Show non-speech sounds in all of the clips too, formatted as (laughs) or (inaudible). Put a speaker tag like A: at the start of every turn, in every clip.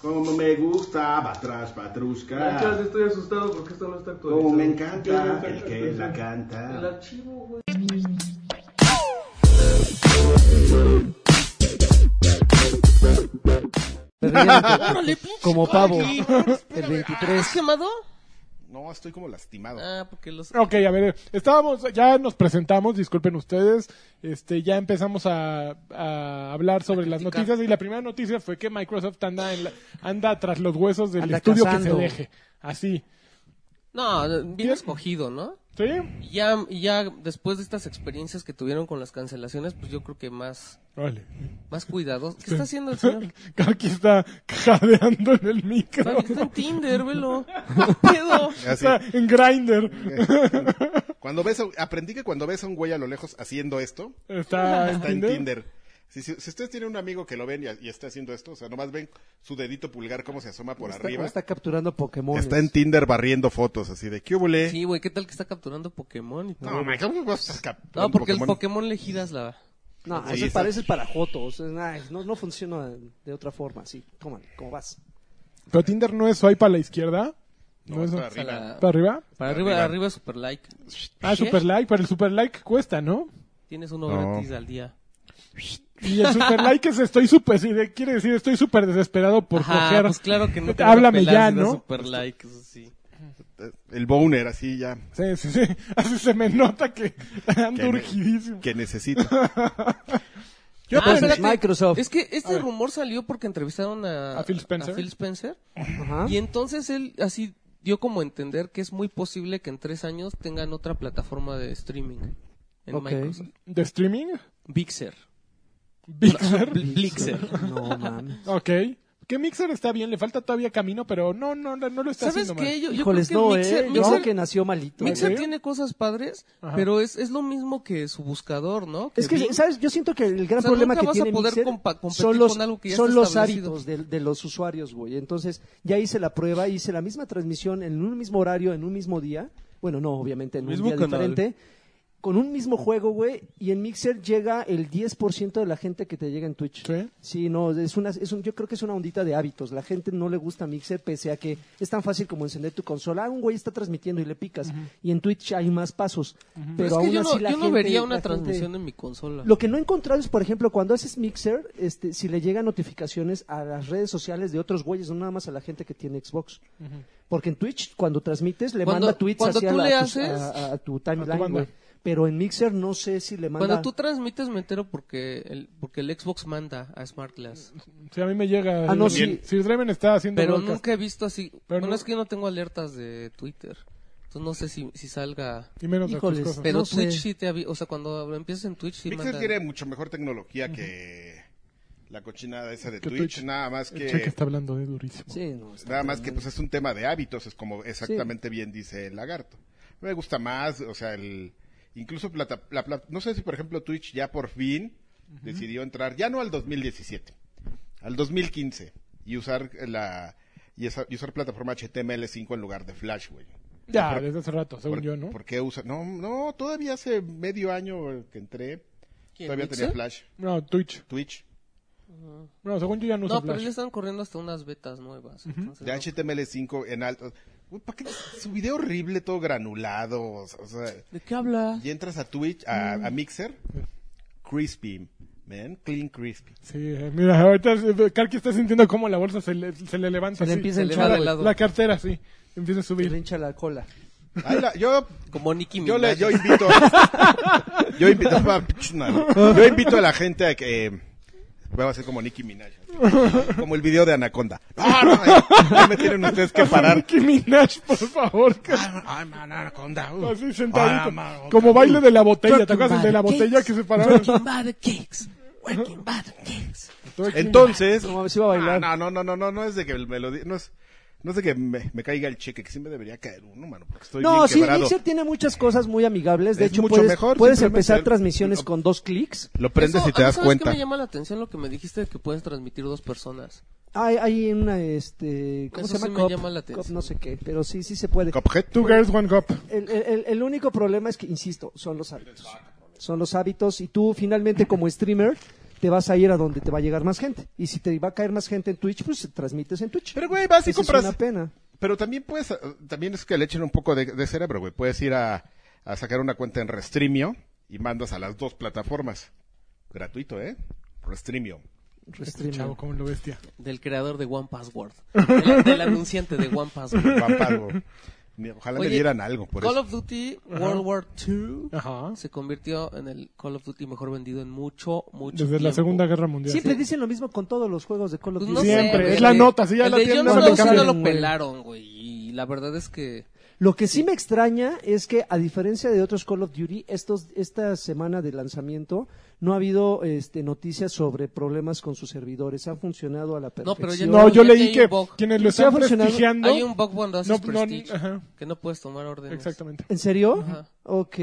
A: Como me gusta, Batrash Patrusca.
B: Chas, estoy asustado porque esto no está actualizado.
A: Como me encanta, el que la canta.
B: El archivo, güey.
C: Me rellenan co-
D: Órale, pinche
C: como pavo.
D: coraje.
C: El 23.
D: ¿Has quemado?
A: No, estoy como lastimado.
D: Ah, porque los...
E: Ok, a ver, estábamos, ya nos presentamos, disculpen ustedes, este, ya empezamos a, a hablar sobre las
D: criticar.
E: noticias y la primera noticia fue que Microsoft anda, en la- anda tras los huesos del
C: Anda
E: estudio
C: cazando.
E: que se deje, así,
D: No, bien escogido, ¿no?
E: ¿sí?
D: Y ya, y ya después de estas experiencias que tuvieron con las cancelaciones, pues yo creo que más,
E: Vale.
D: más cuidados. ¿Qué está haciendo el
E: (laughs)
D: señor?
E: Aquí está jadeando en el
D: Está,
E: micro, (laughs)
D: está en Tinder, velo. ¿Qué pedo?
E: o
A: (laughs) Así.
E: sea, en Grindr,
A: Cuando ves, a- aprendí que cuando ves a un güey a lo lejos haciendo esto,
E: está, en
A: está en
E: Tinder.
A: Tinder. Si, si- si ustedes tienen un amigo que lo ven y, y está haciendo esto, o sea, nomás ven su dedito pulgar cómo se asoma por
C: Está,
A: arriba.
C: está capturando Pokémon.
A: Está en Tinder barriendo fotos así de ¿qué hubole?
D: Sí, güey, ¿qué tal que está capturando Pokémon y todo?
A: No, man, ¿cómo vas a escapar
D: No,
A: Pues, un
D: porque el
A: Pokémon?
D: Pokémon le giras la...
C: No,
A: Sí,
C: eso
A: está-
C: parece para Jotos. es- ay, no, no funciona de otra forma. Sí, toman, como vas.
E: Pero Tinder no es swipe a la izquierda, no,
A: No,
E: es
A: está
D: o sea,
A: arriba.
D: la-
E: para arriba.
D: Para arriba, arriba,
A: Arriba.
D: arriba super like.
E: Ah,
D: ¿Qué?
E: super like, pero el super like cuesta, ¿no?
D: Tienes uno
A: No.
D: gratis al día.
E: Y el super like es estoy súper, sí, de- quiere decir estoy súper desesperado por
D: Ajá,
E: coger.
D: pues claro que no te
E: Háblame
D: vas a
E: ya,
D: pelar si das
E: ¿no?
D: Super like, eso sí.
A: eh, El boner así ya
E: Sí, sí, sí. (laughs) Así se me nota que ando
A: Que-
E: urgidísimo.
A: que necesito.
E: Yo
D: Ah,
E: apenas-
D: espérate.
C: Microsoft.
D: Es que este rumor salió porque entrevistaron a,
E: ¿A Phil Spencer?
D: Phil Spencer,
C: Ajá.
D: Y entonces él así dio como a entender que es muy posible que en tres años tengan otra plataforma de streaming en
C: Ok.
D: Microsoft.
E: ¿De streaming?
D: Vixer.
E: ¿Mixer?
D: Bl- Blixer.
C: No, mames.
E: ok. Que Mixer está bien, le falta todavía camino, pero no, no, no, no lo está
D: ¿Sabes
E: haciendo
D: qué?
E: mal.
D: Yo, yo
C: Híjoles,
D: creo que
C: no,
D: Mixer,
C: eh. Yo
D: Mixer,
C: creo que nació malito. eh.
D: Mixer
E: ¿Sí?
D: tiene cosas padres,
E: Ajá.
D: pero es, es lo mismo que su buscador, ¿no?
C: Es que,
D: Bing-
C: ¿sabes? Yo siento que el gran
D: O sea,
C: problema
D: nunca
C: que
D: vas a
C: tiene
D: poder
C: Mixer
D: compa- competir
C: son los,
D: con algo que ya
C: son
D: está
C: los
D: establecido.
C: hábitos de, de los usuarios, güey. Entonces, ya hice la prueba, hice la misma transmisión en un mismo horario, en un mismo día. Bueno, no, obviamente, en un
D: Mismo
C: día
D: canal.
C: diferente. Con un mismo juego, güey, y en Mixer llega el 10% de la gente que te llega en Twitch.
E: Sí.
C: no, es una, es un, yo creo que es una ondita de hábitos. La gente no le gusta Mixer, pese a que es tan fácil como encender tu consola. Ah, un güey está transmitiendo y le picas. Y en Twitch hay más pasos. Pero,
D: pero es que
C: aún
D: yo no,
C: así la
D: yo no
C: gente-
D: vería una
C: la gente-
D: transmisión en mi consola.
C: lo que no he encontrado es, por ejemplo, cuando haces Mixer, este, si le llegan notificaciones a las redes sociales de otros güeyes, no nada más a la gente que tiene Xbox. Porque en Twitch, cuando transmites, le
D: Cuando-
C: manda tweets
D: cuando
C: hacia
D: tú
C: la-
D: le
C: a tus-
D: haces-
C: a, a tu
E: a tu
C: timeline,
E: banda.
C: güey. Pero en Mixer no sé si le manda...
D: Cuando tú transmites me entero porque el, porque el Xbox manda a Smart Glass.
E: Sí, a mí me llega.
C: Ah, no,
E: Sir
C: sí.
E: Sir Dreven está haciendo
D: Pero
E: broadcast.
D: nunca he visto así.
E: Pero
D: bueno,
E: no-
D: es que yo no tengo alertas de Twitter. Entonces no sé si, si salga.
E: Y menos de otras
C: Híjoles,
E: cosas.
D: Pero
C: No sé.
D: Twitch sí te avi- O sea, cuando empiezas en Twitch (laughs) sí
A: Mixer
D: manda-
A: tiene mucho mejor tecnología que la cochinada esa de
E: Que
A: Twitch,
E: Twitch.
A: nada más
E: El cheque
A: que
E: está hablando de durísimo.
C: Sí, no, está
A: nada más que
C: tremendo.
A: pues es un tema de hábitos, es como exactamente bien dice el lagarto. Me gusta más, o sea, el incluso plata- la pla- no sé si por ejemplo Twitch ya por fin decidió entrar ya no al 2017, al 2015 y usar la y, esa- y usar plataforma HTML5 en lugar de Flash, güey.
E: Ya,
A: Por-
E: desde hace rato, según
A: por-
E: yo, ¿no?
A: ¿Por qué usa? No, no, todavía hace medio año que entré,
D: ¿Quién,
A: todavía tenía
D: Mixer?
A: Flash,
E: No, Twitch.
A: Twitch.
E: No, según yo ya no uso
D: No, pero
E: Flash.
D: ya están corriendo hasta unas betas nuevas. entonces
A: De
D: no-
A: HTML5 en alto. Uy, ¿Para qué su video horrible, todo granulado? O sea, o sea,
D: ¿De qué habla?
A: y entras a Twitch, a, a
C: Mm.
A: Mixer, Crispy, man, clean
C: (laughs)
A: crispy.
E: Sí, eh, mira, ahorita eh, Karki está sintiendo cómo la bolsa se le, se le levanta.
C: Se le
E: así.
C: empieza a
D: Se le
C: hinchar
D: va
C: la-
D: de lado.
E: La cartera, sí. Empieza a
C: Se
E: (laughs)
C: le
E: subir.
C: hincha la cola.
A: Ay, la- yo,
D: Como Nicki Minaj.
A: yo, le, yo invito, yo invito, (laughs) yo invito a la gente a que eh, voy a hacer como Nicki Minaj, como el video de Anaconda. No, no, ahí- ahí me tienen ustedes que parar.
E: Nicki Minaj, por favor.
C: Ah,
E: que-
A: I'm, I'm an anaconda.
E: (laughs)
A: uh.
E: Así sentadito.
A: I'm a-
E: Como baile de la botella. ¿Te
D: Talking
E: acuerdas el de la
D: about
E: botella
D: cakes,
E: que se
C: (laughs)
E: paraba?
D: talking about cakes, working about cakes.
A: Entonces,
C: No mames, iba a bailar.
A: Ah, no, no, no, no, no es de que me lo di- no es no es de que me, me caiga el cheque, que sí me debería caer uno, mano, porque estoy
C: No,
A: bien
C: sí,
A: quebrado.
C: Mixer tiene muchas cosas muy amigables. De
A: Es
C: hecho,
A: mucho
C: puedes,
A: mejor,
C: puedes
A: simplemente
C: empezar
A: el-
C: transmisiones
A: el-
C: con dos clics.
A: Lo prendes
D: Eso,
A: y te
D: ¿a mí
A: das
D: ¿sabes
A: cuenta.
D: qué me llama la atención lo que me dijiste de que puedes transmitir dos personas?
C: Hay, hay una, este... ¿Cómo
D: Eso
C: se llama?
D: sí me
C: Cop-
D: llama la
C: Cop
D: atención.
C: no sé qué, pero sí, sí se puede.
A: Cuphead.
E: Two girls, one cup.
C: El, el- el- el único problema es que, insisto, son los hábitos. Son los hábitos y tú finalmente como streamer te vas a ir a donde te va a llegar más gente. Y si te va a caer más gente en Twitch, pues transmites en Twitch.
A: Pero, güey, vas y
C: Esa es
A: compras.
C: una pena.
A: Pero también puedes, eh, también es que le echen un poco de, de cerebro, güey. Puedes ir a, a sacar una cuenta en Restreamio y mandas a las dos plataformas. Gratuito, ¿eh? Restreamio.
E: Este
C: Restreaming.
E: chavo, como lo bestia.
D: Del creador de One Password. Del, del anunciante de One Password. (laughs)
A: Van Pago. Ni- Ojalá
D: Oye,
A: me dieran algo por
D: Call
A: eso.
D: of Duty World War II
E: Ajá.
D: se convirtió en el Call of Duty mejor vendido en mucho, mucho
E: Desde la
D: tiempo.
E: Segunda Guerra Mundial.
C: Siempre dicen lo mismo con todos los juegos de Call of
D: Pues
C: Duty.
D: no sé,
E: Siempre,
D: güey.
E: es la nota, si ya
D: El
E: la
D: de
E: tienen,
D: John
E: no me la
D: Snow sí
E: cambian,
D: no lo
E: güey.
D: pelaron, güey. Y la verdad es que...
C: Lo que sí me extraña es que, a diferencia de otros Call of Duty, estos, esta semana de lanzamiento no ha habido este, noticias sobre problemas con sus servidores. Han funcionado a la
D: pero ya
C: perfección.
E: No, yo
D: Ya
E: leí
D: hay
E: que
D: un bug.
E: quienes lo
C: Sí, ha
E: están
C: funcionado.
E: prestigiando.
D: Hay un bug cuando haces
E: No, no,
D: Prestige
E: ajá.
D: que no puedes tomar órdenes.
E: Exactamente.
C: ¿En serio?
D: Ajá.
C: Ok.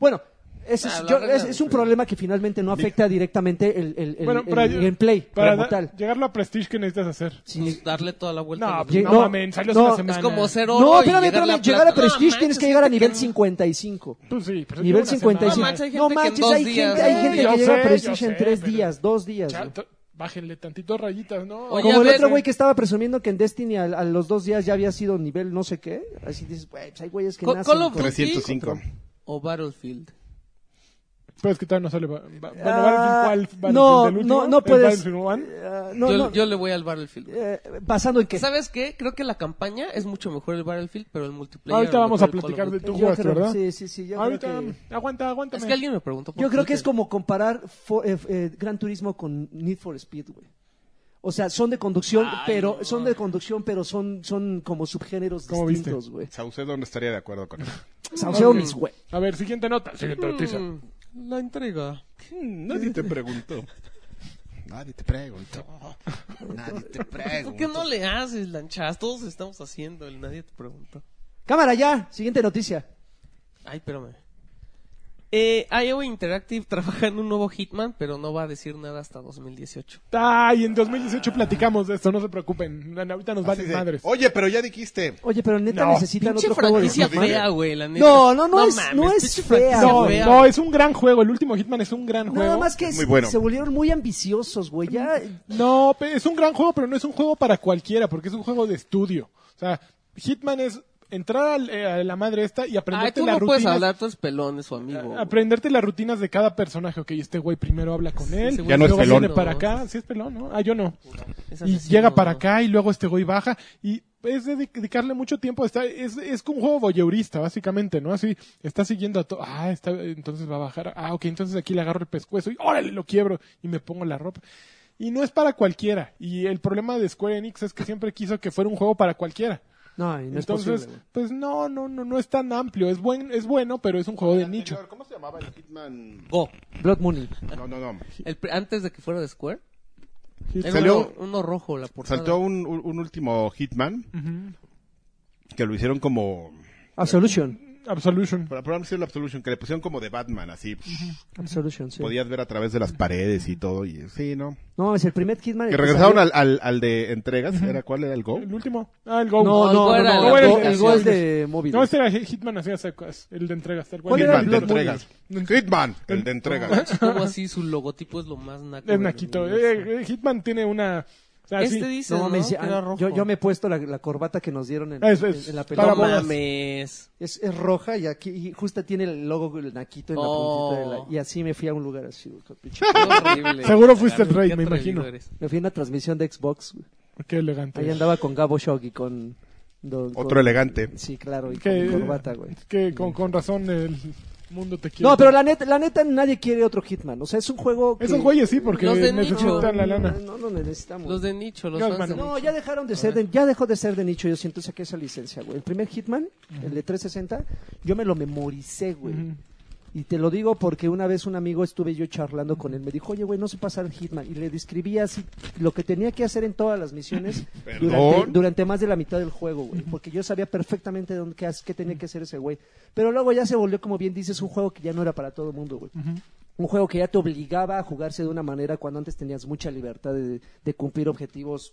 C: Bueno, ese es,
D: Ah, la
C: yo-
D: regla
C: es-
D: del
C: es un
D: juego.
C: problema que finalmente no afecta directamente el, el- el- el gameplay
E: para
C: como
E: da-
C: tal.
E: llegarlo a Prestige, ¿qué necesitas hacer?
C: Sí.
D: Pues darle toda la vuelta. a
E: No,
D: los
E: pues, no,
C: no,
E: mamen, salió
C: no,
E: hace
C: es
E: una semana.
D: Es como ser oro.
C: No,
D: y
C: espérame,
D: llegar
C: espérame.
D: la
C: Llegar a
D: plata.
C: Prestige
D: No,
C: tienes
D: manches,
C: que llegar a
D: gente
C: nivel
D: no-
C: 55.
E: Pues sí, pero
C: Nivel
E: lleva una semana.
C: 55.
D: No manches, hay gente que
C: No
D: en
C: manches,
D: dos
C: hay
D: días, ¿eh?
C: gente, hay
D: ¿no?
C: gente
E: Yo
C: que llega
E: sé,
C: a Prestige
E: yo
C: en
E: sé,
C: tres
E: pero-
C: días, dos días.
E: Cha-
C: güey.
E: to- Bájenle tantito rayitas, ¿no?
D: Oye,
C: Como el
D: ves, eh.
C: otro
D: güey.
C: güey que estaba presumiendo que en Destiny a, a los dos días ya había sido nivel no sé qué. Así dices, güey, pues hay güeyes que
D: Co-
C: nacen
D: Call of
C: con-
D: Duty.
A: 305.
D: O Battlefield.
E: Pero es que todavía no sale. ba- ba- Bueno,
C: Ah,
E: Battlefield, ¿cuál?
C: no,
E: ¿Battlefield el último?
C: no, no
E: ¿El
C: puedes.
E: Battlefield One?
C: Ah, no,
D: yo,
C: no,
D: yo le voy al Battlefield. güey.
C: eh, ¿Basando en qué?
D: ¿Sabes qué? Creo que la campaña es mucho mejor el Battlefield, pero el multiplayer.
E: Ahorita
D: lo
E: vamos
D: mejor
E: a
D: el Call
E: platicar
D: of
E: de
D: Duty.
E: tú
C: Yo
E: jugaste,
C: creo-
E: ¿verdad?
C: Sí, sí, sí. Yo
E: Ahorita,
C: creo que...
E: aguanta, aguántame.
D: Es que alguien me preguntó. por
C: Yo creo que es
D: Twitter.
C: como comparar Fo- eh, eh, Gran Turismo con Need for Speed, güey. O sea, son de conducción,
D: Ay,
C: pero
D: no.
C: son de conducción, pero son son como subgéneros
E: ¿Cómo viste?
C: distintos, güey.
A: Saucedo no estaría de acuerdo
D: (laughs)
A: con eso.
C: Sauceo mis güey.
E: A ver, siguiente nota. Siguiente noticia.
D: Mm, La entrega.
A: Nadie te preguntó. Nadie te preguntó. Nadie te preguntó.
D: (laughs) ¿Por qué no le haces, lanchas? Todos estamos haciendo, el nadie te preguntó.
C: Cámara ya, siguiente noticia.
D: Ay, espérame. Eh, IO Interactive (laughs) trabaja en un nuevo Hitman, pero no va a decir nada hasta 2018.
E: Ay, en 2018 platicamos de esto, no se preocupen. Ahorita nos
A: Así
E: valen
A: de,
E: madres.
A: Oye, pero ya dijiste.
C: Oye, pero neta
E: No,
C: necesitan
D: Pinche
C: otro juego de
D: franquicia
C: Hitman.
D: fea, güey, la neta.
C: No, no, no es- no es
D: pinche
C: fea.
D: franquicia
E: No,
D: fea.
E: no, es un gran juego. El último Hitman es un gran juego.
C: Nada más que
A: Muy bueno.
C: se volvieron muy ambiciosos, güey. Ya
E: No, pe- es un gran juego, pero no es un juego para cualquiera, porque es un juego de estudio. O sea, Hitman es entrar al- eh, a la madre esta y
D: Ay,
E: aprenderte
D: tú
E: las
D: no puedes
E: rutinas.
D: hablar, tú eres pelón, es su amigo. güey.
E: Aprenderte las rutinas de cada personaje. Ok, este güey primero habla con él,
D: ese güey
A: Ya no es
E: luego
A: pelón.
E: viene para
D: No.
E: acá. Sí es pelón, ¿no? Ah, yo no.
D: Es
E: Y
D: asesino,
E: llega para
D: ¿no?
E: acá y luego este güey baja. Y es de dedicarle mucho tiempo. Está, es, es un juego voyeurista, básicamente, ¿no? Así, está siguiendo a todo. Ah, está, entonces va a bajar. Ah, ok, entonces aquí le agarro el pescuezo y órale, lo quiebro y me pongo la ropa. Y no es para cualquiera. Y el problema de Square Enix es que siempre quiso que fuera un juego para cualquiera.
C: no, y no
E: Entonces,
C: es posible. güey.
E: pues no, no, no, no es tan amplio. Es buen, es bueno, pero es un juego de nicho.
A: ¿Cómo se llamaba el Hitman?
D: Go.
C: Blood Money.
A: No, no, no.
D: El pr- antes de que fuera de Square. Era
A: Salió-
D: uno, uno rojo la portada.
A: Saltó un, un- un último Hitman que lo hicieron como.
C: Absolution.
E: Absolution.
A: Para probar el Absolution, que le pusieron como de Batman, así. pues,
C: Absolution, sí.
A: Podías ver a través de las paredes y todo. y Sí, ¿no?
C: No, es el primer Hitman. el
A: Que regresaron
C: salió-
A: al, al, al de entregas. ¿Era cuál era el Go?
E: El último. Ah, el Go.
C: No, no,
D: No,
C: no,
D: el
C: no,
D: Go era
C: el
D: de
C: Go- el Go es de móvil.
E: No, este era Hitman, así, así, el de entregas, tal cual.
C: ¿Cuál era el
A: Hitman, de
C: Blood Money?
A: entregas. Hitman, el de entregas.
D: Como así, su logotipo es lo más naco.
E: Es
D: del
E: Naquito.
D: universo.
E: Eh, eh, Hitman tiene una. o sea,
D: Este
E: sí.
D: dice,
C: No,
D: ¿no?
C: me dice,
D: Que era
C: ah,
D: rojo.
C: yo, yo me he puesto la, la corbata que nos dieron en,
E: Es- es
C: en- en la
E: para
D: No
E: bodas.
C: pelota.
D: mames.
C: Es, es roja y aquí y justo tiene el logo el naquito en
D: Oh.
C: la puntita de la, y así me fui a un lugar así. güey, con pinche- (laughs)
D: Qué horrible.
E: Seguro fuiste el
D: Qué
E: rey, me
D: atrevido
E: imagino.
D: eres.
C: Me fui a una transmisión de Xbox. güey.
E: Qué elegante.
C: Ahí andaba con Gabo Shogi con, do- con-
A: Otro elegante.
C: Sí, claro, y
E: Que- eh,
C: con corbata, güey.
E: Que con, con razón el mundo te quiere.
C: No, pero la neta, la neta nadie quiere otro Hitman. O sea, es un juego que...
E: Esos güeyes sí, porque
D: Los de nicho.
E: necesitan la lana.
C: No, no, no necesitamos.
D: Los de nicho, los
E: Los
D: fans de
E: manu-
C: No,
D: nicho.
C: ya dejaron de ser de, ya dejó de ser de nicho, yo siento saqué esa licencia, güey. El primer Hitman, el de 360, yo me lo memoricé, güey. Y te lo digo porque una vez un amigo estuve yo charlando con él, me dijo, oye, güey, no sé pasar el Hitman. Y le describí así lo que tenía que hacer en todas las misiones
A: Perdón.
C: durante, durante más de la mitad del juego, güey. Porque yo sabía perfectamente dónde, qué, hac- qué tenía que hacer ese güey. Pero luego ya se volvió, como bien dices, un juego que ya no era para todo el mundo, güey. Un juego que ya te obligaba a jugarse de una manera cuando antes tenías mucha libertad de, de cumplir objetivos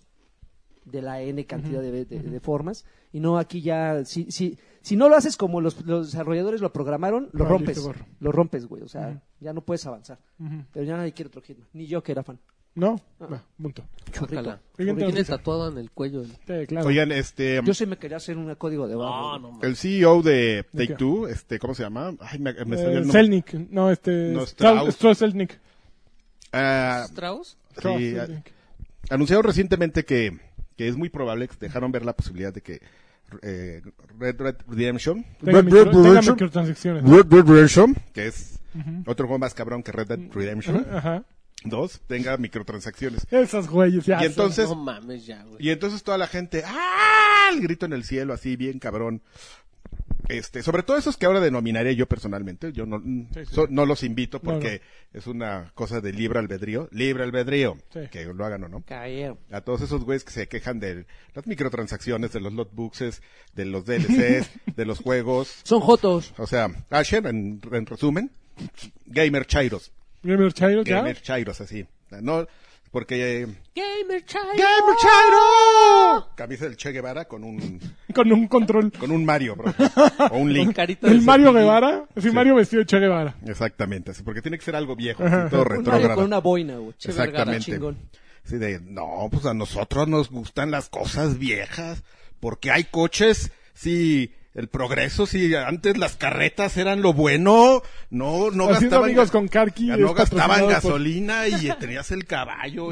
C: de la N cantidad de, de- de formas. Y no aquí ya, si, si, si no lo haces como los, los desarrolladores lo programaron, lo
E: Vale,
C: rompes.
E: te borro.
C: Lo rompes, güey. O sea,
E: Ujú.
C: ya no puedes avanzar.
E: Ujú.
C: Pero ya nadie quiere otro Hitman. Ni yo que era fan.
E: No,
C: Ah.
E: va, punto.
D: Chócala.
E: Oigan,
D: Lo Tiene
E: entonces-
D: tatuado en el cuello. el-
E: Sí, claro.
A: Oigan, este.
C: Yo sí me quería hacer un código de barra.
D: No, no,
A: El CEO de
E: ¿De
A: Take Two, este, ¿cómo se llama? Ay, me, me salió
E: Eh,
A: el nombre.
E: Selnick, no, este.
A: No,
E: Strauss-
A: Strauss.
E: Strauss Selnick.
A: Ah,
D: ¿Strauss?
E: Strauss
A: sí, ah,
E: Selnick.
A: anunciaron recientemente que, que es muy probable que dejaron ver la posibilidad de que eh, Red Red Redemption,
E: Tenga
A: Red
E: micro-
A: Red
E: tenga
A: Redemption,
E: microtransacciones.
A: Red Dead Redemption, que es
E: Ujú. Mm.
A: otro juego más cabrón que Red Dead Redemption
E: Ajá.
A: 2, tenga microtransacciones.
E: Esas güeyes, ya.
A: Y entonces,
D: No mames ya, güey.
A: y entonces toda la gente, ¡ah! El grito en el cielo, así bien cabrón. Este, sobre todo esos que ahora denominaré yo personalmente, yo no,
E: sí.
A: so- no los invito
E: No,
A: porque es una cosa de libre albedrío, libre albedrío,
E: Sí.
A: que lo hagan o no.
D: Cayeron.
A: A todos esos güeyes que se quejan de las microtransacciones, de los lotboxes, de los DLCs, de los juegos.
C: Son Jotos.
A: O sea, Asher, en, en resumen, Gamer Chairos.
E: Gamer Chairo, ya.
A: Gamer Chairos, así. No, porque... eh,
D: Gamer Child.
A: ¡Gamer Chairo! Camisa del Che Guevara con un,
E: Con un
C: (laughs)
E: control.
A: con un Mario, bro. O un
D: Con
A: Link.
D: carita de
E: El Mario
D: cepillín.
E: Guevara. Sí, Mario vestido de Che Guevara.
A: Exactamente, así, porque tiene que ser algo viejo, así, todo
C: Un Mario con
A: retrógrado.
C: una boina, güey.
D: Che Vergara,
A: Exactamente.
C: chingón.
A: Sí, de, no, pues a nosotros nos gustan las cosas viejas, porque hay coches, sí, el progreso, sí, antes las carretas eran lo bueno, no, no
E: Haciendo
A: gastaban,
E: amigos con Karki.
A: ya
E: es
A: no gastaban
E: patrocinado por-
A: gasolina y tenías el caballo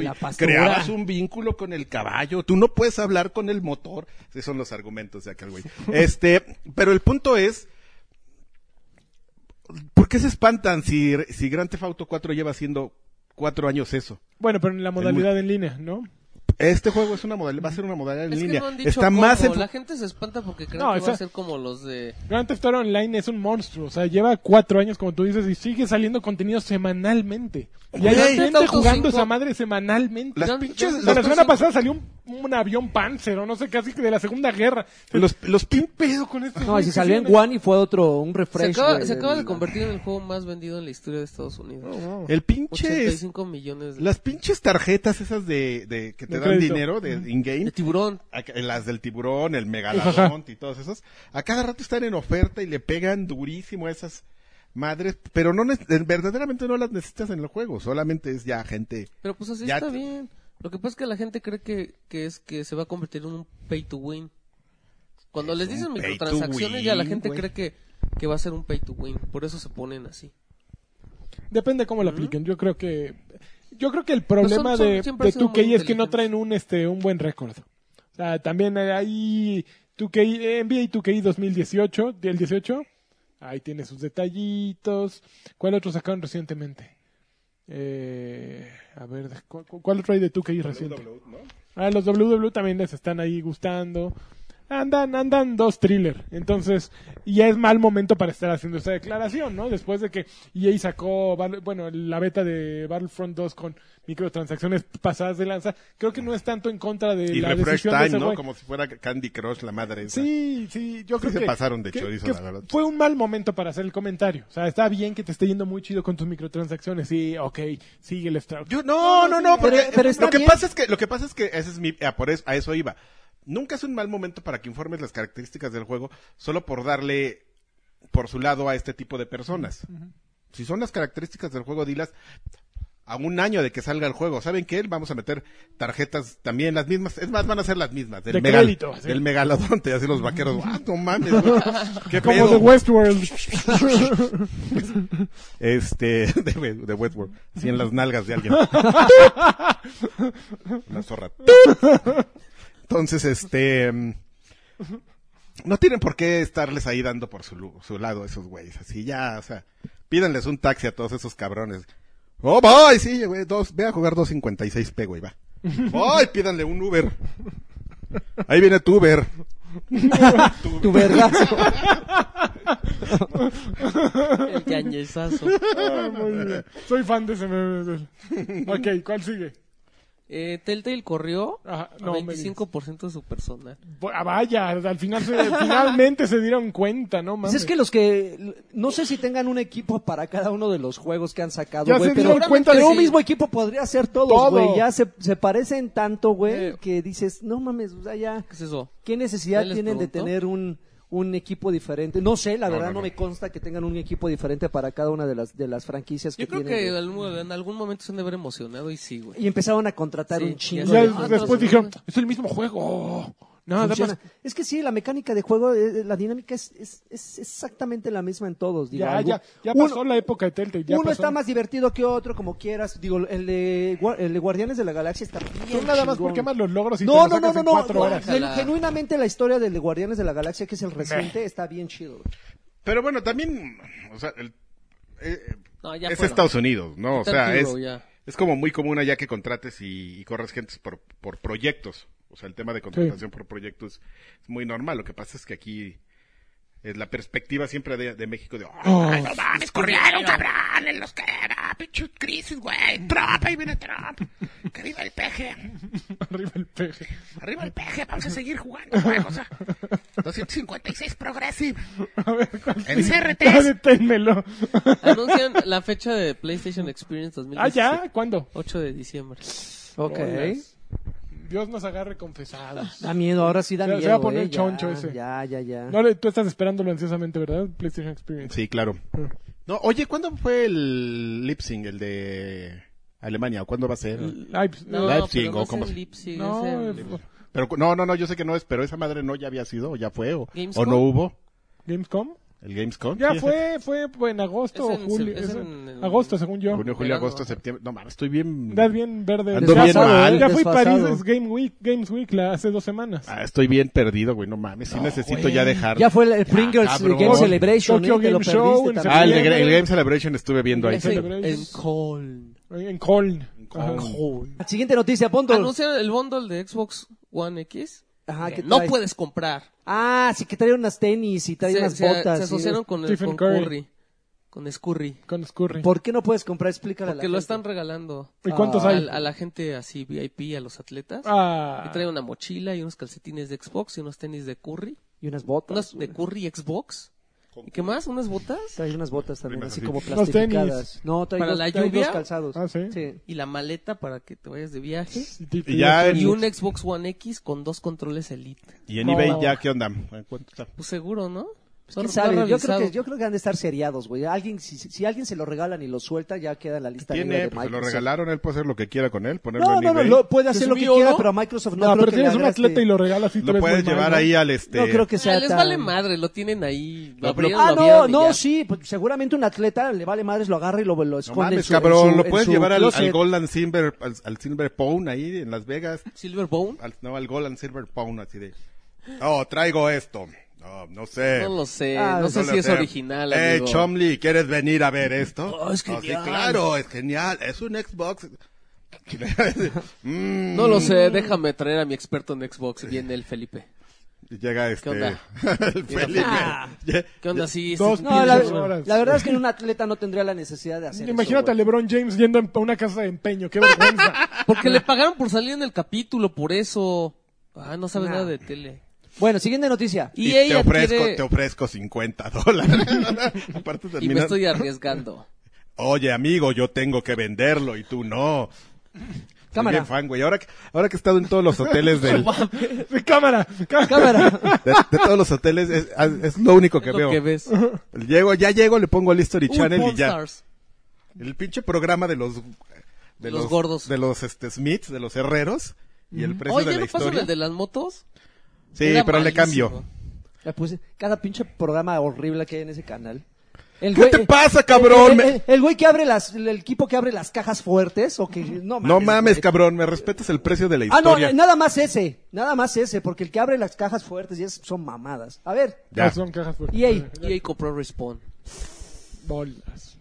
E: (laughs)
A: y
C: La pastura.
A: creabas un vínculo con el caballo, tú no puedes hablar con el motor, esos son los argumentos de aquel güey. (laughs) Este, pero el punto es, ¿por qué se espantan si, si Grand Theft Auto 4 lleva haciendo cuatro años eso?
E: Bueno, pero en la modalidad en línea, ¿no?
A: Este juego es una modalidad, va a ser una modalidad en
D: Es que
A: línea.
D: no han dicho
A: Está más
D: cómo,
A: enfo-
D: La gente se espanta porque creen
E: No,
D: que va
E: esa-
D: a ser como los de...
E: Grand Theft Auto Online es un monstruo. O sea, lleva cuatro años, como tú dices, y sigue saliendo contenido semanalmente. Y hay
A: Güey.
D: Grand Theft
E: gente
D: Auto
E: jugando
D: cinco.
E: esa madre semanalmente.
A: Las
D: Ya-
A: pinches-
D: ya se-
E: O sea, la
A: los-
E: semana pasada salió un, un avión Panzer o no sé, casi que de la Segunda Guerra.
A: (laughs) los, los pin-
E: pedo con este esto?
C: No, y si salió en One y fue otro, un
D: Se
C: refresh.
D: acaba,
C: güey,
D: se acaba de
C: del-
D: convertir en el juego más vendido en la historia de Estados Unidos.
E: Oh,
A: el pinche,
D: 85 millones de,
A: las pinches tarjetas esas de, de que te
E: De
A: dan
E: crédito.
A: dinero de
D: de
A: in-game,
D: tiburón.
A: acá- las del tiburón, el megalodón y todas esas, a cada rato están en oferta y le pegan durísimo a esas madres, pero no neces- verdaderamente no las necesitas en el juego, solamente es ya gente.
D: Pero pues así
A: Ya
D: está
A: te-
D: bien. Lo que pasa es que la gente cree que, que es que se va a convertir en un pay to win. Cuando les
A: un
D: dicen
A: pay to
D: microtransacciones, ya la gente
A: win,
D: cree que, que va a ser un pay to win. Por eso se ponen así.
E: (laughs) Depende cómo lo apliquen. Yo creo que yo creo que el problema
D: Pues son- son-
E: de,
D: siempre
E: de
D: han sido
E: 2K
D: muy
E: es que no
D: inteligentes.
E: traen un este un buen récord. O sea, también ahí 2K eh, NBA 2K 2018, del 18, ahí tiene sus detallitos. ¿Cuál otro sacaron recientemente? Eh, a ver, ¿cu- cu- ¿cuál otro hay de 2K reciente? Ah, los WW también les están ahí gustando. Andan, andan dos thriller. Entonces, y ya es mal momento para estar haciendo esta declaración, ¿no? Después de que EA sacó, Battle- bueno, la beta de Battlefront 2 con microtransacciones pasadas de lanza, creo que no es tanto en contra de
A: Y
E: la
A: refresh
E: decisión de
A: time,
E: ese
A: ¿no?
E: güey.
A: Como si fuera Candy Crush la madre. esa.
E: Sí, sí, yo creo
A: se
E: que
A: pasaron de
E: que-
A: chorizo,
E: que
A: la verdad.
E: Fue un mal momento para hacer el comentario. O sea, está bien que te esté yendo muy chido con tus microtransacciones. Sí, ok, sigue el Stroud.
A: Yo- no, no, no, porque
C: Pero- pero está
A: lo que
C: bien.
A: pasa es que lo que pasa es que ese es mi a por eso, a eso iba. Nunca es un mal momento para que informes las características del juego solo por darle por su lado a este tipo de personas. Si son las características del juego, dilas a un año de que salga el juego. ¿Saben qué? Vamos a meter tarjetas también las mismas. Es más, van a ser las mismas. Del,
E: De
A: megal-
E: crédito, sí.
A: del megalodonte, así los vaqueros. Ah, no mames. güey, ¿Qué
E: Como
A: pedo?
E: de
A: (laughs)
E: Westworld.
A: Este, de, de Westworld. Sí, en las nalgas de (laughs) alguien. Una zorra. Entonces, este. mm, No tienen por qué estarles ahí dando por su, lu- su lado esos güeyes. Así ya, o sea, pídanles un taxi a todos esos cabrones. Oh, voy, sí, güey, dos, ve a jugar 256p, güey, va. Voy, pídanle un Uber. Ahí viene tu Uber.
E: (laughs)
C: Tu vergazo.
D: El yañezazo.
E: Ah, muy bien. Soy fan de ese meme. Ok, ¿cuál sigue?
D: Eh, Telltale corrió
E: Ajá,
D: a
E: no, me
D: 25% de su personal.
E: Bu- ah, vaya, al final se- finalmente se dieron cuenta, ¿no?
C: Pues
E: Mames.
C: es que los que. No sé si tengan un equipo para cada uno de los juegos que han sacado,
E: Ya
C: güey.
E: se
C: Pero,
E: dieron cuenta
C: pero
E: de-
C: un mismo equipo podría hacer todos,
E: Todo.
C: güey. Ya se, se parecen tanto, güey,
D: Eh.
C: que dices, no mames, o sea, ya.
D: ¿Qué es eso?
C: ¿Qué necesidad
D: ¿Ya les
C: tienen de
D: preguntó?
C: tener un, un equipo diferente? No sé, la
A: No,
C: verdad
A: no,
C: no,
A: no.
C: me consta que tengan un equipo diferente para cada una de las, de las franquicias que
D: Yo creo
C: tienen.
D: que en
C: güey.
D: algún, en algún momento se han de haber emocionado y sí, güey.
C: Y empezaron a contratar
D: Sí,
C: un
E: Y
C: chingo
E: ya
D: Ah,
C: de
E: des-
D: no,
E: después
D: no,
E: dijeron,
D: no.
E: es el mismo juego.
D: Ah,
E: No, nada
C: Funciona.
E: más.
C: Es que sí, la mecánica de juego, eh, la dinámica es, es- es exactamente la misma en todos. digo,
E: Ya,
C: algún-
E: ya, ya
C: uno-
E: pasó la época de Telltale. ya
C: uno
E: pasó.
C: está más divertido que otro, como quieras. Digo, el de, Gua- el de Guardianes de la Galaxia está bien.
E: Tú nada más
C: chingón.
E: porque amas los logros y
C: no,
E: te
C: no,
E: los
C: no,
E: sacas
C: no,
E: en
C: no,
E: cuatro
C: no,
E: horas.
C: gen- Genuinamente la historia del de Guardianes de la Galaxia, que es el reciente, está bien chido. güey.
A: Pero bueno, también, o sea, el- eh,
D: No, ya
A: es
D: fueron.
A: Estados Unidos, ¿no? O
D: Está
A: sea, es,
D: antiguo ya.
A: es como muy común allá que contrates y, y corras gente por, por proyectos. O sea, el tema de contratación por proyectos es muy normal. Lo que pasa es que aquí es la perspectiva siempre de, de México de,
E: Oh.
A: "Ay, no mames, corrieron, cabrón, en los que era, pinche crisis, güey, Trump, ahí viene Trump, que viva el peje.
E: (laughs) Arriba el peje.
A: Arriba el peje, vamos a seguir jugando juegos. ah. 256 Progressive. En
E: Ya,
A: CRTs.
C: (laughs)
E: deténmelo.
D: Anuncian la fecha de PlayStation Experience
E: ah,
D: 2017.
E: ya, ¿cuándo?
D: 8 de diciembre.
C: Ok.
E: Olas. Dios nos agarre confesados.
C: Da miedo, ahora sí da
E: Se- se
C: miedo.
E: va a poner
C: eh, ya,
E: choncho ese.
C: Ya, ya, ya.
E: No, le- tú estás esperándolo ansiosamente, ¿verdad? PlayStation Experience.
A: Sí, claro. No, oye, ¿cuándo fue el lip sync, el de Alemania? ¿O cuándo va a ser?
E: Ay, pues, eh,
D: No,
A: Leipzig,
D: pero
A: o
D: no es
A: cómo
D: en
A: se-
D: Leipzig,
E: no,
D: es en-
E: es-
A: Pero cu- no, no, no, yo sé que no es, pero esa madre no ya había sido, o ya fue, o,
D: ¿Gamescom?
A: o no hubo.
E: Gamescom.
A: El Gamescom.
E: Ya
A: Sí,
E: fue, fue fue en agosto
D: Es
E: o
D: en
E: julio.
D: sep- es
E: es
D: en- en-
E: agosto, según yo.
A: Junio, julio,
D: Verano,
A: agosto,
D: ajá.
A: septiembre. No mames, estoy bien.
E: Andas bien verde.
A: Ando bien
E: Desfasado,
A: mal.
E: ¿eh? Ya fue
C: Desfasado.
E: París es Game Week, Games Week la, hace dos semanas.
A: Ah, estoy bien perdido, güey, no mames. Sí necesito ya dejar.
C: Ya fue el, el Pringles
A: Ah, cabrón.
C: Game Celebration,
E: Tokyo
C: eh, te lo
E: Game Show
C: perdiste
E: en
C: también.
A: Ah, el, de- el Game Celebration estuve viendo ahí.
D: es en-
E: Celebration.
D: en Köln.
E: En Coln.
A: Köln.
C: Ah, Siguiente noticia, punto.
D: Anuncian el bundle de Xbox One X.
C: Ajá,
D: que
C: Ah, ¿qué
D: no
C: trae?
D: puedes comprar.
C: Ah, sí que trae unas tenis y trae
D: Se,
C: unas
D: se-
C: botas.
D: se
C: y-
D: asociaron con, el, con
E: Stephen Curry.
D: Curry. Con Scurry.
E: Con Scurry.
C: ¿Por qué no puedes comprar? Explícale a la
D: Que lo
C: gente.
D: están regalando
E: ¿Y cuántos
D: a,
E: hay?
D: a Ah, la gente así VIP, a los atletas.
E: Ah.
D: Y trae una mochila y unos calcetines de Xbox y unos tenis de Curry.
C: Y unas botas.
D: Unas
C: güey.
D: de Curry Xbox. ¿Y qué más? ¿Unas botas?
C: Trae unas botas también,
A: Primas
C: así
A: así.
C: como
E: Unos
C: plastificadas. No, trae,
D: ¿Para
C: dos,
D: la
C: trae dos
D: lluvia?
C: calzados.
E: Ah, ¿sí?
D: Y la maleta para que te vayas de viaje.
A: Y ya
D: Y
A: en,
D: un Xbox One X con dos controles Elite.
A: y en eBay
E: No.
A: ya, ¿qué onda? ¿En cuánto está?
D: Pues seguro, ¿no?
C: ¿Quién
D: Son- son
C: sabe? Yo creo, que,
D: realizados.
C: yo creo que han de estar seriados, güey. Alguien, si, si- si alguien se lo regalan y lo suelta, ya queda en la lista negra
A: Tiene, pues,
C: de
A: se lo
C: Microsoft.
A: regalaron, él puede hacer lo que quiera con él, ponerlo
C: No,
A: en
C: no, no,
A: eBay.
C: lo- puede
D: ¿Se
C: hacer lo que
D: subió,
C: quiera,
D: no?
C: pero Microsoft no,
E: No,
C: creo
E: pero
C: que le
E: tienes un
C: agreste-
E: atleta y lo regalas y te
A: Lo
E: ves
A: puedes
E: muy mal,
A: llevar
E: ¿no?
A: ahí al este.
C: No creo que
D: Ah,
C: sea
D: les
C: tan-
D: vale madre, lo tienen ahí. Lo
A: No, pero-
D: abrieron,
C: Ah,
D: lo
C: no,
D: abrieron y
C: no,
D: ya.
C: sí, pues, seguramente un atleta le vale madres, lo agarra y lo, lo
A: No
C: esconde. en
A: mames,
C: su- en
A: cabrón,
C: su-
A: lo
C: en
A: puedes
C: su
A: llevar al, al
C: closet.
A: Gold and Silver, al, al Silver Pound ahí en Las Vegas.
D: Silverbone.
A: Al- no, al Gold and Silver Pound, así de. Oh, traigo esto. No, no sé.
D: No lo sé,
C: Ah,
D: no sé
A: Eh. lo
D: si es original.
A: Eh,
D: amigo.
A: Chomley, ¿quieres venir a ver esto?
D: (laughs) Oh, es
A: Ah, sí,
D: genial.
A: claro, es genial. Es un Xbox. (laughs) Mm.
D: No lo sé, déjame traer a mi experto en Xbox. Viene el Felipe.
A: Llega este.
D: onda?
A: (laughs) el Felipe.
D: Ah.
A: Ye-
D: ¿Qué onda? Sí,
E: Dos
D: sí,
C: No, la,
E: pinches horas.
C: la verdad es que un atleta no tendría la necesidad de hacer
E: Imagínate a
C: eso.
E: LeBron James yendo a una casa de empeño.
D: (laughs)
E: Qué vergüenza.
D: Porque le pagaron por salir en el capítulo, por eso. Ah, no sabes
C: Nah.
D: nada de tele. E
C: güey. Bueno, siguiente noticia.
A: Y,
D: Y ella
A: te ofrezco,
D: quiere-
A: te ofrezco 50 dólares. (laughs) Aparte
D: Y me
A: terminan,
D: estoy
A: (laughs)
D: arriesgando.
A: Oye, amigo, yo tengo que venderlo y tú no. Soy
C: Cámara.
A: bien fan, güey. Ahora que, ahora que he estado en todos los hoteles
D: (laughs)
A: del,
E: Sí, cámara. cámara.
C: Cámara.
A: de, de todos los hoteles, es, ah, es lo único que
D: Es
A: veo.
D: lo que ves.
A: Llego, ya llego, le pongo al History
D: Uy,
A: Channel (laughs) y
D: Pawn
A: ya.
D: Stars.
A: El pinche programa de los de
D: Los gordos.
A: de los este Smiths, de los herreros y el precio
D: Oye,
A: de la
D: ¿no pasan
A: historia.
D: el de las motos?
A: Sí,
D: Era
A: pero le
D: malísimo.
A: cambio.
C: La puse- cada pinche programa horrible que hay en ese canal. El
A: ¿Qué
C: güey-
A: te
C: eh,
A: pasa,
C: El,
A: cabrón? Me-
C: el- el güey que abre las, el equipo que abre las cajas fuertes o que no mames.
A: No mames,
D: eh.
C: güey.
A: cabrón, me respetas el precio de la
C: Ah, no,
A: historia.
C: eh, nada más ese, nada más ese, porque el que abre las cajas fuertes ya es- son mamadas. A ver,
A: Ya.
E: Ah, son cajas fuertes.
C: y ahí,
D: Y ahí E compró Respawn.
E: Bolas.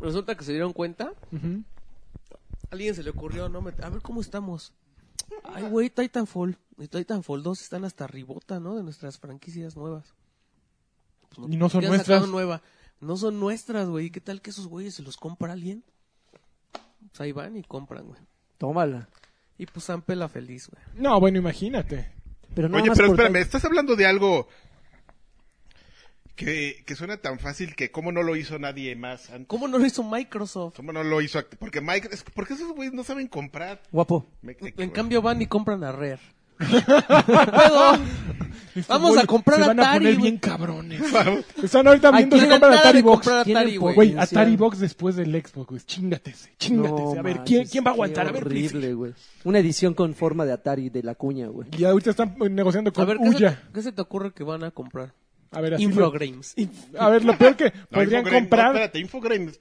D: Resulta que se dieron cuenta.
E: Ujú.
D: A alguien se le ocurrió, no, Me- a ver cómo estamos. Ay, güey, Titanfall y Titanfall 2 están hasta ribota, ¿no? De nuestras franquicias nuevas. Pues
E: Y no son
D: ya han sacado
E: nuestras.
D: Nueva. No son nuestras, güey. ¿Qué tal que esos güeyes se los compra alguien? Pues ahí van y compran, güey.
C: tómala.
D: Y pues Sam pela feliz, güey.
E: No, bueno, imagínate.
C: Pero nada
A: Oye,
C: más
A: pero
C: por-
A: espérame, estás hablando de algo que, que suena tan fácil que cómo no lo hizo nadie más antes.
D: ¿Cómo no lo hizo Microsoft?
A: ¿Cómo no lo hizo? act- Porque Mike, es- porque esos güeyes no saben comprar.
C: Guapo.
A: Me- me-
D: En cambio van y compran a
E: (laughs)
D: Rare. Pero Vamos a comprar
E: Este, Se van a
D: Atari,
E: poner
D: güey.
E: bien cabrones.
A: Vamos.
E: Están ahorita
D: Ay,
E: viendo si
D: tienen
E: compran
D: nada
E: Atari
D: de
E: Box.
D: comprar Atari,
E: Tienen
D: güey.
E: po- Güey,
C: Potencial.
E: Atari Box después del Xbox, güey. Chingatese, chingatese. a ver,
C: No
E: ¿quién,
C: manches,
E: ¿quién va a
C: qué
E: aguantar? A ver,
C: horrible, güey. Una edición con forma de Atari de la cuña, güey.
E: Y ahorita están eh, negociando
D: A
E: con
D: ver, ¿qué se,
E: Uya.
D: qué se te ocurre que van a comprar?
E: A ver, así lo-
D: Infogrames.
E: Inf- A ver, lo peor que
A: No,
E: podrían
A: Infogrames-
E: comprar.
A: no, espérate, Infogrames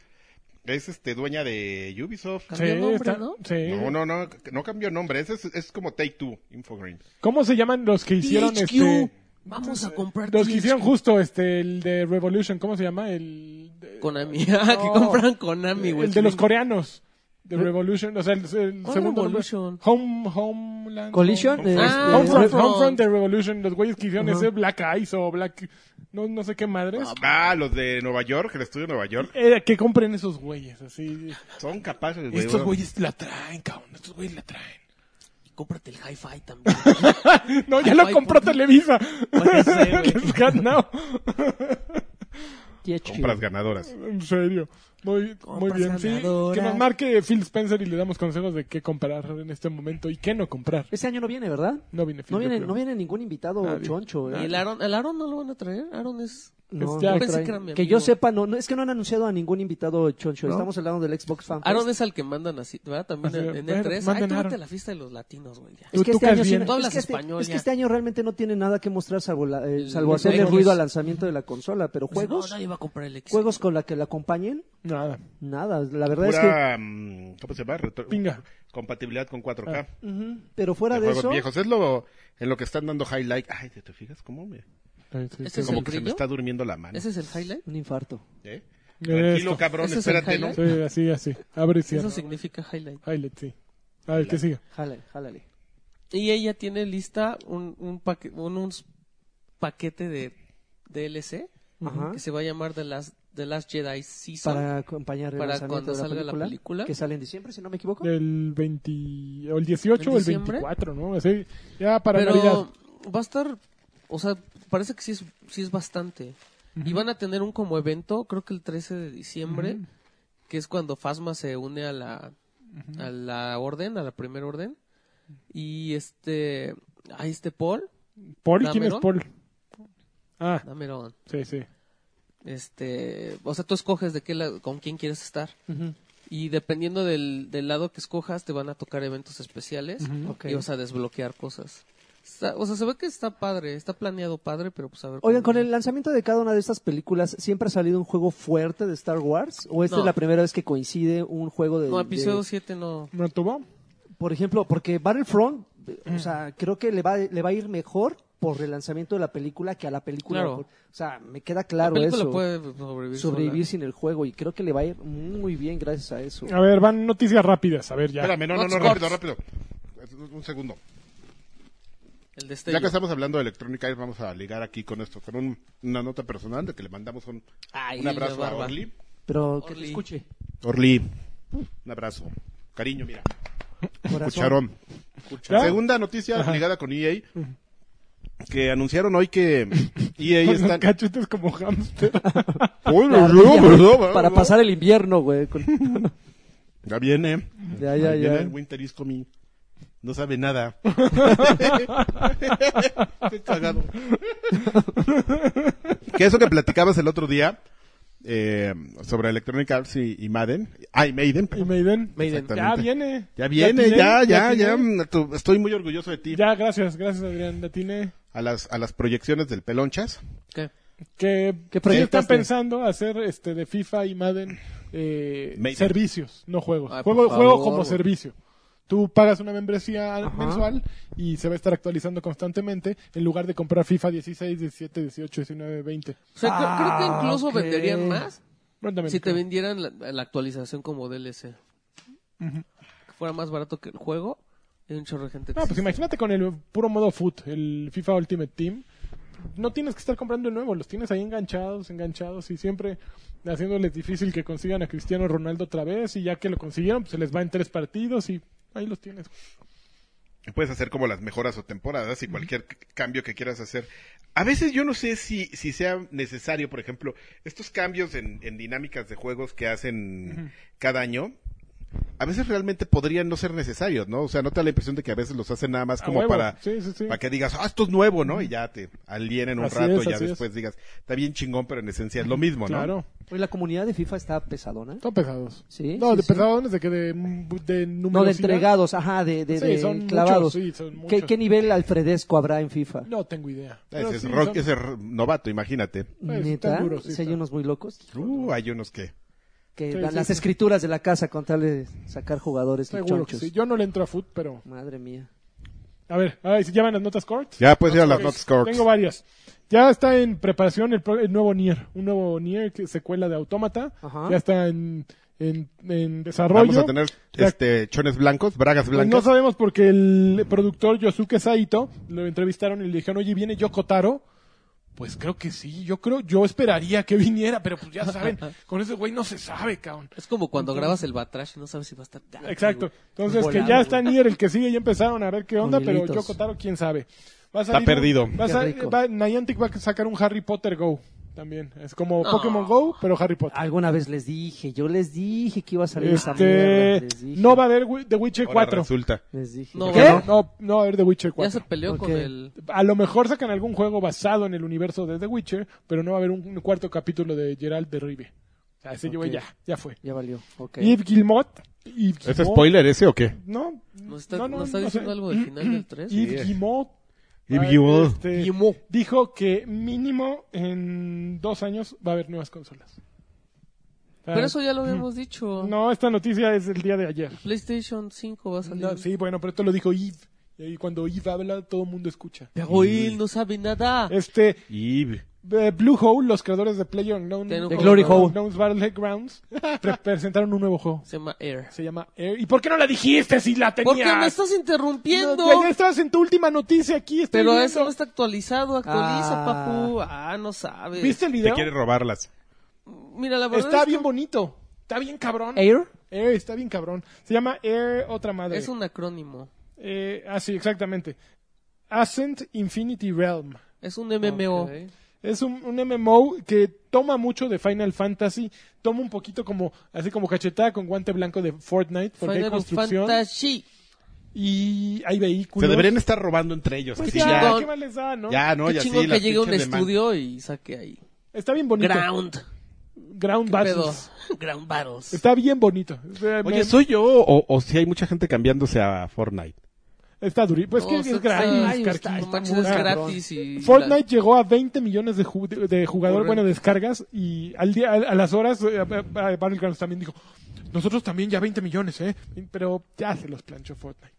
A: es este, dueña de Ubisoft.
D: Cambió
E: Sí,
D: nombre,
E: está-
D: ¿no?
E: sí.
A: No, no, no, no cambió nombre. Ese es, es como Take Two, Infogrames.
E: ¿Cómo se llaman los que hicieron
D: THQ.
E: este?
D: Vamos a comprar
E: Los que
D: THQ.
E: hicieron justo este el de Revolution, ¿cómo se llama? El de-
D: Konami. (laughs) Ah, que compran Konami, güey.
E: Eh, el de los coreanos. De Revolution, o sea, el, el
D: ¿Cuál
E: segundo
D: Revolution?
E: Home Homeland.
C: Collision,
E: Home-
C: eh,
D: Ah,
E: Homefront,
C: este,
D: Homefront.
E: Homefront de Revolution, los güeyes que hicieron ese Black Eyes o Black no no sé qué madres.
A: Ah, los de Nueva York, el estudio de Nueva York.
E: Eh, que compren esos güeyes, así.
A: Son capaces, güey.
E: Estos
A: bueno.
E: güeyes la traen, cabrón. Estos güeyes la
D: (laughs)
E: traen.
D: Cómprate el Hi-Fi también. (laughs)
E: Ah. No, ya
D: Ay,
E: lo
D: güey,
E: compró
D: ¿por qué?
E: Televisa.
D: Puede
E: (laughs)
D: ser, güey.
E: Que es ganado.
C: THQ.
A: Compras ganadoras.
E: (laughs) En serio. Muy, muy
D: Compras
E: bien. Sí,
D: ganadoras.
E: que nos marque Phil Spencer y le damos consejos de qué comprar en este momento y qué no comprar.
C: Ese año no viene, ¿verdad?
E: No viene Phil.
C: No
E: yo
C: viene,
E: creo.
C: no viene ningún invitado
E: Nadie.
C: choncho,
D: ¿Y
C: ¿eh?
D: el Aaron? ¿El Aaron no lo van a traer? Aaron es...
C: No,
E: Es ya-
C: no
E: Pensé
C: traen.
D: que era mi
C: que yo
D: amigo.
C: sepa, no, no, es que no han anunciado a ningún invitado choncho. Estamos hablando del Xbox Fan Fest.
D: Aaron es al que mandan así, ¿verdad? También
E: Así,
D: en, en
E: bueno,
D: el 3. Ay,
E: manden a
D: tú
E: Aaron.
D: vete a la fiesta de los latinos, güey. ya.
C: Es que
E: Tú- tú
C: este
E: caes
C: año sí
E: bien.
C: no-
D: Tú
C: es
D: hablas
C: que este-
D: español,
C: es que
D: ya.
C: este año realmente no tiene nada que mostrar salvo, la- eh, salvo
D: Los
C: hacerle
D: juegos.
C: ruido al lanzamiento de la consola, pero
D: Pues
C: juegos,
D: No, nadie va a comprar el Xbox.
C: juegos con la que la acompañen,
E: Nada.
C: nada. La verdad es que
A: Pura, mm, ¿cómo se llama? Retro-
E: Pinga.
A: Compatibilidad con 4K.
C: Ujú, Pero fuera
A: de
C: de,
A: juegos
C: eso,
A: viejos. Es lo, en lo que están dando highlight. Ay, ¿te, te fijas cómo me...?
E: Sí, sí,
D: Este
E: sí.
D: es
A: Como
D: el
A: que se me
D: brillo?
A: está durmiendo la mano.
D: ¿Ese es el highlight?
C: un infarto.
A: ¿eh?
E: Mira
A: Tranquilo,
E: esto.
A: cabrón,
D: ¿Ese es el
A: espérate, ¿no?
D: highlight?
E: Sí, así, así. Abre y cierra.
D: Eso significa highlight.
E: Highlight, sí. A ver, ¿qué sigue?
C: Jálale, jálale.
D: Y ella tiene lista un, un, paque- un- un s- paquete de DLC
C: Ajá.
D: que se va a llamar The Last, The Last Jedi Season.
C: Para acompañar el
D: Para
C: lanzamiento
D: cuando
C: de la
D: salga la
C: película,
D: película.
C: Que sale en diciembre, si no me equivoco.
E: El 20, o el 18
D: ¿En
E: o el
D: diciembre?
E: 24, ¿no? Así, ya para
D: Pero
E: Navidad.
D: va a estar, o sea, parece que sí es, sí es bastante. Y van a tener un como evento, creo que el 13 de diciembre, que es cuando Fasma se une a la, a la orden, a la primera orden. Y este, ahí este Paul,
E: ¿Paul? ¿Quién es
D: Dameron.
E: Paul? Ah,
D: Dameron,
E: sí, sí.
D: este, o sea, tú escoges de qué la- con quién quieres estar.
C: Ujú.
D: Y dependiendo del, del lado que escojas, te van a tocar eventos especiales
C: Ok.
D: y vas a desbloquear cosas. Está- o sea, se ve que está padre, está planeado padre, pero pues a ver.
C: Oigan,
D: cómo-
C: con el lanzamiento de cada una de estas películas, ¿siempre ha salido un juego fuerte de Star Wars? ¿O esta
D: No.
C: es la primera vez que coincide un juego de...
D: No,
C: de-
D: episodio 7 no.
E: ¿No tuvo?
C: Por ejemplo, porque Battlefront,
D: Mm.
C: o sea, creo que le va, le va a ir mejor por el lanzamiento de la película que a la película.
D: Claro.
C: por- o sea, me queda
D: La
C: claro
D: película
C: eso.
D: puede sobrevivir.
C: sobrevivir
D: sola.
C: sin el juego y creo que le va a ir muy bien gracias a eso.
E: A ver, van noticias rápidas. A ver, ya. (laughs)
A: Espérame, no, no, no,
D: Hot
A: rápido, rápido. Un segundo.
D: El
A: Ya
D: destello.
A: que estamos hablando de electrónica, ahí vamos a ligar aquí con esto, con un- una nota personal de que le mandamos un,
D: Ay,
A: un abrazo
D: la
A: a
D: barba.
A: Orly.
C: Pero que te
D: Orly.
C: escuche.
A: Orly, un abrazo. Cariño, mira.
C: Corazón.
A: Cucharón.
E: ¿Ya?
A: Segunda noticia ligada con EA, que anunciaron hoy que EA
E: Con los
A: está...
E: cachetes como hámster.
A: Uy,
C: La
A: no,
C: ardilla,
A: no, no,
C: para
A: no.
C: pasar el invierno,
A: (laughs)
C: güey. con-
A: Ya viene.
C: Ya, ya,
A: Ahí
C: ya.
A: viene el Winter is coming. No sabe nada. Qué cagado. que eso que platicabas el otro día eh, sobre Electronic Arts y, y Madden. Ay, Maiden.
E: y
A: perdón.
E: Maiden. Ya
A: Exactamente.
E: viene.
A: Ya viene,
E: atiné,
A: ya, ya, ya.
E: atiné.
A: Tu- Estoy muy orgulloso de ti.
E: Ya, gracias, gracias Adrián. La tiene.
A: A las, a las proyecciones del Pelonchas.
D: ¿Qué?
E: Que
C: ¿Qué
E: sí están
C: proyectaste?
E: pensando hacer este de FIFA y Madden eh,
A: Maiden.
E: servicios, no juegos.
D: Ay, por
E: juego,
D: favor,
E: juego como
D: güey.
E: servicio. Tú pagas una membresía mensual y se va a estar actualizando constantemente en lugar de comprar FIFA 16, 17, 18, 19, 20.
D: O sea, cre- creo que
E: Ah,
D: incluso
C: ok.
D: venderían más
E: Bueno, también
D: si te
E: creo.
D: vendieran la, la actualización como DLC. Que fuera más barato que el juego. Y un chorro de gente.
E: No, pues imagínate con el puro modo foot, el FIFA Ultimate Team. No tienes que estar comprando de nuevo, los tienes ahí enganchados, enganchados y siempre haciéndoles difícil que consigan a Cristiano Ronaldo otra vez y ya que lo consiguieron, pues se les va en tres partidos y ahí los tienes.
A: puedes hacer como las mejoras o temporadas y cualquier c- cambio que quieras hacer. A veces yo no sé si, si sea necesario, por ejemplo, estos cambios en, en dinámicas de juegos que hacen cada año, a veces realmente podrían no ser necesarios, ¿no? O sea, no te da la impresión de que a veces los hacen nada más
E: A
A: como
E: huevo.
A: para,
E: Sí, sí, sí.
A: para que digas, ah, esto es nuevo, ¿no? Y ya te alienen un
E: Así
A: rato
E: es,
A: y ya
E: así es.
A: después digas, está bien chingón, pero en esencia es lo mismo, ¿no?
E: Claro.
C: Oye, la comunidad de FIFA está pesadona.
E: Están pesados.
C: Sí,
E: No,
C: sí,
E: de
C: sí.
E: pesadones de que de, de
C: No, de
E: numerosidad.
C: entregados, ajá, de, de,
E: Sí,
C: de
E: son muchos,
C: clavados.
E: sí, son muchos.
C: ¿Qué, qué nivel alfredesco habrá en FIFA?
E: No tengo idea. Pero
A: Ese es,
E: sí,
A: rock,
E: son-
A: ese r- novato, imagínate.
E: Pues,
C: Neta,
E: están duros, sí,
C: si hay
E: están.
C: unos muy locos
A: Uh, hay unos que...
C: que
E: Sí,
C: dan
E: sí,
C: las
E: sí.
C: escrituras de la casa con tal de sacar jugadores
E: Seguro que
C: chonchos.
E: sí. Yo no le entro a foot, pero.
C: Madre mía.
E: A ver, a ver si llaman las notas cortas.
A: Ya pues, puedes ir a las notas corks.
E: Tengo varias. Ya está en preparación el, pro- el nuevo Nier, un nuevo Nier que secuela de Autómata.
C: Ajá.
E: Ya está en, en, en desarrollo.
A: Vamos a tener
E: Ya-
A: este, chones blancos, bragas
E: Pues no
A: blancas.
E: sabemos porque el productor Yosuke Saito lo entrevistaron y le dijeron, oye, ¿viene Yoko Taro? Pues creo que sí, yo creo, yo esperaría que viniera, pero pues ya
A: (laughs)
E: saben, con ese güey no se sabe, cabrón.
D: Es como cuando grabas el Batrash y no sabes si va a estar... tan-
E: Exacto. Entonces,
D: Volado,
E: que ya
D: güey.
E: está Nier, el que sigue, ya empezaron a ver qué onda, pero
C: hilitos.
E: Yoko Taro, quién sabe. Va a
A: Está
E: salir un-
A: perdido.
E: va a
C: Qué
E: sa-
C: rico.
E: va- Niantic va a sacar un Harry Potter Go también. Es como
D: No.
E: Pokémon Go, pero Harry Potter.
C: Alguna vez les dije, yo les dije que iba a salir Ah, esa mierda.
E: Este,
C: Les dije,
E: no va a haber wi- The Witcher
A: Ahora
E: 4.
A: resulta.
C: les dije.
D: No,
C: ¿Qué?
D: ¿verdad?
E: No, no va a haber The Witcher
D: Ya
E: 4.
D: se peleó
C: Ok.
D: con el...
E: A lo mejor sacan algún juego basado en el universo de The Witcher, pero no va a haber un, un cuarto capítulo de Geralt de Rive. O sea, ese
C: Ok.
E: güey ya, ya fue.
C: Ya valió. ok.
E: Yves Guillemot. Yves
A: ¿Es
E: Guillemot-
A: spoiler ese o qué?
E: No,
D: ¿Nos está,
E: no, no,
D: nos está
E: no
D: diciendo
E: sé.
D: algo del final del 3?
E: Yves
A: Sí.
E: Guillemot,
A: Yves
E: ah,
A: Guillemot.
E: este,
D: Guillemot.
E: dijo que mínimo en dos años va a haber nuevas consolas. O sea,
D: Pero eso ya lo habíamos dicho.
E: No, esta noticia es del día de ayer.
D: PlayStation 5 va a salir.
E: No, sí, bueno, pero esto lo dijo Yves. Y ahí cuando Yves habla, todo el mundo escucha.
D: Pero él no sabe nada.
E: Este,
A: Y
E: Eh, Blue Hole, los creadores de PlayerUnknown
D: Tiene un
E: de
D: juego. Glory
C: Hole.
E: Unknown's Battlegrounds (laughs) pre- presentaron un nuevo juego.
D: Se llama Air.
E: Se llama Air. ¿Y por qué no la dijiste si la tenías?
D: ¿Por qué me estás interrumpiendo?
E: No, ya, ya estabas en tu última noticia aquí. estoy
D: Pero
E: viendo.
D: eso no está actualizado. Actualiza,
C: Ah.
D: papu. Ah, no sabes.
E: ¿Viste el
A: te
E: video?
A: quiere robarlas.
D: Mira, la verdad
E: Está
D: es,
E: bien bonito. Está bien cabrón.
C: Air.
E: Air, está bien cabrón. Se llama Air otra madre.
D: es un acrónimo.
E: Eh, ah, sí, exactamente. Ascent Infinity Realm.
D: Es un MMO.
C: Ok.
E: Es un, un MMO que toma mucho de Final Fantasy, toma un poquito como, así como cachetada con guante blanco de Fortnite, porque hay
D: Final
E: construcción
D: Fantasy.
E: y hay vehículos.
A: Se deberían estar robando entre ellos.
E: Pues
A: así,
E: ya,
A: ya,
E: ¿qué más les da, no?
A: ya, no,
D: Qué
A: ya sí,
D: chingón que
A: las
D: llegue a un
A: pinches demandas.
D: estudio y saque ahí.
E: Está bien bonito.
D: Ground.
E: Ground
D: ¿Qué
E: Battles.
D: pedo? (laughs) Ground Battles.
E: Está bien bonito. O sea, me-
A: Oye, ¿soy yo o, o si hay mucha gente cambiándose a Fortnite?
E: Está durísimo. Pues
D: No,
E: que
D: o
E: es
D: sea,
E: gratis,
D: ay,
E: Carqui.
D: está- no
E: Está
D: manches,
E: muy
D: es
E: cabrón.
D: gratis y...
E: Fortnite llegó a 20 millones de, ju- de- de jugadores,
D: Correcto.
E: bueno, descargas, y al día, a, a las horas, eh, a- a- a Battlegrounds también dijo, nosotros también ya 20 millones, ¿eh? Pero ya se los planchó Fortnite.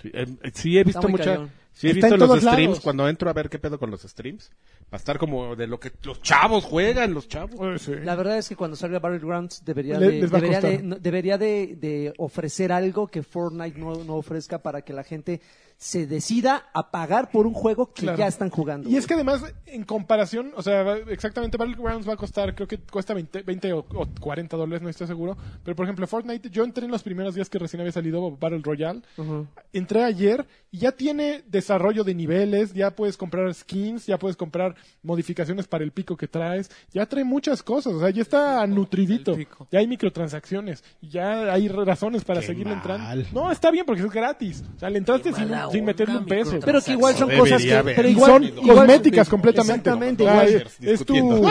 A: Sí, eh, sí he visto
C: muy
A: mucha...
C: cañón.
A: Sí he
E: Está
A: visto
E: en
A: los
E: todos
A: streams,
E: lados.
A: cuando entro a ver qué pedo con los streams, va a estar como de lo que los chavos juegan, los chavos.
E: Eh, sí.
C: La verdad es que cuando salga Battlegrounds debería,
E: Le-
C: de,
E: les va a
C: debería,
E: costar.
C: de, no- debería de- de ofrecer algo que Fortnite no, no ofrezca para que la gente se decida a pagar por un juego que
E: Claro.
C: ya están jugando.
E: Y es que
C: güey.
E: además, en comparación, o sea, va- exactamente Battlegrounds va a costar, creo que cuesta 20, 20 o, o 40 dólares, no estoy seguro. Pero por ejemplo, Fortnite, yo entré en los primeros días que recién había salido Battle Royale.
C: Ujú.
E: Entré ayer y ya tiene desarrollo de niveles, ya puedes comprar skins, ya puedes comprar modificaciones para el pico que traes, ya trae muchas cosas, o sea, ya está nutridito,
D: el pico.
E: ya hay microtransacciones, ya hay razones para
A: Qué
E: seguirle entrando.
A: mal.
E: No, está bien porque es gratis, o sea, le entraste
D: Qué
E: sin,
D: mala
E: sin meterle un
D: onda,
E: peso.
D: microtransacciones.
C: Pero que igual son
A: Debería
C: cosas que...
A: haber.
C: Pero
E: Y
C: igual,
E: son
C: igual-
E: cosméticas completamente.
C: Exactamente.
E: O sea,
C: igual-
A: Exactamente.
E: es tu,
A: Discutiendo.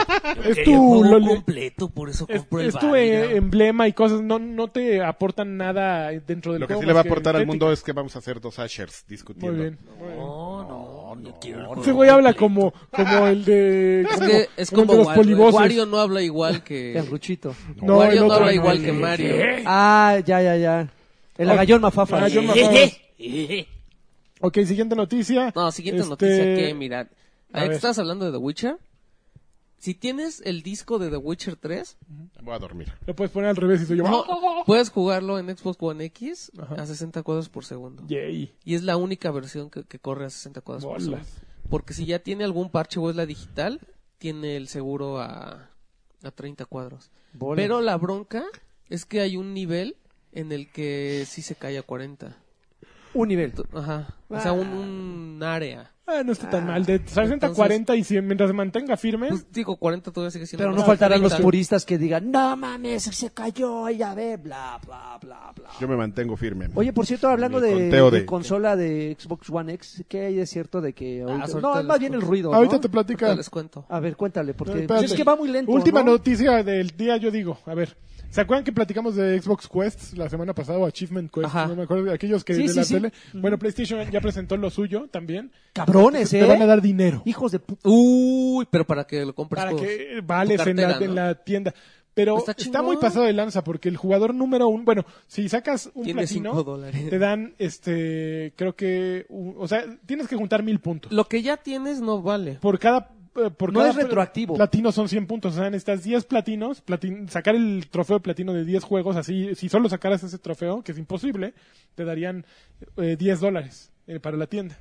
E: es
D: Quería un
E: tu,
D: juego
E: lo-
D: completo, por eso
E: es,
D: compró el
E: es tu
D: Valorant.
E: eh, emblema y cosas. No, no te aportan nada dentro del
A: Lo que
E: juego.
A: sí le va a
E: más
A: aportar al
E: estética.
A: mundo es que vamos a hacer dos Ashers discutiendo.
E: Muy bien.
D: No, no, yo quiero el juego
E: Ese güey habla como, como el de.
D: Es
E: como-
D: que es como
E: el de los
D: Wario.
E: polivoces.
D: Wario no habla igual
E: (laughs)
D: que.
C: El ruchito.
E: No,
D: Wario
E: el
D: no
E: otro
D: habla
E: no,
D: igual
E: el-
D: que Mario.
C: Ah, ya, ya, ya. El
E: Ah,
C: agallón mafafa.
E: agallón
C: Eh,
D: (laughs)
E: mafafa. Ok, siguiente noticia.
D: No, siguiente
E: Este,
D: noticia que mirad.
E: a
D: Ahí
E: ver.
D: estás hablando de The Witcher. Si tienes el disco de The Witcher 3,
A: Voy a dormir.
E: Lo puedes poner al revés y se llama.
D: puedes jugarlo en Xbox One X
E: Ajá.
D: a 60 cuadros por segundo.
E: Yay.
D: Y es la única versión que, que corre a 60 cuadros por segundo.
E: Bolas.
D: Porque si ya tiene algún parche o es la digital, tiene el seguro a, a 30 cuadros.
C: bolas.
D: Pero la bronca es que hay un nivel en el que sí se cae a 40.
C: un nivel.
D: Ajá. O sea, un, un área.
E: Ah, no está tan mal. De 60 a 40 y 100, mientras se mantenga firme.
D: Pues digo, 40 todavía sigue siendo.
C: Pero no
D: más.
C: faltarán los
D: 30.
C: puristas que digan, no mames, se cayó, ya ve, bla, bla, bla, bla.
A: Yo me mantengo firme.
C: Oye, por cierto, hablando
A: Mi
C: de,
A: conteo
C: de
A: de-
C: consola de Xbox One X, ¿qué hay de cierto de que... ahorita-
D: Ah, ahorita
C: no, es
D: les
C: más bien el
D: cuento.
C: ruido,
E: Ahorita
C: ¿no?
E: te
D: Ahorita
E: platica.
D: les cuento.
C: A ver, cuéntale,
E: No,
C: porque
E: espérate.
C: es que va muy lento,
E: Última
C: ¿no?
E: noticia del día, yo digo. A ver, ¿se acuerdan que platicamos de Xbox Quest la semana pasada o Achievement Quest?
D: Ajá.
E: No me acuerdo de aquellos que
C: Sí,
E: de
C: sí,
E: la
C: sí. Mm.
E: tele. Bueno, PlayStation ya presentó lo suyo también.
C: Cabrones, ¿eh?
E: Te van a dar dinero.
C: Hijos de puta.
D: Uy, pero para que lo compres
E: para
C: pues,
D: juegos.
E: que vales en, la,
D: cartera,
E: en
D: ¿no?
E: la tienda. Pero
D: Está
E: está,
D: chingón.
E: muy pasado de lanza porque el jugador número uno, bueno, si sacas un
D: Tiene cinco
E: platino,
D: dólares.
E: te dan, este, creo que, un- o sea, tienes que juntar mil puntos.
D: Lo que ya tienes no vale.
E: Por cada, eh, por
C: No
E: cada
C: es retroactivo.
E: platino son 100 puntos, o sea, necesitas 10 platinos, platin- sacar el trofeo de platino de 10 juegos, así, si solo sacaras ese trofeo, que es imposible, te darían eh, 10 dólares eh, para la tienda.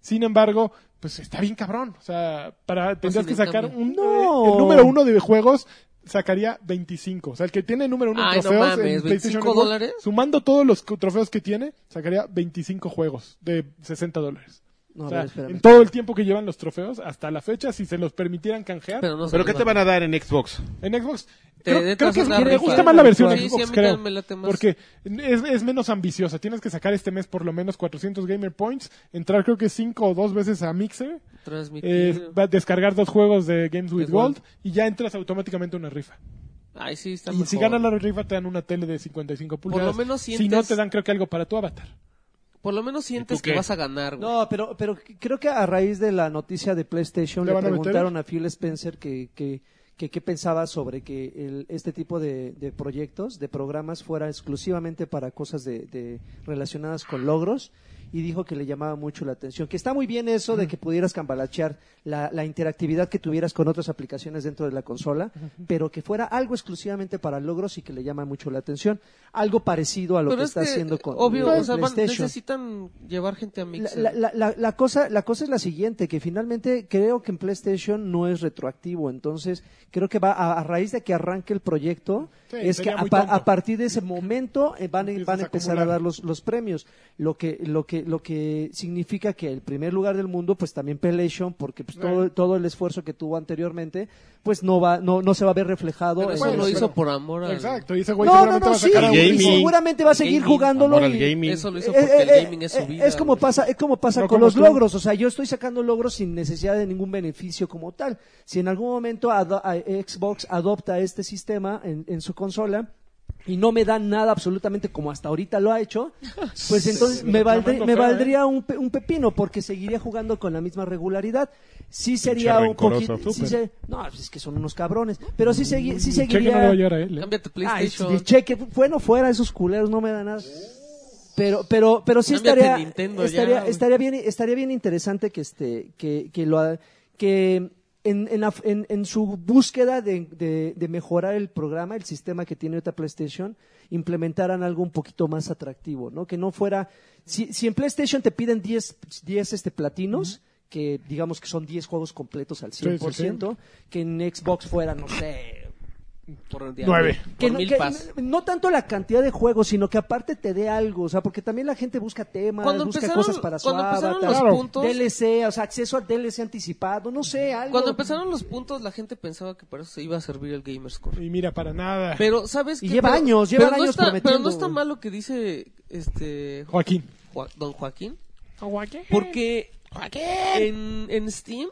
E: Sin embargo, pues está bien cabrón. O sea, para, tendrías
D: sin
E: que sacar
D: cambio.
E: un,
C: No.
E: eh, el número uno de juegos sacaría 25. O sea, el que tiene el número uno
D: Ay, no
E: en trofeos
D: mames,
E: en PlayStation
D: 25
E: Network,
D: dólares.
E: sumando todos los co- trofeos que tiene, sacaría 25 juegos de 60 dólares.
C: No,
E: O
C: a
E: sea,
C: ver, espérame.
E: en todo el tiempo que llevan los trofeos, hasta la fecha, si se los permitieran canjear
D: Pero no se
A: ¿Pero
D: los
A: qué te
D: vale.
A: van a dar en Xbox?
E: en Xbox,
D: Te-
E: creo,
D: de
E: creo
D: todas
E: que es-
D: maneras,
E: me
D: rifa.
E: gusta más la versión
D: Sí,
E: de
D: sí,
E: Xbox,
D: a mí
E: creo.
D: también me late más.
E: Porque es, es menos ambiciosa. Tienes que sacar este mes por lo menos 400 Gamer Points, entrar creo que 5 o 2 veces a Mixer,
D: Transmitir.
E: eh, va a descargar dos juegos de Games with
D: With
E: Gold
D: Gold.
E: y ya entras automáticamente a una rifa.
D: Ay, sí, está
E: Y si
D: mejor.
E: ganas la rifa te dan una tele de 55
D: lo
E: pulgadas.
D: menos
E: Si no
D: sientes-
E: te dan creo que algo para tu avatar.
D: Por lo menos sientes
A: tú qué?
D: que vas a ganar, güey.
C: No, pero, pero creo que a raíz de la noticia de PlayStation
E: ¿Le
C: le,
E: van a meter?
C: preguntaron a Phil Spencer que que- que qué pensaba sobre que el- este tipo de, de proyectos, de programas, fuera exclusivamente para cosas de, de- relacionadas con logros y dijo que le llamaba mucho la atención. Que está muy bien eso de que pudieras cambalachear la, la interactividad que tuvieras con otras aplicaciones dentro de la consola, pero que fuera algo exclusivamente para logros y que le llama mucho la atención. Algo parecido a lo
D: Pero
C: que
D: es
C: está
D: que,
C: haciendo con
D: obvio,
C: con
D: o sea, van-
C: PlayStation.
D: necesitan llevar gente a
C: La,
D: Mixer.
C: la- la- la- la cosa, la cosa es la siguiente, que finalmente creo que en PlayStation no es retroactivo, entonces creo que va a, a raíz de que arranque el proyecto,
E: Sí,
C: es que
E: sería
C: a,
E: muy
C: pa-
E: tonto.
C: a partir de ese momento eh, van,
E: Empiezas
C: van a
E: a
C: empezar a
E: acumular.
C: dar los, los premios, lo que, lo que, lo que significa que el primer lugar del mundo, pues también PlayStation, porque pues, todo, todo el esfuerzo que tuvo anteriormente, pues no va, no, no se va a ver reflejado.
D: Pero
C: en
D: eso
E: Bueno,
D: lo
C: los-
D: hizo
E: pero-
D: por amor al...
E: Exacto, y ese güey
C: No,
E: seguramente
C: no, no,
E: va a
C: sí,
E: sacar a un
A: gaming.
C: y
E: hijo.
C: seguramente va a seguir
D: Gaming,
C: jugándolo
A: Amor al
C: y-
A: gaming.
D: Eso lo hizo
C: eh,
D: porque
C: eh,
D: el
C: eh,
D: gaming es su
C: eh,
D: vida.
C: es como
D: güey.
C: pasa, es como pasa
E: No
C: con
E: como
C: los
E: tú.
C: logros. O sea, yo estoy sacando logros sin necesidad de ningún beneficio como tal. Si en algún momento ado- a- eh, Xbox adopta este sistema en, en su consola y no me da nada absolutamente como hasta ahorita lo
E: (laughs)
C: ha hecho, pues entonces me, valdrí-
E: Reclamando feo,
C: me
E: ¿eh?
C: valdría un, pe- un pepino porque seguiría jugando con la misma regularidad. Sí sería
A: Pinche
C: un poquito...
A: rencoroso.
C: sí se- no, pues es que son unos cabrones. Pero sí, segui- sí
E: Cheque no le va a
C: seguiría...
E: llegar a él. ¿eh?
D: Cámbiate
C: Ay,
D: PlayStation.
C: sí, cheque, bueno, fuera esos culeros, no me dan nada. Pero, pero, pero sí
D: Cámbiate
C: estaría,
D: Nintendo ya,
C: estaría,
D: güey.
C: estaría bien, estaría bien interesante que este, que, que lo, ha- que en, en, la- en- en su búsqueda de, de- de mejorar el programa, el sistema que tiene ahorita PlayStation, implementaran algo un poquito más atractivo, ¿no? Que no fuera, si, si en PlayStation te piden 10, 10 este, platinos, que digamos que son 10 juegos completos al
E: Sí, sí, sí.
C: 100%, que en Xbox fuera, no sé,
D: Por el día.
E: Nueve.
D: Por
C: que no,
D: mil
C: que
D: pas.
C: n- no tanto la cantidad de juegos, sino que aparte te dé algo, o sea, porque también la gente busca temas,
D: Cuando
C: busca
D: empezaron-
C: cosas para su
D: cuando empezaron
C: avatar,
D: los
E: Claro.
D: puntos-
C: DLC, o sea, acceso al DLC anticipado, no sé, algo.
D: Cuando empezaron los puntos, la gente pensaba que para eso se iba a servir el Gamerscore.
E: Y mira, para nada.
D: Pero, ¿sabes
C: Y
D: qué?
C: lleva
D: Pero-
C: años, llevan
D: pero no
C: años
D: está- Pero no
C: prometiendo,
D: está
C: güey.
D: mal lo que dice este
E: Joaquín.
D: Joa- don Joaquín. Porque En, en Steam,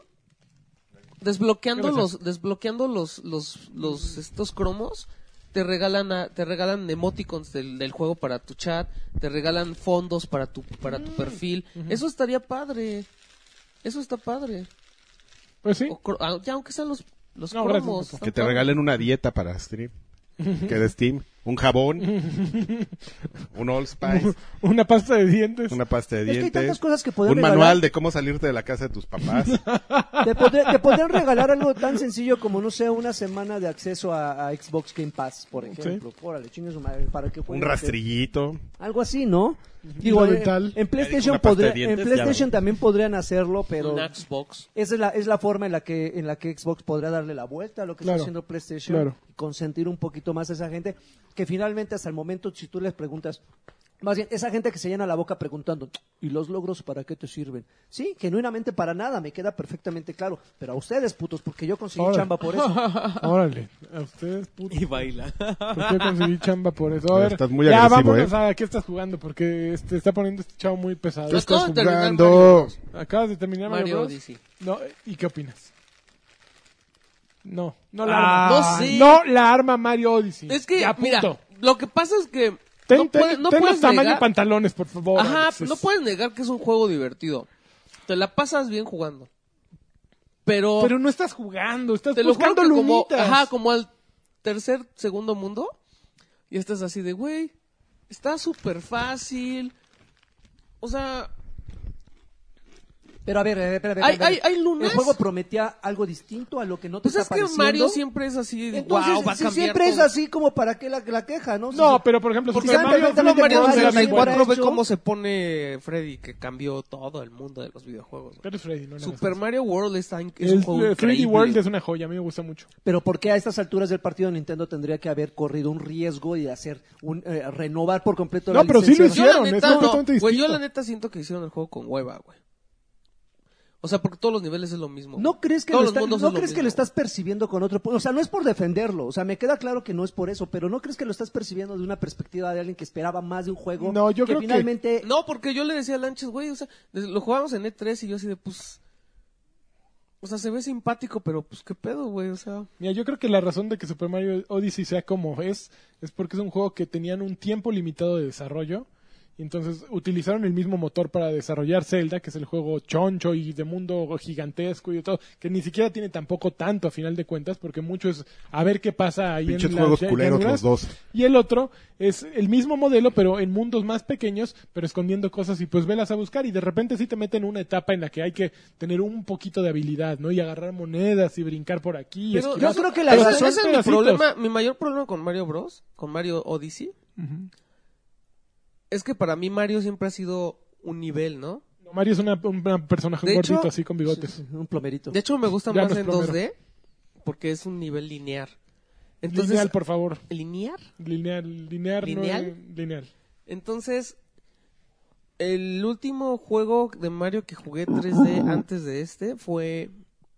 D: desbloqueando
E: Gracias.
D: los, desbloqueando los, los, los, estos cromos, te regalan, a- te regalan emoticons del, del juego para tu chat, te regalan fondos para tu, para tu perfil. Eso estaría padre. Eso está padre.
E: Pues sí.
D: O cro- ah, ya aunque sean los, los
E: No, gracias,
D: cromos.
E: Pepo.
D: están
A: Que te
D: padres.
A: regalen una dieta para stream. Que de Steam. Un jabón. un All Spice.
E: (laughs) Una pasta de dientes.
A: Una pasta de
C: Es que hay
A: dientes.
C: tantas cosas que
A: un
C: podrían regalar.
A: manual de cómo salirte de la casa de tus papás.
C: Te, podré- te podrían regalar algo tan sencillo como, no sé, una semana de acceso a, a Xbox Game Pass, por ejemplo. Órale, chingue su madre, para que
A: un
C: jueguen.
A: rastrillito.
C: Algo así, ¿no? Digo, en,
E: dental.
C: en PlayStation,
A: Una pasta de
C: podría- en
A: dientes, ya
C: PlayStation
A: la-
C: también podrían hacerlo, pero...
D: Un Xbox.
C: Esa es la, es la forma en la que en la que Xbox podrá darle la vuelta a lo que
E: Claro,
C: está haciendo PlayStation
E: claro.
C: y consentir un poquito más a esa gente que finalmente hasta el momento si tú les preguntas Más bien, esa gente que se llena la boca preguntando, ¿y los logros para qué te sirven? Sí, genuinamente para nada, me queda perfectamente claro. Pero a ustedes, putos, porque yo conseguí
E: Órale.
C: chamba por eso.
E: (laughs) Órale, a ustedes, puto.
D: Y baila.
E: (laughs) ¿Por qué conseguí chamba por eso? A
A: Pero
E: ver,
A: estás muy
E: ya
A: agresivo,
E: vámonos
A: ¿eh?
E: a qué estás jugando, porque este, está poniendo este chavo muy pesado.
A: Tú
D: Yo
A: estás
D: acabo de terminar
A: jugando.
E: Acabas de terminar Mario,
D: Mario
E: Bros.
D: Odyssey.
E: No, ¿y qué opinas? No, no la
D: Ah,
E: arma.
D: no sé.
E: No la arma Mario Odyssey.
D: (laughs) Es que,
E: Ya,
D: mira,
E: punto.
D: lo que pasa es que
E: Ten,
D: no,
E: ten-
D: puede- no
E: ten los
D: puedes
E: tamaños de
D: negar...
E: pantalones, por favor.
D: Ajá,
E: Alexis.
D: no puedes negar que es un juego divertido. Te la pasas bien jugando. Pero,
E: Pero no estás jugando, estás
D: te lo juro
E: buscando
D: que como,
E: lumitas.
D: ajá, como al tercer, segundo mundo, y estás así de, güey, está súper fácil. O sea,
C: Pero a ver, a ver, a ver, a ver,
D: Hay-
C: a ver.
D: hay- hay lunas.
C: El juego prometía algo distinto a lo que no te
D: pues
C: está
D: es que
C: pareciendo.
D: Mario siempre es así de,
C: Entonces,
D: wow, va a
C: si
D: cambiar
C: siempre es
D: todo".
C: así, como para qué la, la queja, ¿no? Si-
E: No, pero por ejemplo,
C: Porque
E: Super
C: saben
E: Mario
C: perfectamente
E: Bros.
D: Mario
C: Mario
E: no era tan
D: 64
E: bueno.
D: ve
C: hecho.
D: cómo se pone Freddy, que cambió todo el mundo de los videojuegos. güey.
E: Pero es Freddy, no le hagas
D: Super
E: eso.
D: Mario World está in- es
E: Es-
D: un juego
E: eh, 3D World
D: increíble.
E: es una joya, a mí me gusta mucho.
C: Pero ¿por qué a estas alturas del partido Nintendo tendría que haber corrido un riesgo y hacer un eh, renovar por completo
E: No,
C: la
E: pero sí
C: licencia?
E: lo hicieron.
D: yo la
E: es
D: neta, no,
E: completamente
D: güey, yo
E: distinto.
D: la neta siento que hicieron el juego con hueva, güey. O sea, porque todos los niveles es lo mismo.
C: ¿No crees que,
D: Todos
C: lo,
D: los
C: está-
D: mundos
C: ¿no
D: es lo
C: crees que
D: mismo,
C: lo estás percibiendo con otro? pu- O sea, no es por defenderlo. O sea, me queda claro que no es por eso. Pero ¿no crees que lo estás percibiendo de una perspectiva de alguien que esperaba más de un juego?
E: No, yo
C: que
E: creo que-
C: finalmente...
D: güey. No, porque yo le decía a Lanches, güey, o sea, desde- lo jugábamos en E3 y yo así de, pues... O sea, se ve simpático, pero pues qué pedo, güey, o sea...
E: Mira, yo creo que la razón de que Super Mario Odyssey sea como es es porque es un juego que tenían un tiempo limitado de desarrollo. Y entonces utilizaron el mismo motor para desarrollar Zelda, que es el juego choncho y de mundo gigantesco y de todo, que ni siquiera tiene tampoco tanto a final de cuentas, porque mucho es a ver qué pasa ahí
A: Pinches
E: en
A: juegos
E: lla-
A: culeros
E: llanuras.
A: los dos.
E: Y el otro es el mismo modelo, pero en mundos más pequeños, pero escondiendo cosas y pues velas a buscar. Y de repente sí te meten en una etapa en la que hay que tener un poquito de habilidad, ¿no? Y agarrar monedas y brincar por aquí. y
D: Pero
E: esquivar.
C: yo creo que la
D: Pero
E: razón-
D: ese es mi
E: pedacitos.
D: problema, mi mayor problema con Mario Bros, con Mario Odyssey, es que para mí Mario siempre ha sido un nivel, ¿no?
E: No, Mario es una, un un personaje
D: De
E: gordito
D: hecho-
E: así con bigotes.
C: Un plomerito.
D: De hecho, me gusta
E: Ya
D: más
E: no es
D: en
E: plomero.
D: 2D porque es un nivel linear. Entonces,
E: lineal, por favor.
D: ¿Linear?
E: Lineal, lineal,
D: ¿Lineal?
E: No, lineal.
D: Entonces, el último juego de Mario que jugué 3D antes de este fue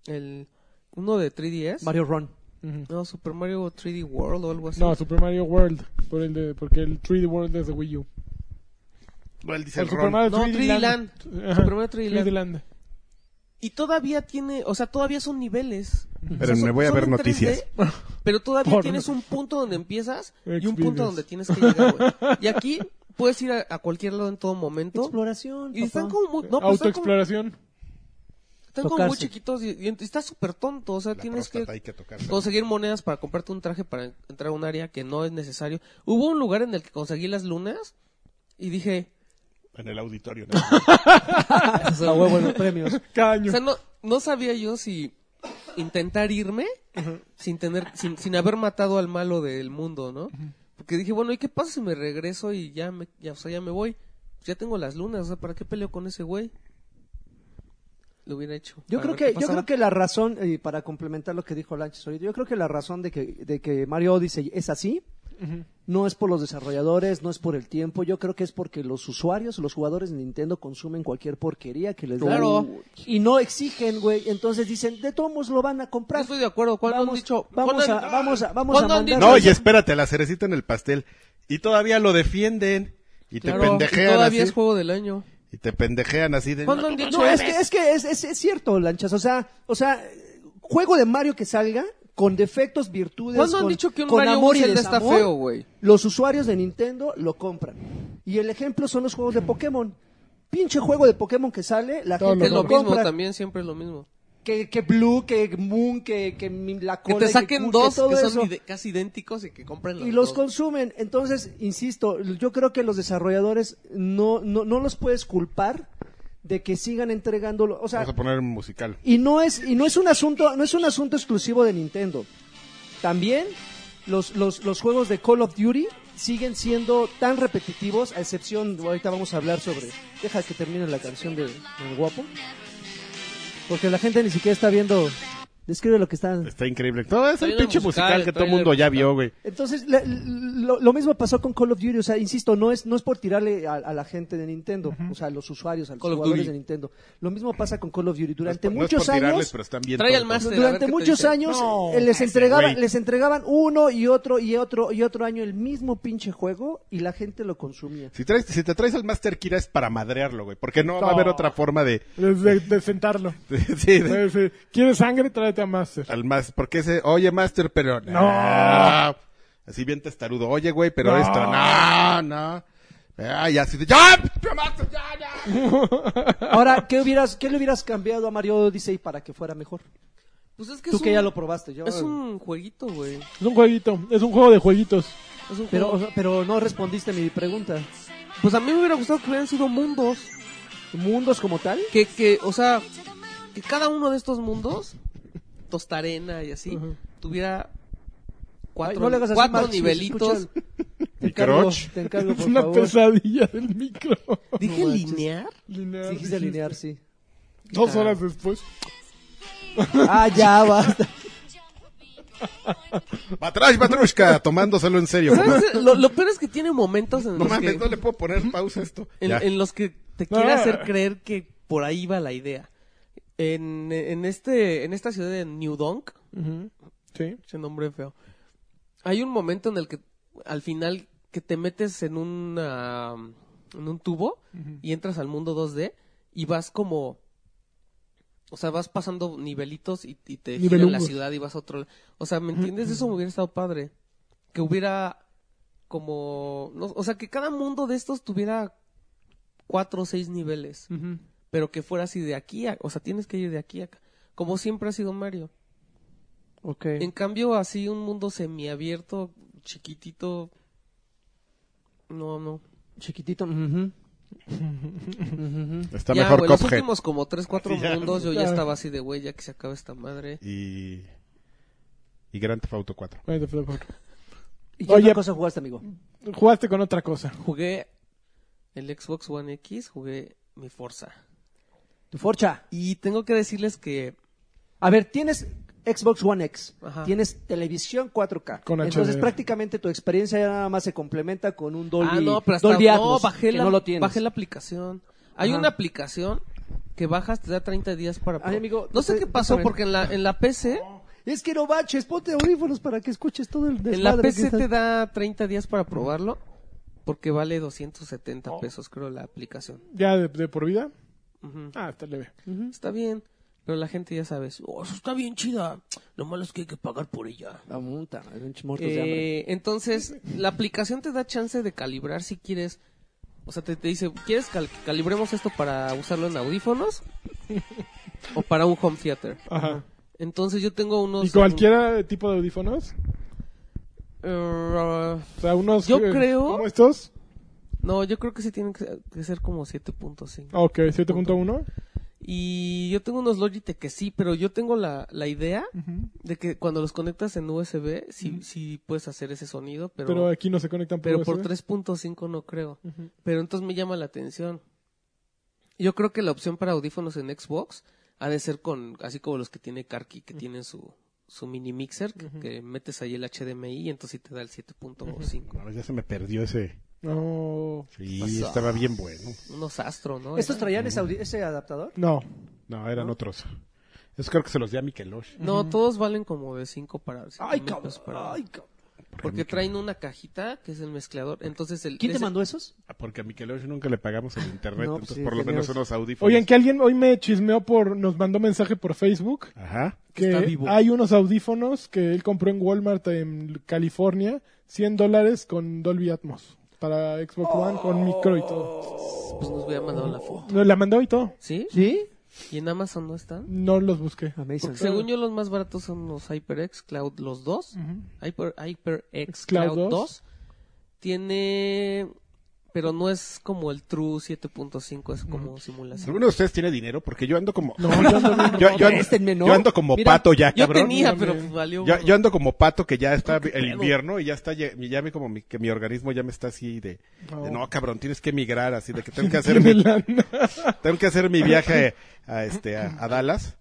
D: el uno de 3DS.
C: Mario Run.
E: Ujú.
D: No, Super Mario 3D World o algo así.
E: No, Super Mario World, por el de, porque el 3D World es de Wii U.
A: Él dice
E: O
A: el
E: Super
A: Ron.
E: Mario
D: No, 3D
E: Ajá.
D: Super Mario 3D Land. pues
E: Land.
D: Y todavía tiene, o sea, todavía son niveles.
A: Pero
D: O sea,
A: me
D: son-
A: voy a
D: son
A: ver
D: en
A: noticias.
D: 3D, pero todavía
E: Porno.
D: tienes un punto donde empiezas y un
E: Experience.
D: punto donde tienes que llegar, güey. Y aquí puedes ir a, a cualquier lado en todo momento.
C: Exploración,
D: Y están
C: papá.
D: como muy, no, pues están como,
E: Autoexploración.
D: están como muy
C: Tocarse.
D: chiquitos y, y ent- está súper tonto. O sea,
A: La
D: tienes que
A: próstata hay que tocarla.
D: conseguir monedas para comprarte un traje para entrar a un área que no es necesario. Hubo un lugar en el que conseguí las lunas y dije,
A: En el auditorio.
D: o sea,
C: A huevo en los (laughs) premios.
E: Cada
D: O
E: año.
D: sea, no, no sabía yo si intentar irme sin tener, sin, sin haber matado al malo del mundo, ¿no? Porque dije, bueno, ¿y qué pasa si me regreso y ya me, ya, o sea, ya me voy? Pues ya tengo las lunas, o sea, ¿para qué peleo con ese güey? Lo hubiera hecho.
C: Yo
D: para
C: creo
D: ver
C: que
D: qué
C: yo creo
D: pasaba.
C: que la razón y para complementar lo que dijo Lanches ahorita, yo creo que la razón de que de que Mario Odyssey es así no es por los desarrolladores, no es por el tiempo, yo creo que es porque los usuarios, los jugadores de Nintendo consumen cualquier porquería que les dan
D: Claro.
C: y no exigen, güey, entonces dicen, de todos modos lo van a
D: Yo
C: comprar.
D: estoy de acuerdo. ¿Cuándo han
C: Vamos-
D: dicho?
C: vamos
D: ¿cuándo
C: a
D: han-
C: vamos a vamos a
D: ¿Cuándo han
C: mandar-
D: dicho
A: No, y espérate, la cerecita en el pastel. Y todavía lo defienden. Y te
D: Claro, y
A: pendejean así.
D: todavía es juego del año.
A: Y te pendejean así de...
D: ¿Cuándo han dicho?
C: No, es que, es que es, es- es cierto, Lanchas. O sea, o sea, juego de Mario que salga con defectos, virtudes,
D: ¿Cuándo han
C: con,
D: dicho que un
C: con
D: Mario
C: amor y
D: Zelda está
C: desamor,
D: feo, güey?
C: Los usuarios de Nintendo lo compran. Y el ejemplo son los juegos de Pokémon. Pinche juego de Pokémon que sale, la
E: Todo
C: gente
D: Es
E: lo
D: lo
C: lo,
D: mismo
C: compra.
D: también, siempre es lo mismo.
C: Que, que Blue, que Moon, que, que mi- la
D: Que
C: cola,
D: te
C: y
D: saquen
C: Q,
D: dos
C: todo
D: que
C: eso
D: son ide- casi idénticos y que compren los
C: y los
D: dos.
C: consumen. Entonces, insisto, yo creo que los desarrolladores no, no, no los puedes culpar de que sigan entregándolo. O sea,
A: Vamos a poner un musical.
C: y no es y no es un asunto no es un asunto exclusivo de Nintendo. También los, los, los juegos de Call of Duty siguen siendo tan repetitivos, a excepción, ahorita vamos a hablar sobre, deja que termine la canción de, del guapo, porque la gente ni siquiera está viendo Describe lo que está.
A: Está increíble. Todo es el
D: Trailer
A: pinche
D: musical,
A: musical,
D: el
A: que todo el
D: trailer
A: mundo ya
D: musical.
A: vio, güey.
C: Entonces, la- lo, lo mismo pasó con Call of Duty. O sea, insisto, no es, no es por tirarle a, a la gente de Nintendo, o sea, a los usuarios, a los
D: Call of
C: jugadores
D: Duty.
C: de Nintendo. Lo mismo pasa con Call of Duty.
A: No es
C: Durante
A: por- no es
C: muchos
A: por tirarles,
C: años.
A: pero están bien
D: Trae al
A: tontos.
D: Master. Este, a ver qué
C: Durante
D: te
C: muchos
D: dice.
C: años
A: No,
C: eh, les
A: ese
C: entregaban
A: güey.
C: les entregaban uno y otro y otro y otro año el mismo pinche juego y la gente lo consumía.
A: Si, traes, si te traes al Master Kira es para madrearlo, güey. Porque no va a haber
E: No.
A: otra forma de.
E: De, de sentarlo.
A: sí, de- (laughs)
E: Sí, sí. ¿Quieres sangre? Tráete a Master.
A: al más. Porque ese. Oye, Master, pero.
E: No.
A: Así bien testarudo. Oye, güey, pero
E: No.
A: esto. No, no. Ay, así de. ¡Ya! Master, ya, ya!
D: (laughs)
C: Ahora, ¿qué hubieras qué le hubieras cambiado a Mario Odyssey para que fuera mejor?
D: Pues es que
C: Tú
D: es
C: que
D: un-
C: ya lo probaste, yo.
D: Es un jueguito, güey.
E: Es un jueguito. Es un juego de jueguitos.
D: Es un
C: Pero
D: juego.
C: o- pero no respondiste mi pregunta.
D: Pues a mí me hubiera gustado que hubieran sido mundos.
C: ¿Mundos como tal?
D: Que, que, o sea, que cada uno de estos mundos, Tostarena y así, tuviera
C: Ay,
D: cuatro,
C: no le hagas así,
D: cuatro
C: Max, se
D: nivelitos.
C: escucha el- Te
A: Mi
C: encargo,
A: crotch.
C: te encargo,
E: es
C: por
E: una
C: favor.
E: pesadilla del micro.
D: ¿Dije
C: No manches.
D: linear?
E: Lineal,
C: Sí, quise
E: dijiste.
C: alinear, sí.
E: Dos horas después.
C: Ah, ya
D: (laughs)
C: basta.
A: Patrash Batrushka, tomándoselo en serio. como-
D: ¿Sabes? Lo, lo peor es que tiene momentos en,
A: No
D: los,
A: mames,
D: que,
A: no le puedo poner pausa a esto.
D: en,
A: Ya.
D: en los que te quiere
E: Ah.
D: hacer creer que por ahí va la idea. En, en, este, en esta ciudad de New Donk,
E: Sí.
D: ese nombre feo, hay un momento en el que al final que te metes en, una, en un tubo y entras al mundo 2D y vas como... O sea, vas pasando nivelitos y, y te giran la
E: Nivelungos.
D: ciudad y vas a otro... O sea, ¿me entiendes? Eso me hubiera estado padre. Que hubiera como... no, o sea, que cada mundo de estos tuviera cuatro o seis niveles. Pero que fuera así de aquí a... O sea, tienes que ir de aquí a acá. Como siempre ha sido Mario.
C: Ok.
D: En cambio, así un mundo semiabierto, chiquitito. No, no.
C: Chiquitito. ujú. Ujú.
A: Está
D: ya,
A: mejor
D: güey, los
A: Cophead.
D: últimos como 3, 4
A: Ya,
D: mundos yo ya
E: ya.
D: estaba así de, güey, ya que se acaba esta madre.
A: Y. Y Grand Theft Auto 4.
E: Bueno, te fue por-
C: ¿Y qué
E: Oye.
C: otra cosa jugaste, amigo?
E: Jugaste con otra cosa.
D: Jugué el Xbox One X, jugué mi Forza.
C: Tu Forcha.
D: Y tengo que decirles que
C: A ver, tienes Xbox One X,
D: Ajá.
C: tienes televisión 4K.
E: Con
C: Entonces
E: HDR.
C: prácticamente tu experiencia ya nada más se complementa con un Dolby,
D: ah, no, pero hasta,
C: Dolby
D: no,
C: Atmos,
D: bajé
C: que
D: la,
C: no lo tienes.
D: bajé la aplicación. Hay
C: Ajá.
D: una aplicación que bajas, te da 30 días para...
C: Ay, amigo,
D: no sé
C: te-
D: qué pasó,
C: déjame.
D: porque en la, en la PC,
C: Es que no baches, ponte audífonos para que escuches todo el desmadre
D: en la
C: que
D: PC
C: está-
D: te da 30 días para probarlo, porque vale
C: Oh.
D: 270 pesos, creo, la aplicación.
E: ¿Ya de, de por vida?
D: Ujú.
E: Ah, está leve.
D: Está bien, pero la gente ya sabe, oh, eso está bien chida, lo malo es que hay que pagar por ella.
C: La multa, pinche muertos de hambre.
D: Eh, entonces, la aplicación te da chance de calibrar si quieres. O sea, te, te dice, ¿quieres cal- que calibremos esto para usarlo en audífonos? o para un home theater.
E: Ajá.
D: Entonces yo tengo unos...
E: ¿Y cualquiera tipo de audífonos?
D: Eh,
E: O sea, unos...
D: Yo
E: eh,
D: creo-
E: ¿Como estos?
D: no, yo creo que sí tienen que ser, que ser como 7.5.
E: Ok, 7.1.
D: Y yo tengo unos Logitech que sí, pero yo tengo la, la idea de que cuando los conectas en USB, sí, sí puedes hacer ese sonido,
E: Pero, aquí no se conectan por
D: Pero por
E: USB.
D: 3.5 no creo. Pero entonces me llama la atención. Yo creo que la opción para audífonos en Xbox ha de ser con, así como los que tiene Karki, que tienen su, su mini mixer, que, que metes ahí el HDMI y entonces sí te da el 7.5.
A: No, ya se me perdió ese.
E: No.
A: Sí,
D: Pasó.
A: estaba bien bueno.
D: Unos astro, ¿no?
C: ¿Estos traían ese, audi- ese adaptador?
E: No.
A: No, eran otros. Eso creo que se los di a Mikelosh.
D: No, todos valen como de 5 para... cinco
C: Ay,
D: mil
C: cabrón.
D: pesos para-
C: Ay, cabrón.
D: Porque traen una cajita que es el mezclador. Entonces el...
C: ¿Quién te
D: ese-
C: mandó esos?
A: Ah, Porque a Mikelosh nunca le pagamos el internet,
C: No, pues
A: entonces
C: sí,
A: por lo menos
C: teníamos-
A: unos audífonos.
E: Oigan, que alguien hoy me chismeó por... Nos mandó mensaje por Facebook
A: Ajá.
E: que
D: Está vivo.
E: hay unos audífonos que él compró en Walmart en California, 100 dólares con Dolby Atmos para Xbox One con micro y todo.
D: Pues nos hubiera mandado la foto.
E: No, La mandó y todo.
D: ¿Sí?
C: ¿Sí?
D: ¿Y en Amazon no están?
E: No los busqué. (laughs)
C: Amazing.
D: Ah, Según yo, los más baratos son los HyperX Cloud, los dos. Hyper, HyperX
E: Cloud
D: Cloud 2.
E: 2.
D: Tiene. Pero no es como el True 7.5, es
C: Mm.
D: como simulación.
A: ¿Alguno de ustedes tiene dinero? Porque yo ando como...
E: No, yo no vi.
A: (laughs) yo, yo ando,
C: Préstenme, ¿no?
A: yo ando como
D: este Mira,
A: pato ya,
D: Yo
A: cabrón.
D: tenía,
E: Yo
D: pero
E: también.
D: valió.
A: Yo, yo ando como pato que ya está el
D: pedo.
A: invierno y ya está, ya, ya vi como mi, que mi organismo ya me está así de, de, no, cabrón, tienes que emigrar, así de que tengo que hacer mi,
E: Lana.
A: tengo que hacer mi viaje a, este, a, a Dallas.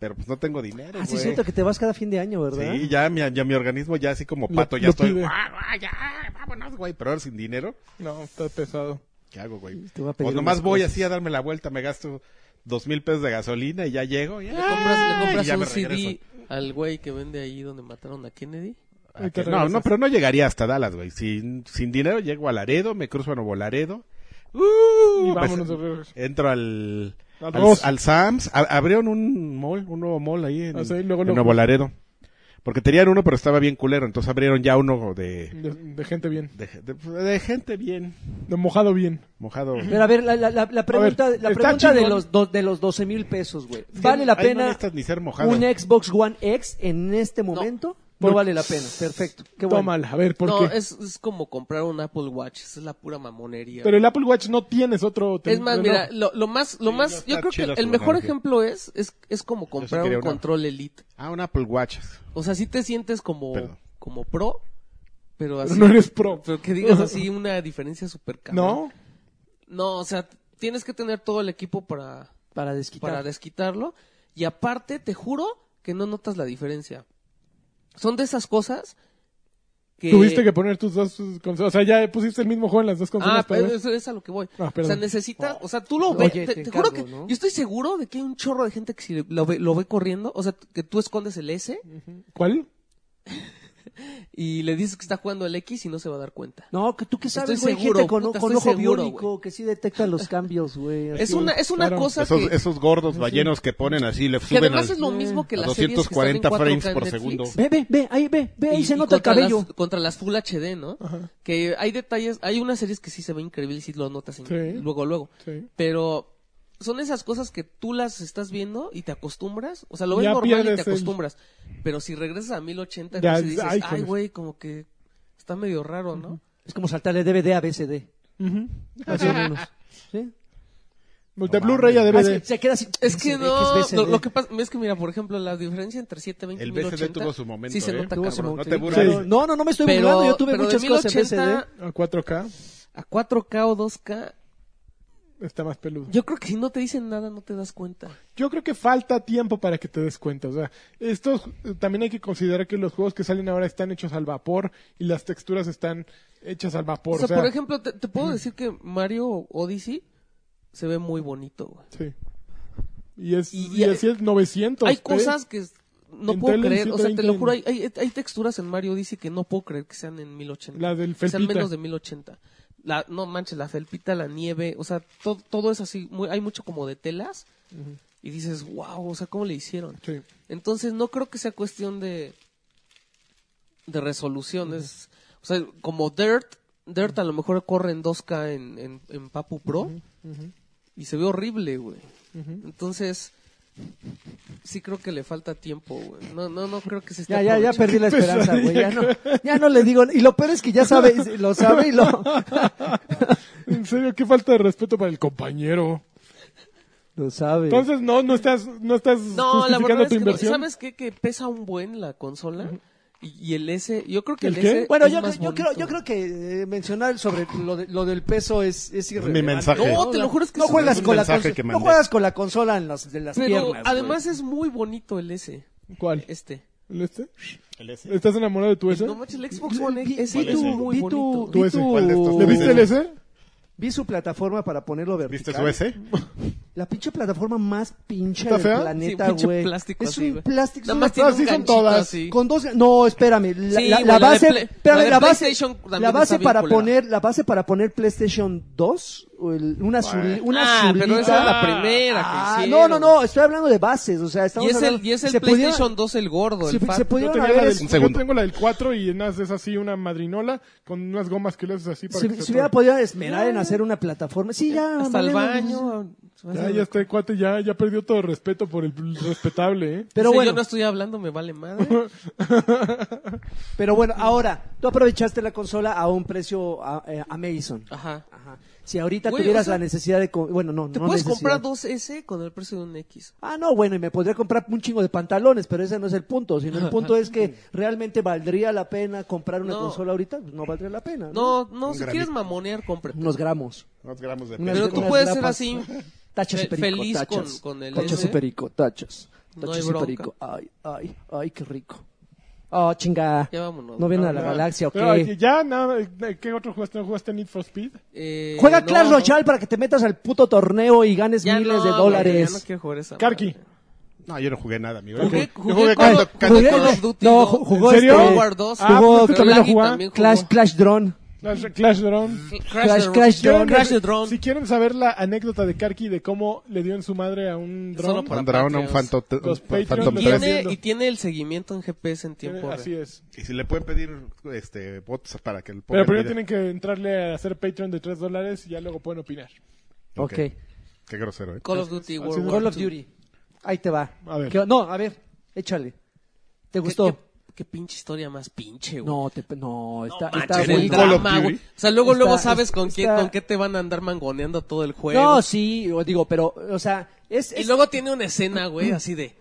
A: Pero pues no tengo dinero,
C: Ah, sí,
A: güey.
C: siento que te vas cada fin de año, ¿verdad?
A: Sí, ya mi, ya mi organismo ya así como
E: Lo-
A: pato, ya
E: lo
A: estoy,
E: pide.
A: "Guau, guau, ya, vámonos, güey, pero ahora sin dinero,
E: No, está pesado.
A: ¿qué hago, güey?
C: Te voy a pedir
A: Pues nomás
C: unas
A: voy
C: Este, cosas.
A: así a darme la vuelta, me gasto dos mil pesos de gasolina y ya llego. Y,
D: Le compras,
A: ¡ay!
D: le compras
A: y ya
D: un
A: me
D: CD
A: regreso.
D: al güey que vende ahí donde mataron a Kennedy.
A: ¿A
E: Y te
A: qué? Este, No, no,
E: regresas.
A: pero no llegaría hasta Dallas, güey. Sin, sin dinero llego a Laredo, me cruzo a Nuevo Laredo. ¡uh!
E: Y vámonos
A: Pues,
E: de regreso.
A: entro al
E: Al
A: al,
E: Ross.
A: al Sam's, A- abrieron un mall, un nuevo mall ahí en,
E: Ah, sí, luego,
A: en
E: luego.
A: Nuevo Laredo. Porque tenían uno, pero estaba bien culero, entonces abrieron ya uno de
E: De, de gente bien.
A: de, de- de gente bien
E: De mojado bien.
A: mojado.
C: Pero a ver, la, la, la, la pregunta,
E: ver,
C: la
E: está
C: pregunta de,
E: chingón.
C: los do- de los 12 mil pesos, güey. ¿Vale la
A: Ahí no
C: pena
A: necesitas ni ser mojado.
D: e-
C: un Xbox One X en este momento? No,
E: Porque-
C: vale la pena. Perfecto. Qué bueno.
E: Tómala, a ver, ¿por
D: No,
E: qué?
D: es, es como comprar un Apple Watch. Esa es la pura mamonería.
E: Pero el Apple Watch no tienes otro.
D: es
E: ten-
D: más,
E: reloj.
D: mira, lo, lo más, lo
A: Sí, no
D: más,
A: está
D: yo creo que
A: chida
D: el, el
A: su
D: mejor
A: analogía.
D: ejemplo es, es, es como comprar
A: quería
D: un
A: una.
D: control Elite.
A: Ah, un Apple Watch.
D: O sea, sí te sientes como,
A: Perdón.
D: como pro, pero
E: Pero
D: así.
E: no eres pro.
D: Pero que
E: (laughs)
D: digas así una diferencia súper
E: ¿No?
D: No, o sea, tienes que tener todo el equipo para,
C: Para desquitar.
D: para desquitarlo. Y aparte, te juro que no notas la diferencia. Son de esas cosas que...
E: Tuviste que poner tus dos tus consolas. O sea, ya pusiste el mismo juego en las dos consolas.
D: Ah, pero eso es a lo que voy.
E: Ah,
D: o sea,
E: perdón.
D: necesitas, o sea, tú lo
C: Oye,
D: ves,
C: te
D: te, te
C: encargo,
D: juro que
C: ¿no?
D: yo estoy seguro de que hay un chorro de gente que si lo ve, lo ve corriendo, o sea, que tú escondes el S
E: ¿Cuál?
D: y le dices que está jugando el X y no se va a dar cuenta.
C: No, que tú qué sabes,
D: Estoy
C: güey, gente
D: seguro,
C: con,
D: puta,
C: con
D: estoy
C: ojo
D: seguro,
C: biónico que sí detecta los cambios, güey. así.
D: Es una es una
E: claro.
D: cosa
A: Esos,
D: que,
A: esos gordos ballenos que ponen así, le
D: que
A: suben
D: además
A: al-
D: es lo mismo que
A: a
D: las series que están en
A: 240 frames
D: 4K en
A: por
D: Netflix.
A: segundo.
C: Ve, ve, ve, ahí ve, ve, ahí
D: Y-
C: se
D: y
C: nota el
D: contra
C: cabello.
D: Las, contra las Full HD, ¿no?
E: Ajá.
D: Que hay detalles, hay unas series que sí se ven increíbles y sí lo notas en-
E: Sí.
D: luego, luego.
E: Sí.
D: Pero son esas cosas que tú las estás viendo y te acostumbras. O sea, lo ves
E: Ya
D: normal y te
E: pierdes el-
D: acostumbras. Pero si regresas a 1080,
E: Ya,
D: entonces dices,
E: ay,
D: ay,
E: híjoles".
D: güey, como que está medio raro, ¿no?
C: Es como saltarle DVD a BCD.
E: Ujú.
C: (laughs) Más o menos. ¿Sí?
E: De
A: No
E: Blu-ray a
C: Ah,
E: DVD.
C: se, se queda así.
D: Es que
C: BCD,
D: no,
C: es BCD.
D: lo, lo que pasa es que mira, por ejemplo, la diferencia entre 720 y
A: El
D: 1080
A: BCD tuvo su momento,
D: sí se
A: ¿eh?
D: nota
C: Tuvo
D: cabrón.
C: su momento,
A: no te
C: sí,
A: burles.
C: claro. No, no, no me estoy
D: Pero,
C: burlando. Yo tuve
D: pero
C: muchas
D: de
C: cosas en
D: 1080
C: BCD.
E: A 4K
D: a 4K o 2K,
E: está más peludo.
D: yo creo que si no te dicen nada no te das cuenta.
E: Yo creo que falta tiempo para que te des cuenta. O sea, estos eh, también hay que considerar que los juegos que salen ahora están hechos al vapor y las texturas están hechas al vapor.
D: o sea, por ejemplo, te, te puedo decir que Mario Odyssey se ve muy bonito, güey.
E: sí. Y, es,
D: Y-
E: y,
D: y-
E: así es 900.
D: Hay cosas que es- no
E: En
D: puedo
E: tele,
D: creer, o sea, te
E: 720.
D: lo juro, hay, hay, hay texturas en Mario Odyssey que no puedo creer que sean en 1080.
E: La del
D: Que Sean
E: felpita.
D: menos de 1080. La, no manches, la felpita, la nieve, o sea, todo, todo es así, muy- hay mucho como de telas y dices, wow, o sea, ¿cómo le hicieron?
E: Sí. (laughs)
D: Entonces, no creo que sea cuestión de, de resoluciones. O sea, como Dirt, Dirt a lo mejor corre en 2K en, en, en Papu Pro y se ve horrible, güey. Entonces, sí creo que le falta tiempo, güey. No, no, no creo que se esté
C: Ya, ya, ya
D: aprovechando.
C: perdí la esperanza, güey. Ya no, ya no le digo. Y lo peor es que ya (laughs) sabe, y- lo sabe y lo. (laughs)
E: En serio, qué falta de respeto para el compañero.
C: Lo sabe.
E: Entonces, no, no estás, no estás
D: No, la
E: justificando
D: verdad es
E: tu
D: que no.
E: inversión.
D: ¿Sabes qué? Que pesa un buen la consola y, y el S, yo creo que
E: ¿El
D: el,
E: qué?
D: S
C: ¿Eh? bueno,
D: Eh, es
C: yo,
D: más
C: yo, creo,
D: bonito.
C: yo creo que eh, mencionar sobre lo, de- lo del peso es, es irrelevante.
A: mensaje.
D: No, te lo juro, es que
C: no
D: es un-
C: juegas
A: es un
C: con la
A: mensaje
C: consola.
A: que
C: No
A: mandé.
C: juegas con la consola en las, de las
D: Pero
C: piernas. güey.
D: además es muy bonito el S,
E: ¿Cuál?
D: este.
E: ¿El este?
A: El S.
E: ¿Estás enamorado de tu S?
D: No manches, el Xbox One
C: Vi-
D: S
C: vi
D: es
C: tu-
D: muy
C: vi tu-
D: bonito.
E: Tu
C: vi
E: S.
C: tu-
A: ¿Cuál de estos?
E: ¿Le viste el S?
C: Vi su plataforma para ponerlo
A: ¿Viste
C: vertical.
A: su S?
C: La pinche plataforma más pinche
E: ¿Está
C: del
E: fea?
C: planeta,
D: Sí, pinche
C: güey.
D: plástico
C: es
D: así,
C: un
D: güey.
C: plástico. es
D: Nada
C: una
D: más tiene
E: todas,
D: un
E: sí son
D: ganchito
E: todas.
D: así.
C: Con dos, no, espérame, la,
D: Sí,
C: la-
D: güey,
C: la
D: la de
C: base,
D: Play-
C: espérame,
D: la de
C: la base,
D: PlayStation también
C: la base
D: está bien
C: para
D: culera.
C: poner, la base para poner PlayStation 2, o el- una azul, una
D: Ah, pero esa es
C: azulita.
D: la primera
C: Ah,
D: que
C: no,
D: hicieron.
C: no, no, estoy hablando de bases, o sea,
D: Y
C: estamos
D: es el,
C: hablando-
D: y es el
C: se
D: PlayStation
C: pudieron-
D: 2 el gordo, el
C: se,
D: fat.
C: se
E: Yo,
C: pudieron
E: tenía
C: haber
E: la del-
C: es-
A: Un
E: yo
A: segundo.
E: tengo la del 4 y en as es así una madrinola con unas gomas que le haces así para
C: se,
E: que se
C: se hubiera
E: atore.
C: podido esmerar en hacer una plataforma. Sí, ya.
D: Ah. Hasta el
C: vale,
D: baño.
E: Ya, ya este cuate ya, ya perdió todo respeto por el respetable, ¿eh?
C: Pero
D: Dice,
C: bueno,
D: Yo no estoy hablando, me vale madre.
C: pero bueno, ahora, tú aprovechaste la consola a un precio a, eh, Amazon.
D: Ajá.
C: Ajá. Si ahorita
D: Ah. Güey,
C: tuvieras
D: o sea,
C: la necesidad de, co- bueno, no,
D: Te
C: no
D: puedes
C: necesidad.
D: comprar dos S con el precio de un X.
C: Ah, no, bueno, y me podría comprar un chingo de pantalones, pero ese no es el punto, sino el punto es
D: (laughs)
C: que realmente valdría la pena comprar una
D: No.
C: consola ahorita, Pues no valdría la pena.
D: No, no,
A: Un
D: si
A: gramito.
D: quieres mamonear, compre.
C: Unos gramos.
A: Unos gramos de
C: Unas-
A: peso.
D: Pero tú
C: unas
D: puedes ser
C: lapas.
D: así
C: Tachas
D: fe-
C: y perico,
D: feliz con-
C: tachas.
D: con el
C: Tachas
D: S.
C: y perico, tachas.
D: No hay
C: Tachis y
D: bronca.
C: perico. Ay, ay, ay, qué rico. Oh, chinga.
D: Ya vámonos.
C: No vienen a la
E: Ah,
C: galaxia, ¿o
E: pero,
C: qué?
E: ay, Ya, nada, eh, ¿qué otro jugaste? ¿No jugaste Need for Speed?
D: Eh,
C: Juega
D: no,
C: Clash
D: no.
C: Royale para que te metas al puto torneo y ganes
D: Ya
C: miles
D: no,
C: de
D: güey,
C: dólares.
D: ya no quiero jugar esa.
E: Karki.
D: madre.
A: No, yo no jugué nada, amigo.
D: Jugué-
A: Yo
D: jugué Call
A: jugué Candy-
D: of-
A: Candy
D: jugué
A: Crush.
D: Call of Duty,
C: no,
D: no.
C: jugó
E: ¿En serio?
C: este-
E: World
D: War 2.
E: Ah,
C: jugó-
E: tú también lo
D: Laggy
E: jugabas.
D: también jugó.
C: Clash, Clash Drone.
E: Clash, Clash Drone.
C: Crash-
D: the-
C: Crash
D: Crash
C: Drone.
D: the Drone.
E: Si quieren saber la anécdota de Karki de cómo le dio en su madre a un
D: Solo
E: dron, eh,
D: para
A: Un drone, un
D: Patreons.
A: Phantom,
E: Los
A: un
E: Patreons
A: Phantom
E: lo
D: Tiene-
A: 3.
E: haciendo.
D: y tiene el seguimiento en GPS en
E: tiene-
D: tiempo eh.
E: así
D: real.
E: es.
A: Y si le pueden pedir este, bots para que el
E: Pero primero tienen que entrarle a hacer Patreon de 3 dólares y ya luego pueden
A: (laughs)
E: opinar.
C: Ok.
A: Ok. Qué grosero, ¿eh?
D: Call of Duty World War
C: Call of
D: II.
C: Duty. Ahí te va.
E: A ver.
C: ¿Qué- No, a ver, échale. ¿Te
D: ¿Qué-
C: gustó?
D: Qué, qué pinche historia más pinche, güey.
C: No, te, no, está,
D: Manches,
C: está
D: el
A: muy-
D: drama,
A: Call of Duty.
D: güey. O sea, luego,
C: Está-
D: luego sabes con, quién,
C: está-
D: con qué te van a andar mangoneando todo el juego.
C: No, sí, o digo, pero, o sea, es...
D: Y
C: es-
D: luego tiene una escena, güey, así de...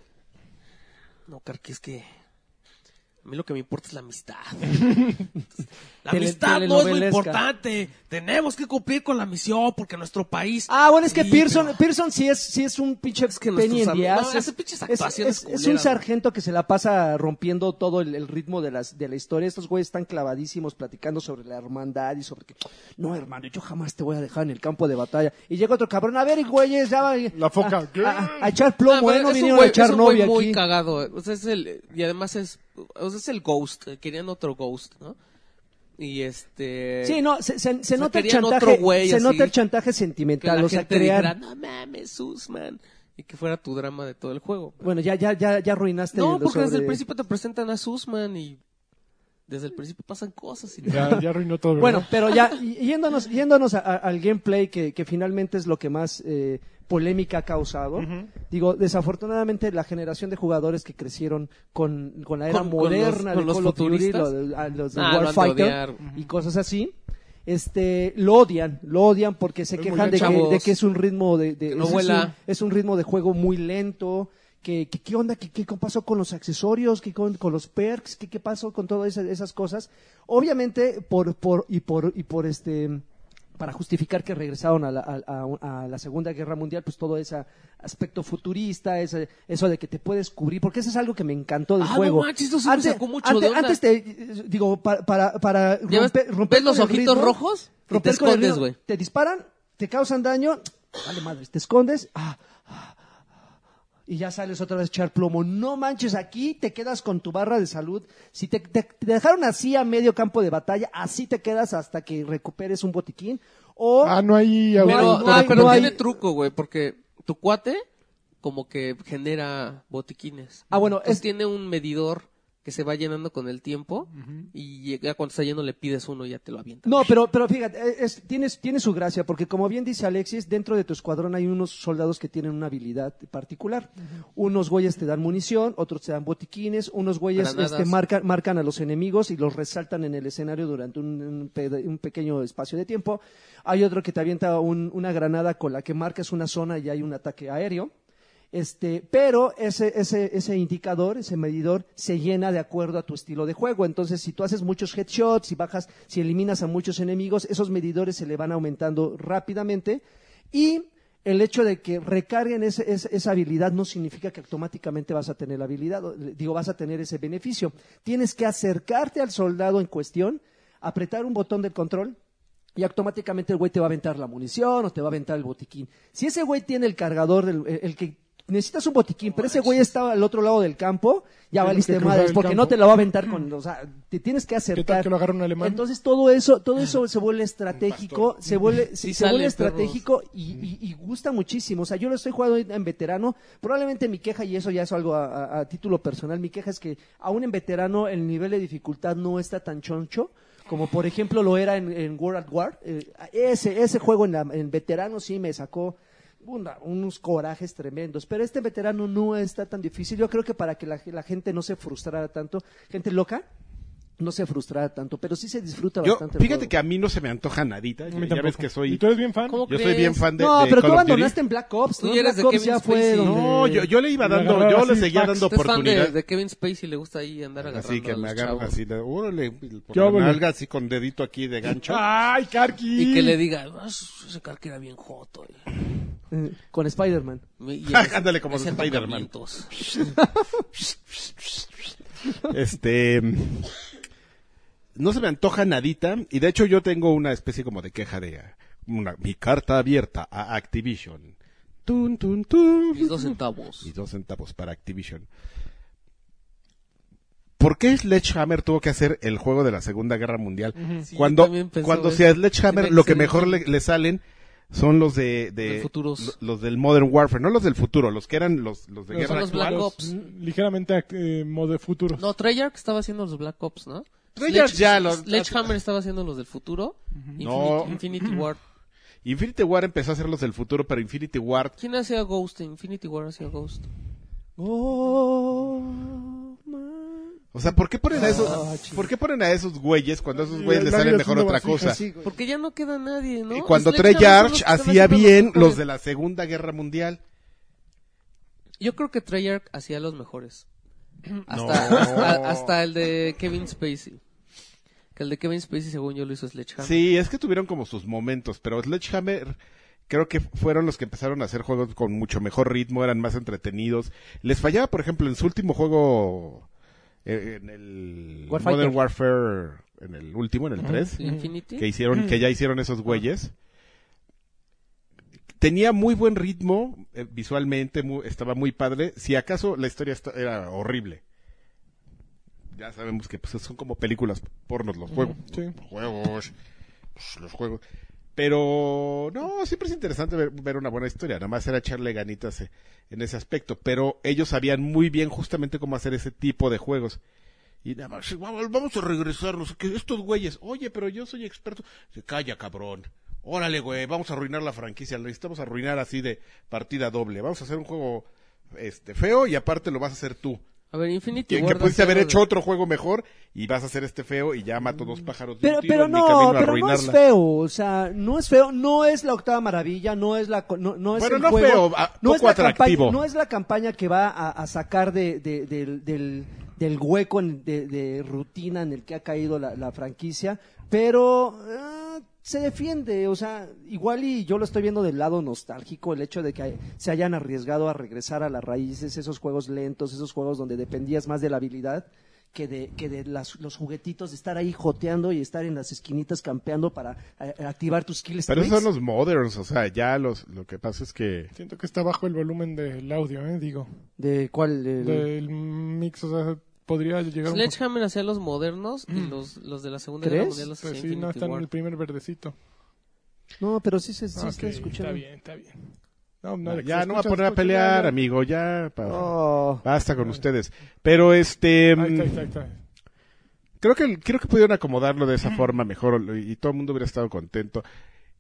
D: No, Carqui, es que... A mí lo que me importa es la
C: (laughs)
D: amistad. la
C: Tele-
D: amistad no es lo
C: telenovelesca.
D: importante. Tenemos que cumplir con la misión porque nuestro país...
C: Ah, bueno, es que
D: Sí,
C: Pearson,
D: pero-
C: Pearson sí es, sí es un pinche
D: Es que
C: Penny
D: nuestros
C: and
D: am-
C: the
D: no,
C: Ass,
D: hace
C: es-
D: pinches
C: es-
D: actuaciones
C: es- es un
D: culeras,
C: sargento que se la pasa rompiendo todo el, el ritmo de las de la historia. Estos güeyes están clavadísimos platicando sobre la hermandad y sobre que no, hermano, yo jamás te voy a dejar en el campo de batalla. Y llega otro cabrón, a ver, y güeyes, ya va
E: La foca.
C: a, a- a echar plomo,
D: Ah,
C: eh,
D: pero
C: no
D: es un
C: vinieron a
D: güey-
C: echar
D: es un güey
C: novia
D: muy
C: aquí.
D: cagado. eh. O sea, es el, y además es, o sea, es el Ghost. eh, Querían otro Ghost, ¿no? Y este...
C: Sí, no, se, se- se
D: sea,
C: nota el
D: querían otro
C: chantaje,
D: güey
C: se
D: así,
C: nota el chantaje
D: que la
C: sentimental, o sea,
D: gente
C: crear-
D: dijera, no mames, Susman. Y que fuera tu drama de todo el juego.
C: Bueno, ya, ya, ya, ya arruinaste.
D: No,
C: Este, lo
D: porque desde el
C: sobre-
D: principio te presentan a Susman y desde el principio pasan cosas. Y...
E: Ya, ya arruinó todo.
C: Bueno,
E: ¿verdad?
C: pero ya y- yéndonos, yéndonos a- a- al gameplay que, que finalmente es lo que más eh, polémica ha causado. Digo, desafortunadamente la generación de jugadores que crecieron con, con la era
D: Con- con los-
C: moderna
D: con
C: de
D: los
C: Call of Duty,
D: futuristas.
C: lo de- a los de
D: Ah, lo han de
C: Warfighter
D: odiar.
C: y cosas así. Este, lo odian, lo odian porque se
E: Muy
C: quejan
E: bien,
C: de que,
D: chavos.
C: de que es un ritmo de, de-
D: Que no
C: es,
D: vuela.
C: un, es un ritmo de juego muy lento. que que- qué onda? ¿Qué, qué pasó con los accesorios? ¿Qué con, con los perks? ¿Qué, qué pasó con todas esas, esas cosas? Obviamente, por, por, y por, y por este, para justificar que regresaron a la, a- a- a la Segunda Guerra Mundial, pues todo ese aspecto futurista, ese, eso de que te puedes cubrir, porque eso es algo que me encantó del
D: Ah, no
C: juego.
D: manches, esto sí me sacó mucho
C: antes,
D: de onda.
C: antes te, digo, para, para, para
D: Ya ves-
C: romper, romper
D: ¿Ves los
C: con el
D: ojitos
C: ritmo,
D: rojos? Y te
C: romper con el
D: escondes,
C: ritmo,
D: güey.
C: Te disparan, te causan daño, vale madres, te escondes, ah, ah, y ya sales otra vez a echar plomo. No manches, aquí te quedas con tu barra de salud. Si te, te- te dejaron así a medio campo de batalla, así te quedas hasta que recuperes un botiquín. O
E: Ah, no hay
D: Pero,
E: auto-
C: no hay-
D: ah, pero
C: no hay-
D: tiene truco, güey, porque tu cuate como que genera botiquines.
C: Ah, bueno,
D: Entonces
C: es-
D: tiene un medidor que se va llenando con el tiempo y llega cuando está lleno le pides uno y ya te lo avienta.
C: No, pero, pero fíjate, eh, es- tienes- tiene su gracia, porque como bien dice Alexis, dentro de tu escuadrón hay unos soldados que tienen una habilidad particular. Unos güeyes te dan munición, otros te dan botiquines, unos güeyes
D: Granadas.
C: este, marcan, marcan a los enemigos y los resaltan en el escenario durante un, un pe- un pequeño espacio de tiempo. Hay otro que te avienta un- una granada con la que marcas una zona y hay un ataque aéreo. Este, pero ese, ese, ese indicador, ese medidor, se llena de acuerdo a tu estilo de juego. Entonces, si tú haces muchos headshots, si bajas, si eliminas a muchos enemigos, esos medidores se le van aumentando rápidamente. Y el hecho de que recarguen ese- ese- esa habilidad no significa que automáticamente vas a tener la habilidad, o, digo, vas a tener ese beneficio. Tienes que acercarte al soldado en cuestión, apretar un botón del control, y automáticamente el güey te va a aventar la munición o te va a aventar el botiquín. Si ese güey tiene el cargador, del- eh, el, el que necesitas un botiquín, pero ese güey está al otro lado del campo, ya
E: Tienes que
C: valiste
E: cruzar
C: madres,
E: el
C: porque no
E: campo.
C: te la va a aventar con, o sea, te tienes que acercar.
E: que lo agarra un alemán?
C: Entonces todo eso, todo eso se vuelve estratégico, se vuelve,
D: Sí
C: se vuelve
D: sale, perros.
C: estratégico y, y- y gusta muchísimo. O sea, yo lo estoy jugando en veterano, probablemente mi queja, y eso ya es algo a, a- a título personal, mi queja es que aún en veterano el nivel de dificultad no está tan choncho como por ejemplo lo era en, en World at War. Eh, ese, ese juego en, la- en veterano sí me sacó una- unos corajes tremendos, pero este veterano no está tan difícil. Yo creo que para que la, la gente no se frustrara tanto, gente loca no se frustrara tanto, pero sí se disfruta
A: Yo,
C: bastante. el
A: fíjate
C: juego.
A: que a mí no se me antoja nadita. Yo- ya
E: tampoco.
A: ves que
E: ¿Y
A: soy...
E: tú eres bien fan?
D: ¿Cómo
A: Yo soy
D: crees?
A: bien fan de.
C: No,
A: de Call
C: pero tú
A: of Duty.
C: abandonaste en Black Ops.
D: Tú
C: ¿no?
D: ya eres
C: Black
D: de
C: Ops
D: Kevin
C: ya fue.
D: Spacey.
C: donde-
A: No, yo, yo le iba
E: Me
A: dando,
E: agarraba
A: yo le
E: así,
A: seguía
E: Max.
A: dando
D: Ustedes fan de,
A: oportunidad.
D: de Kevin Spacey le gusta ahí andar agarrando
A: Así que
D: a
A: me
D: los
A: agarro
D: chavos.
A: así, de, órale, por
E: ¿Qué
A: la
E: óvole?
A: nalga, así con dedito aquí de gancho.
E: ¡Ay, Karki!
D: Y que le diga, "Ah, ese carque era bien joto. eh".
C: eh, con Spider-Man.
A: (laughs)
D: Y
A: Ah, ándale, como
D: hacían
A: Spider-Man.
D: tocamientos.
A: Este. No se me antoja nadita. Y de hecho, yo tengo una especie como de queja de. ah, una- mi carta abierta a Activision. Tun, tun, tun.
D: Mis dos centavos.
A: (laughs) Y dos centavos para Activision. ¿Por qué Sledgehammer tuvo que hacer el juego de la Segunda Guerra Mundial?
D: Sí, yo
A: cuando
D: también pensaba
A: cuando
D: eso.
A: sea Sledgehammer,
D: Tiene
A: lo que
D: ser-
A: mejor le, le salen son los de, de-
D: Los futuros.
A: lo- los del Modern Warfare, no los del futuro, los que eran los, los de
E: Los-
A: guerra
D: los Black
A: actual.
D: Ops.
E: Mm, Ligeramente eh, modo futuro.
D: No, Treyarch estaba haciendo los Black Ops, ¿no?
A: Treyarch
D: Sledge-
A: ya los-
D: Sledgehammer estaba haciendo los del futuro. Infinity,
A: No. (clears throat)
D: Infinity War.
A: Infinity War empezó a hacer los del futuro, pero Infinity War
D: ¿Quién hacía Ghost? Infinity War hacía Ghost.
A: O sea, ¿por qué ponen a esos,
D: Ah,
A: ¿por qué ponen a esos güeyes cuando a esos güeyes les sale mejor otra cosa?
C: Así, güey.
D: Porque ya no queda nadie, ¿no?
A: Y cuando
D: Sledgehammer
A: Treyarch
D: son los que están
A: hacía
D: haciendo
A: bien los
D: mejores.
A: de la Segunda Guerra Mundial.
D: Yo creo que Treyarch hacía los
A: (clears throat)
D: mejores. Hasta,
A: No.
D: hasta, hasta el de Kevin Spacey. Que el de Kevin Spacey, según yo, lo hizo Sledgehammer.
A: Sí, es que tuvieron como sus momentos, pero Sledgehammer creo que fueron los que empezaron a hacer juegos con mucho mejor ritmo, eran más entretenidos. Les fallaba, por ejemplo, en su último juego, eh, en el
C: Warfighter.
A: Modern Warfare, en el último, en el 3.
D: Infinity.
A: que hicieron, que ya hicieron esos güeyes. Tenía muy buen ritmo eh, visualmente, mu- estaba muy padre. Si acaso la historia esta- era horrible. Ya sabemos que pues, son como películas pornos los juegos.
E: sí.
A: Los juegos. pues, los juegos. Pero no, siempre es interesante ver, ver una buena historia. Nada más era echarle ganitas eh, en ese aspecto. Pero ellos sabían muy bien justamente cómo hacer ese tipo de juegos. Y nada más, vamos, vamos a regresarnos, que estos güeyes, oye, pero yo soy experto. Se calla, cabrón. Órale, güey, vamos a arruinar la franquicia, la necesitamos arruinar así de partida doble. Vamos a hacer un juego este feo y aparte lo vas a hacer tú.
D: A ver, Infinity
A: Que,
D: War.
A: que pudiste
D: hacía
A: haber
D: los
A: hecho
D: de-
A: otro juego mejor y vas a hacer este feo y ya mato dos pájaros de
C: Pero,
A: un tiro
C: pero
A: en mi camino
C: no,
A: a
C: pero no es
A: arruinarla.
C: feo, o sea, no es feo, no es la octava maravilla, no es la, co- no, no es
A: Bueno,
C: el
A: no
C: juego,
A: feo, a-
C: no es
A: poco
C: la campaña-
A: atractivo.
C: no es la campaña que va a, a sacar de, de- del, del, del hueco en- de, de rutina en el que ha caído la, la franquicia, pero ah, se defiende, o sea, igual y yo lo estoy viendo del lado nostálgico, el hecho de que hay- se hayan arriesgado a regresar a las raíces, esos juegos lentos, esos juegos donde dependías más de la habilidad que de, que de las- los juguetitos de estar ahí joteando y estar en las esquinitas campeando para eh, activar tus skills.
A: Pero esos son los moderns, o sea, ya los, lo que pasa es que...
E: Siento que está bajo el volumen del audio, ¿eh? Digo.
C: ¿De cuál? El-
E: Del mix, o sea, podría llegar un poco-
D: Sledgehammer hacía los modernos y los, los de la Segunda Guerra
C: Mm. ¿Crees?
D: Mundial los hacía
E: Pues sí,
D: Infinity
E: no está en
D: War.
E: el primer verdecito.
C: No, pero sí se sí
E: Ah,
C: está
E: ok,
C: escuchando.
E: Está bien, está bien. No, no, de que
A: ya
E: se
A: no va a
E: escucha,
A: poner
E: se
A: a
E: escucha,
A: pelear,
E: ya, ya.
A: amigo, ya... pa-
C: Oh,
A: Basta con ustedes. Pero este...
E: Ahí está, ahí está, ahí está.
A: Creo que, creo que pudieron acomodarlo de esa forma mejor y todo el mundo hubiera estado contento.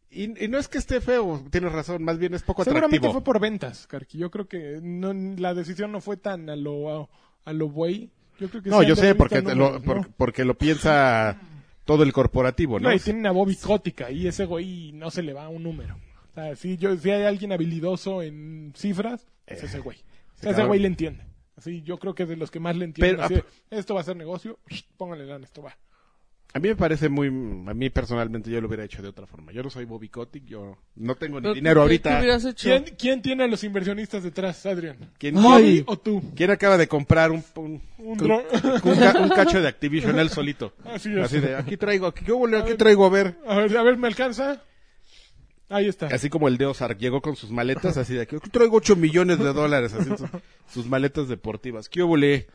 A: Y, y no es que esté feo, tienes razón, más bien es poco
E: Seguramente
A: atractivo.
E: fue por ventas, Carqui. Yo creo que no, la decisión no fue tan a lo, a, a lo buey. Yo creo que
A: no,
E: sí
A: yo
E: han de
A: sé,
E: haber
A: porque,
E: visto
A: te
E: números,
A: lo,
E: ¿no?
A: por- porque lo piensa todo el corporativo, ¿no?
E: No, y tienen a Bobby Cótica y ese güey no se le va un número. O sea, si, yo, si hay alguien habilidoso en cifras, es
A: Eh,
E: ese güey. O sea, ese
A: cabrón.
E: güey le entiende. Así, yo creo que es de los que más le entienden.
A: Pero,
E: así
A: ah,
E: de, esto va a ser negocio, póngale lana, esto va.
A: A mí me parece muy... A mí personalmente yo lo hubiera hecho de otra forma. Yo no soy Bobby Kotick, yo no tengo ni
D: Pero,
A: dinero
D: ¿qué- ¿Qué
A: ahorita.
D: hubieras hecho?
E: ¿Quién, quién tiene a los inversionistas detrás, Adrián?
A: ¿Quién,
E: ¿Bobby o tú?
A: quién acaba de comprar un, un,
E: Un dron. (laughs)
A: un ca- un cacho de Activision él solito?
E: Así es.
A: Así de, aquí traigo, aquí, ¿qué hubo, Leo? aquí traigo, a ver...
E: A ver, a ver, ¿me alcanza? Ahí está.
A: Así como el de Ozark llegó con sus maletas, así de aquí traigo 8 millones de dólares, así en su- sus maletas deportivas. ¿Qué óvole?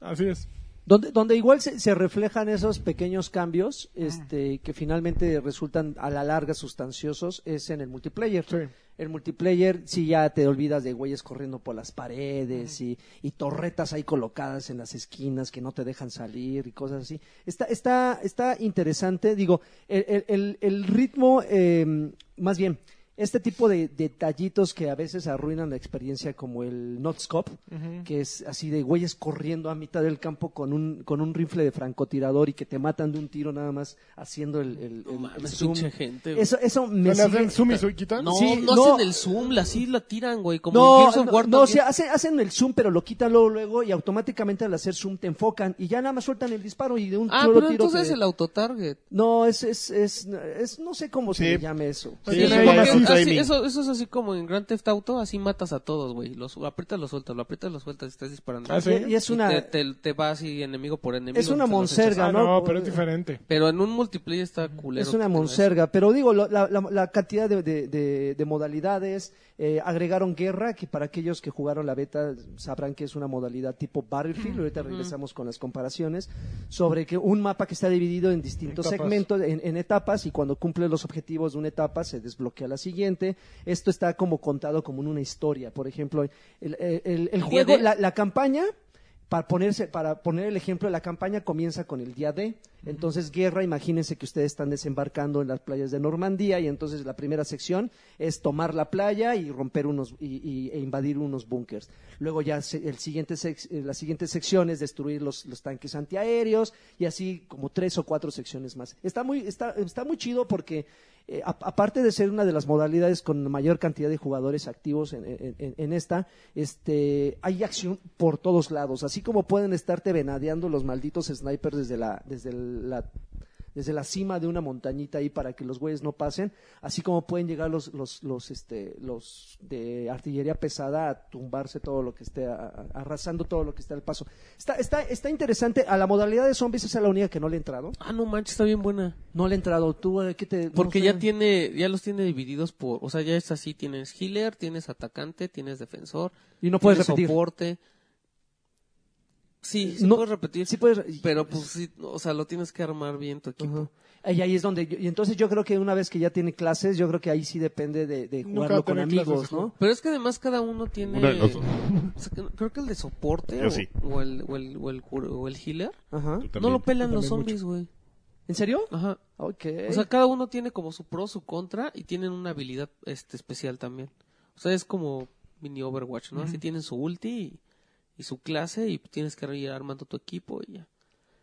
E: Así es.
C: donde, donde igual se, se reflejan esos pequeños cambios este, que finalmente resultan a la larga sustanciosos es en el multiplayer.
E: Sí.
C: El multiplayer, si ya te olvidas de güeyes corriendo por las paredes y, y torretas ahí colocadas en las esquinas que no te dejan salir y cosas así. Está, está, está interesante, digo, el, el- el- el ritmo, eh, más bien, este tipo de detallitos que a veces arruinan la experiencia, como el Notscope, que es así de güeyes corriendo a mitad del campo con un, con un rifle de francotirador y que te matan de un tiro nada más haciendo el, el-
D: No
C: el- el
D: mames,
C: zoom.
D: pinche gente, güey.
C: Eso, eso me
E: ¿Me le
C: sigue-
E: hacen zoom y suiquita?
D: No,
C: Sí,
D: no,
C: no.
D: hacen el zoom, la- así la tiran, güey. Como en
C: No,
D: Gears of
C: no,
D: War
C: no, o
D: también.
C: sea, hacen, hacen el zoom, pero lo quitan luego, luego y automáticamente al hacer zoom te enfocan y ya nada más sueltan el disparo y de un
D: Ah,
C: solo
D: pero
C: tiro.
D: entonces
C: te-
D: es el autotarget.
C: No, es, es, es, es- no sé cómo se
A: Sí.
C: le llame eso.
E: Sí,
A: Sí,
E: tiene
A: porque-
E: una
A: porque Death
D: así-
A: Aiming.
D: eso, eso es así como en Grand Theft Auto, así matas a todos, güey. Los aprietas, los sueltas, lo aprietas, los sueltas, estás disparando.
E: Ah, sí.
D: Y
C: Y es una,
D: te, te- te vas y enemigo por enemigo.
C: Es una
D: te los
C: monserga,
D: echas.
E: Ah,
C: ¿no? pues, eh.
E: no, pero es diferente.
D: Pero en un multiplayer está culero.
C: es
D: que
C: una
D: tengas-
C: monserga, pero digo, lo- la, la- la cantidad de, de- de- de modalidades, eh, agregaron guerra, que para aquellos que jugaron la beta sabrán que es una modalidad tipo Battlefield, ahorita regresamos con las comparaciones, sobre que un mapa que está dividido en distintos
E: Etapas.
C: segmentos, en, en etapas, y cuando cumple los objetivos de una etapa se desbloquea la siguiente, esto está como contado como en una historia, por ejemplo, el, el- el- el
D: día
C: juego,
D: de-
C: la, la campaña para ponerse para poner el ejemplo la campaña comienza con el día D entonces guerra imagínense que ustedes están desembarcando en las playas de Normandía y entonces la primera sección es tomar la playa y romper unos y, y- e invadir unos búnkers luego ya se- el siguiente sec- eh, la siguiente sección es destruir los, los tanques antiaéreos y así como tres o cuatro secciones más está muy está está muy chido porque eh, a- aparte de ser una de las modalidades con mayor cantidad de jugadores activos en, en- en- en esta, este, hay acción por todos lados. Así como pueden estarte venadeando los malditos snipers desde la, desde la, desde la cima de una montañita ahí para que los güeyes no pasen, así como pueden llegar los, los, los, este, los de artillería pesada a tumbarse todo lo que esté, a- a- arrasando todo lo que esté al paso. Está, está, está interesante. A la modalidad de zombies esa es la única que no le he entrado.
D: Ah, no manches, está bien buena.
C: No le he entrado. ¿Tú eh, qué te?
D: Porque
C: no
D: ya
C: sé.
D: tiene, ya los tiene divididos por, o sea, ya es así, tienes healer, tienes atacante, tienes defensor,
C: Y no puedes
D: tienes
C: repetir.
D: soporte. Sí, sí
C: No,
D: puedes repetir.
C: sí puedes-
D: Pero pues sí, o sea, lo tienes que armar bien tu equipo.
C: Ajá. Y ahí es donde, yo- y entonces yo creo que una vez que ya tiene clases, yo creo que ahí sí depende de, de
E: Nunca
C: jugarlo con
E: tener clases,
C: amigos,
E: ¿no?
C: ¿no?
D: Pero es que además cada uno tiene.
A: Uno de los-
D: o sea, que- creo que el de soporte
A: Yo
D: o,
A: sí.
D: o el, o, el, o, el, cur- o el healer.
C: Ajá.
A: Tú
D: No
A: también.
D: lo pelan
E: Yo
D: los
E: también
D: zombies, güey.
C: ¿En serio?
D: Ajá.
C: Ok.
D: O sea, cada uno tiene como su pro, su contra y tienen una habilidad este, especial también. O sea, es como mini Overwatch, ¿no? Así tienen su ulti y, y su clase y tienes que ir armando tu equipo y ya.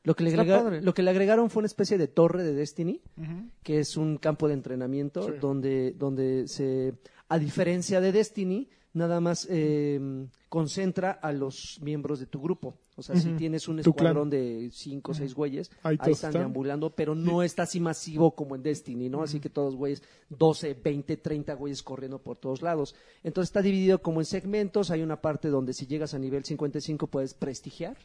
C: lo, que le
D: está
C: agrega-
D: padre.
C: lo que le agregaron fue una especie de torre de Destiny, que es un campo de entrenamiento donde, donde se, a diferencia de Destiny, nada más eh, concentra a los miembros de tu grupo. O sea, si tienes un
E: Tu clan.
C: escuadrón de cinco o seis güeyes,
E: Ahí
C: ahí,
E: todos
C: están
E: están.
C: deambulando, pero no está así masivo como en Destiny, ¿no? Así que todos güeyes, 12, 20, 30 güeyes corriendo por todos lados. Entonces está dividido como en segmentos, hay una parte donde si llegas a nivel 55 puedes prestigiar,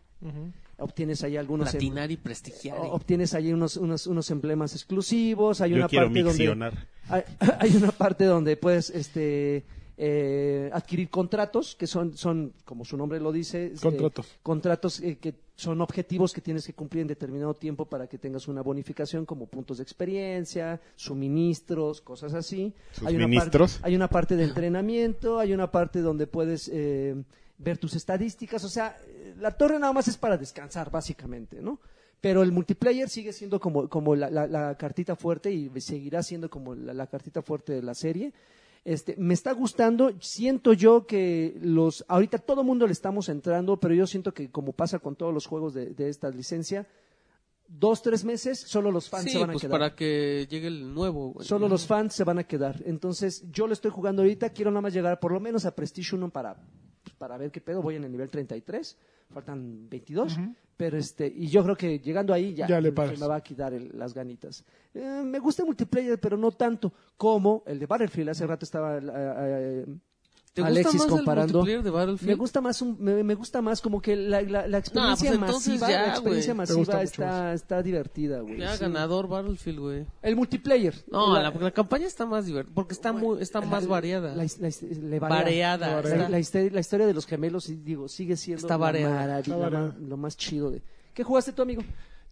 C: obtienes ahí algunos... em-
D: Platinar y prestigiar. eh. y-
C: o- Obtienes ahí unos, unos, unos emblemas exclusivos. Hay
A: Yo
C: una
A: quiero
C: parte donde
A: miccionar.
C: hay, hay (laughs) una parte donde puedes este eh, adquirir contratos que son son como su nombre lo dice este,
E: Contratos.
C: contratos eh, que son objetivos que tienes que cumplir en determinado tiempo para que tengas una bonificación como puntos de experiencia, suministros, cosas así.
A: ¿Sus
C: una par-
A: ministros?
C: hay una parte de entrenamiento, hay una parte donde puedes eh, ver tus estadísticas, o sea, eh, la torre nada más es para descansar, básicamente, ¿no? Pero el multiplayer sigue siendo como, como la, la- la cartita fuerte y seguirá siendo como la, la cartita fuerte de la serie. Este, me está gustando, siento yo que los, ahorita todo mundo le estamos entrando, pero yo siento que como pasa con todos los juegos de, de esta licencia, dos, tres meses, solo los fans
D: Sí,
C: se van a
D: pues
C: quedar.
D: para que llegue el nuevo, güey.
C: Solo los fans se van a quedar. Entonces, yo lo estoy jugando ahorita. Quiero nada más llegar por lo menos a Prestige 1 para, pues, para ver qué pedo. Voy en el nivel 33. Faltan 22. Pero este, y yo creo que llegando ahí ya,
E: Ya le
C: se
E: paras.
C: me va a quitar el- las ganitas. Eh, me gusta el multiplayer, pero no tanto como el de Battlefield. Hace rato estaba eh, eh,
D: ¿Te gusta
C: Alexis
D: más el
C: comparando.
D: multiplayer de Battlefield?
C: me gusta más un- me, me gusta más como que la, la- la experiencia
D: pues, entonces
C: masiva,
D: ya,
C: la experiencia
D: güey.
E: Te gusta
C: masiva
E: mucho
C: está, está divertida, güey.
D: Ya
C: sí.
D: ganador Battlefield, güey.
C: El multiplayer.
D: No,
C: La-
D: la, la campaña está más divertida porque está muy está más variada.
C: La, his- la his- le varía.
D: Variada.
E: La
C: La,
E: variada.
D: está-
C: la histo- la historia de los gemelos, sí, digo, sigue siendo
D: Está
C: la
D: variada.
C: maravilla,
E: Está variada.
C: la ma- lo más chido. De... ¿Qué jugaste tú, amigo?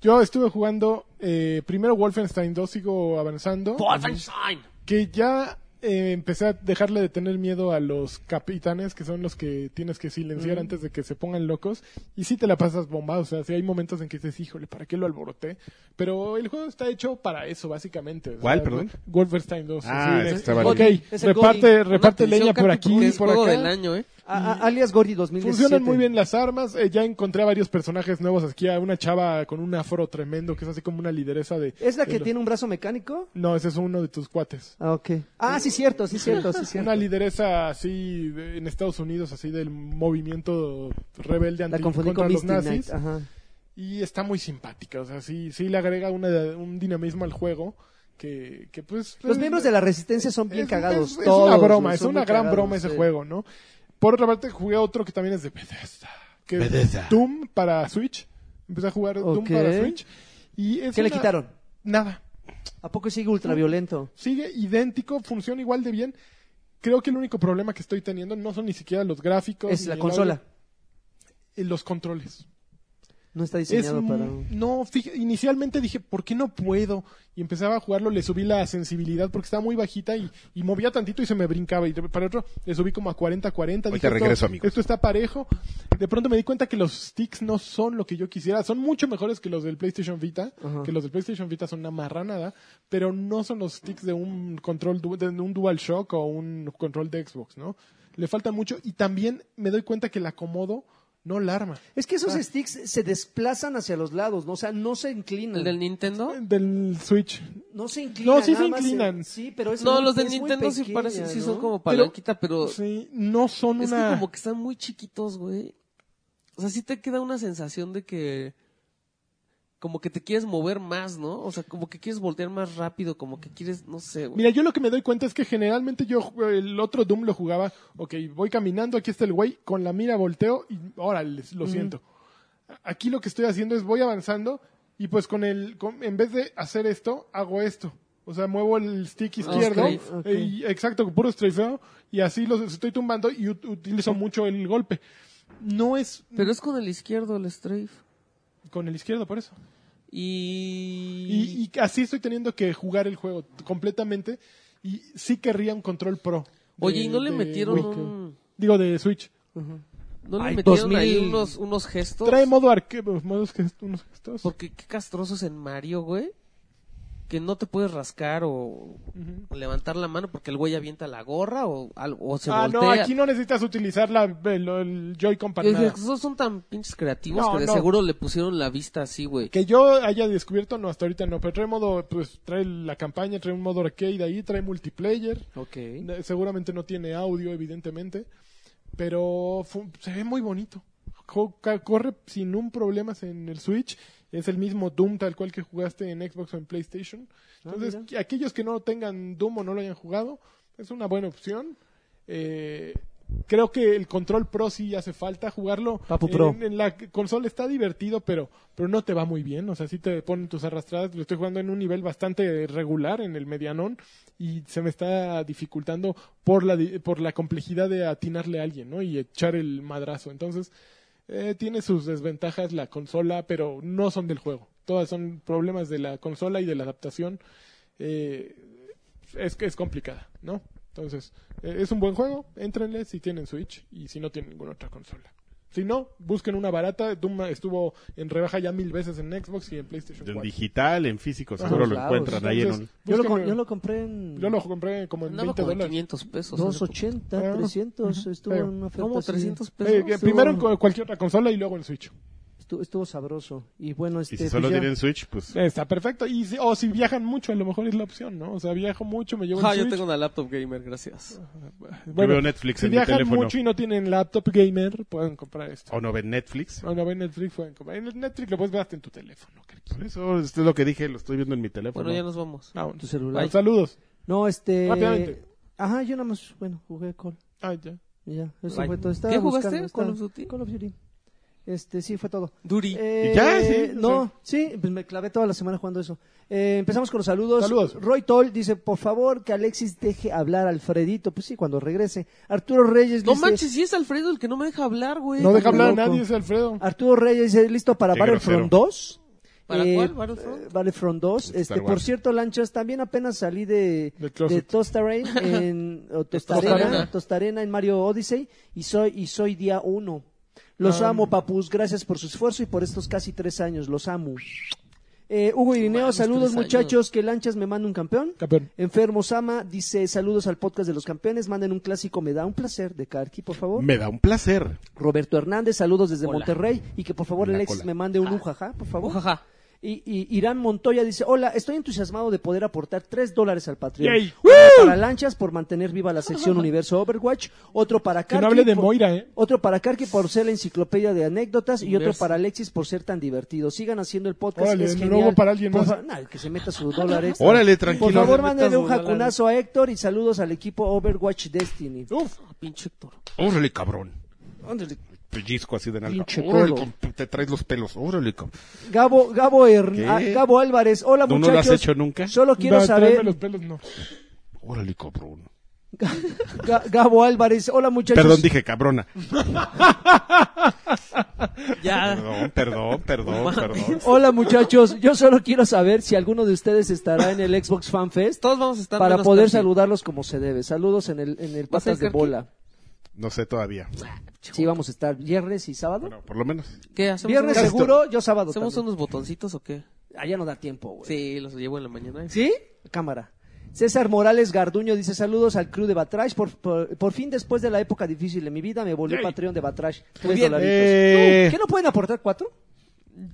E: Yo estuve jugando eh, primero Wolfenstein 2, sigo avanzando.
D: Wolfenstein.
E: que ya eh, empecé a dejarle de tener miedo a los capitanes, que son los que tienes que
C: Mm.
E: silenciar antes de que se pongan locos. Y sí te la pasas bombado, o sea, sí hay momentos en que dices, híjole, ¿para qué lo alboroté? Pero el juego está hecho para eso, básicamente. O
A: ¿Cuál,
E: sea,
A: perdón?
E: Wolfenstein 2.
A: Ah,
E: así de,
A: está valiente.
E: ok,
C: Es el
E: reparte,
C: Golding.
E: reparte leña por aquí,
D: Es
E: por
D: juego
E: acá.
D: del año, ¿eh?
C: A- a- alias Gordy 2017.
E: Mm, Funcionan muy bien las armas. eh, ya encontré a varios personajes nuevos. Aquí a una chava con un afro tremendo que es así como una lideresa de.
C: ¿Es la
E: de
C: que
E: los-
C: tiene un brazo mecánico?
E: No, ese es uno de tus cuates.
C: Ah, ok. Ah, sí, cierto, sí, cierto, sí, cierto.
E: una lideresa así de- en Estados Unidos, así del movimiento rebelde
C: La
E: anti,
C: confundí
E: contra
C: con ah.
E: los
C: Misty Knight.
E: nazis.
C: Ajá.
E: Y está muy simpática, o sea, sí, sí le agrega una- un dinamismo al juego que, que, pues...
C: Los miembros de la resistencia son bien
E: es-
C: cagados.
E: Es, es
C: todos,
E: una
C: güey,
E: broma, es
C: son
E: una
C: muy
E: gran
C: cagados,
E: broma ese
C: sí.
E: juego, ¿no? Por otra parte, jugué otro que también es de Bethesda. Que es
A: Bethesda.
E: Doom para Switch. Empecé a jugar Doom
C: Ok.
E: para Switch. Y es
C: ¿Qué le
E: una-
C: quitaron?
E: Nada.
C: ¿A poco sigue ultraviolento?
E: Sigue idéntico, funciona igual de bien. Creo que el único problema que estoy teniendo no son ni siquiera los gráficos.
C: Es
E: ni
C: la
E: el
C: consola.
E: audio, eh, los controles.
C: No está
E: Es
C: diseñado
E: un-
C: para...
E: No, fija- inicialmente dije, ¿por qué no puedo? Y empezaba a jugarlo, le subí la sensibilidad porque estaba muy bajita y, y movía tantito y se me brincaba. Y de- para otro, le subí como a 40-40.
A: Ahorita regreso,
E: esto,
A: amigos".
E: esto está parejo. De pronto me di cuenta que los sticks no son lo que yo quisiera. Son mucho mejores que los del PlayStation Vita.
C: Ajá.
E: Que los del PlayStation Vita son una marranada. Pero no son los sticks de un control, du- de un DualShock o un control de Xbox, ¿no? Le falta mucho. Y también me doy cuenta que el acomodo no la arma.
C: Es que esos
E: Ah.
C: sticks se desplazan hacia los lados, ¿no? o sea, no se inclinan.
D: ¿El del Nintendo?
E: Del Switch.
C: No se inclinan.
E: No, sí se
C: nada más
E: inclinan.
C: Pues Sí, pero es
D: No,
C: muy-
D: los de
C: es muy
D: Nintendo sí
C: pequeña,
D: parecen, sí son
C: ¿no?
D: como palanquita, pero,
E: Sí, no son
D: es
E: pues, una.
D: que como que están muy chiquitos, güey. O sea, sí te queda una sensación de que como que te quieres mover más, ¿no? O sea, como que quieres voltear más rápido, como que quieres, no sé, güey.
E: Mira, yo lo que me doy cuenta es que generalmente yo ju- el otro Doom lo jugaba, ok, voy caminando, aquí está el güey, con la mira volteo y órale, lo siento. Aquí lo que estoy haciendo es voy avanzando y pues con el, con- en vez de hacer esto, hago esto. O sea, muevo el
D: Ah,
E: stick izquierdo,
D: strafe,
C: ok.
E: eh, y- exacto, puro strafeo, y así los estoy tumbando y ut- utilizo mucho el golpe. No es
D: Pero es con el izquierdo el strafe.
E: con el izquierdo, por eso.
D: Y...
E: Y, y así estoy teniendo que jugar el juego t- completamente. Y sí querría un control pro. de-
D: Oye, ¿y no le
E: de
D: metieron
E: Wii.
D: un-
E: Digo, de Switch.
D: ¿No le
C: Ay,
D: metieron
C: 2000.
D: ahí unos, unos gestos?
E: Trae modo arqueo, modos que unos gestos.
D: Porque qué castrosos en Mario, güey. Que no te puedes rascar o levantar la mano porque el güey avienta la gorra o, algo- o se
E: ah,
D: voltea.
E: no, aquí no necesitas utilizar la, el, el Joy-Con para
D: Yo dije,
E: nada.
D: esos son tan pinches creativos
E: No,
D: que de
E: no.
D: seguro le pusieron la vista así, güey.
E: Que yo haya descubierto, no, hasta ahorita no. Pero trae modo, pues trae la campaña, trae un modo arcade ahí, trae multiplayer.
D: Ok.
E: No, Eh, Seguramente no tiene audio, evidentemente. Pero fu- se ve muy bonito. Co- ca- corre sin un problema en el Switch. Es el mismo Doom tal cual que jugaste en Xbox o en PlayStation. Entonces, que- aquellos que no tengan Doom o no lo hayan jugado, es una buena opción. Eh, creo que el control pro sí hace falta jugarlo.
C: Papu
E: En-
C: Pro.
E: En, la consola está divertido, pero, pero no te va muy bien. O sea, sí te ponen tus arrastradas. Lo estoy jugando en un nivel bastante regular, en el medianón, y se me está dificultando por la, di- por la complejidad de atinarle a alguien, ¿no? Y echar el madrazo. Entonces, eh, tiene sus desventajas la consola, pero no son del juego. Todas son problemas de la consola y de la adaptación. Eh, es que es complicada, ¿no? Entonces, eh, es un buen juego, éntrenle si tienen Switch y si no tienen ninguna otra consola. Si no, busquen una barata. Doom estuvo en rebaja ya mil veces en Xbox y en PlayStation
A: En
E: 4.
A: digital, en físico, seguro lo
C: claro,
A: encuentran ahí en un...
E: Entonces,
C: Yo lo, com-
E: búsquenlo.
C: yo lo compré en
E: Yo lo compré como en
D: Andaba
E: 20
D: como en
E: dólares.
D: 500 pesos. hace poco.
C: 280,
E: Ah,
C: 300. Estuvo en
E: pero-
C: una oferta
D: ¿Cómo?
C: así.
D: 300 pesos.
E: Eh, que
C: Sí,
E: primero en
C: bueno.
E: cu- cualquier otra consola y luego en Switch.
C: Estuvo, estuvo sabroso. Y bueno,
A: Y
C: este.
E: eh,
A: si
C: pues
A: solo
C: ya.
A: tienen Switch, pues...
E: Está perfecto. Y si- o si viajan mucho, a lo mejor es la opción, ¿no? O sea, viajo mucho, me llevo el
D: Ah, yo
E: Switch. Ah,
D: tengo una laptop gamer, gracias.
E: Bueno,
A: veo Netflix
E: si
A: en mi
E: viajan
A: teléfono.
E: mucho y no tienen laptop gamer, pueden comprar esto.
A: O no ven Netflix.
E: O Ah, no ven Netflix, pueden comprar. En Netflix lo puedes ver hasta en tu teléfono. creo.
A: Por eso, esto es lo que dije, lo estoy viendo en mi teléfono.
D: Bueno, ya nos vamos.
E: Vámonos.
C: Ah, Tu celular.
E: Bueno, Saludos.
C: No, este.
E: Rápidamente.
C: Ajá, yo nada más, bueno, jugué Call.
E: Ah, ya.
C: y Ya, eso
D: Bye.
C: fue todo.
D: ¿Qué
C: Estaba
D: jugaste?
C: buscando,
D: ¿Call
C: estaba-
D: of Duty?
C: Call of Duty. Este, sí, fue todo.
D: Duri.
C: Eh,
A: ¿Y ya? Sí, o
C: no, sí, pues me clavé toda la semana jugando eso. Eh, empezamos con los saludos.
E: Saludos.
C: Roy Toll dice, por favor, que Alexis deje hablar a Alfredito. Pues sí, cuando regrese. Arturo Reyes
D: no
C: dice...
D: manches, sí es Alfredo el que no me deja hablar, güey.
E: No deja
C: como
E: hablar a
C: loco. Ah.
E: nadie, es Alfredo.
C: Arturo Reyes dice, ¿listo para
A: Qué
C: Battlefront
A: grosero.
C: 2?
D: ¿Para cuál?
C: Battlefront?
D: ¿Battlefront?
C: 2.
A: Star
C: Este, por
A: Wars.
C: cierto, Lanchas, también apenas salí de,
E: Del closet.
C: de Tostarena
D: (laughs)
C: en, o Tostarena,
D: Tostarena.
C: Tostarena en Mario Odyssey y soy, y soy día uno. Los
D: Ah.
C: amo, papus. Gracias por su esfuerzo y por estos casi tres años. Los amo. Eh, Hugo Irineo,
D: Mames,
C: saludos
D: tres años.
C: muchachos. Que Lanchas me manda un campeón.
E: Campeón.
C: Enfermo Sama dice saludos al podcast de los campeones. Manden un clásico. Me da un placer de Karki, por favor.
A: Me da un placer.
C: Roberto Hernández, saludos desde
D: Hola.
C: Monterrey. Y que por favor
A: Una
C: Alexis
A: cola.
D: Oh,
E: Ah.
C: me mande un ujaja, por favor.
D: Ujaja.
C: Y, y Irán Montoya dice, hola, estoy entusiasmado de poder aportar 3 dólares al Patreon.
E: Yay.
C: Uno para lanchas por mantener viva
E: (laughs)
C: la sección Universo Overwatch, otro para
E: Que
C: Karki,
E: no hable de
C: por-
E: Moira, ¿eh?
C: otro para Karki por ser la enciclopedia de anécdotas y otro
D: Universo.
C: para Alexis por ser tan divertido. Sigan haciendo el podcast,
E: Órale,
C: es
E: de
C: genial.
E: nuevo para alguien
C: Por
E: más.
C: fa- nah, que se meta
E: (laughs)
C: su dólar extra.
A: Órale,
C: Por
A: tranquilo.
C: favor,
D: le metas
C: mándenle un
D: dólar.
C: jacunazo a Héctor y saludos al equipo Overwatch Destiny.
E: Uf,
D: Ah, Pinche toro.
A: Órale, cabrón.
C: Ándale.
A: Pellizco así de nalga.
C: Pinche
A: Órale,
C: toro.
A: com- te traes los pelos. Órale, cabrón.
C: Gabo, Gabo, Hern-
A: ¿Qué?
C: ah, Gabo Álvarez, hola
A: ¿No,
C: muchachos.
A: no lo has hecho nunca?
C: Solo quiero
E: va, tráeme
C: saber,
E: los pelos, no.
A: Órale, cabrón.
C: Ga- Gabo Álvarez, hola muchachos.
A: Perdón, dije cabrona. (laughs)
C: Ah.
D: Ya.
A: Perdón, perdón, perdón, perdón.
C: Hola muchachos, yo solo quiero saber si alguno de ustedes estará en el Xbox Fan Fest
D: Todos vamos a estar
C: para
D: menos
C: poder
D: Percy.
C: saludarlos como se debe. Saludos en el en el
D: ¿Vas a
C: patas de
D: ir, Karki?
C: bola.
A: No sé todavía.
C: Sí, vamos a estar viernes y sábado.
A: Bueno, por lo menos.
D: ¿Qué hacemos?
C: viernes
D: unos-
C: seguro, yo sábado.
D: ¿Hacemos
C: también.
D: unos botoncitos o qué?
C: Allá no da tiempo, güey.
D: Sí, los llevo en la mañana.
C: ¿Sí? Cámara. César Morales Garduño dice saludos al crew de Batrash. Por, por, por fin, después de la época difícil de mi vida, me volví
E: Yay.
C: Patreon de Batrash. Tres
D: bien.
C: dolaritos.
A: Eh.
C: No, ¿Qué no pueden aportar cuatro?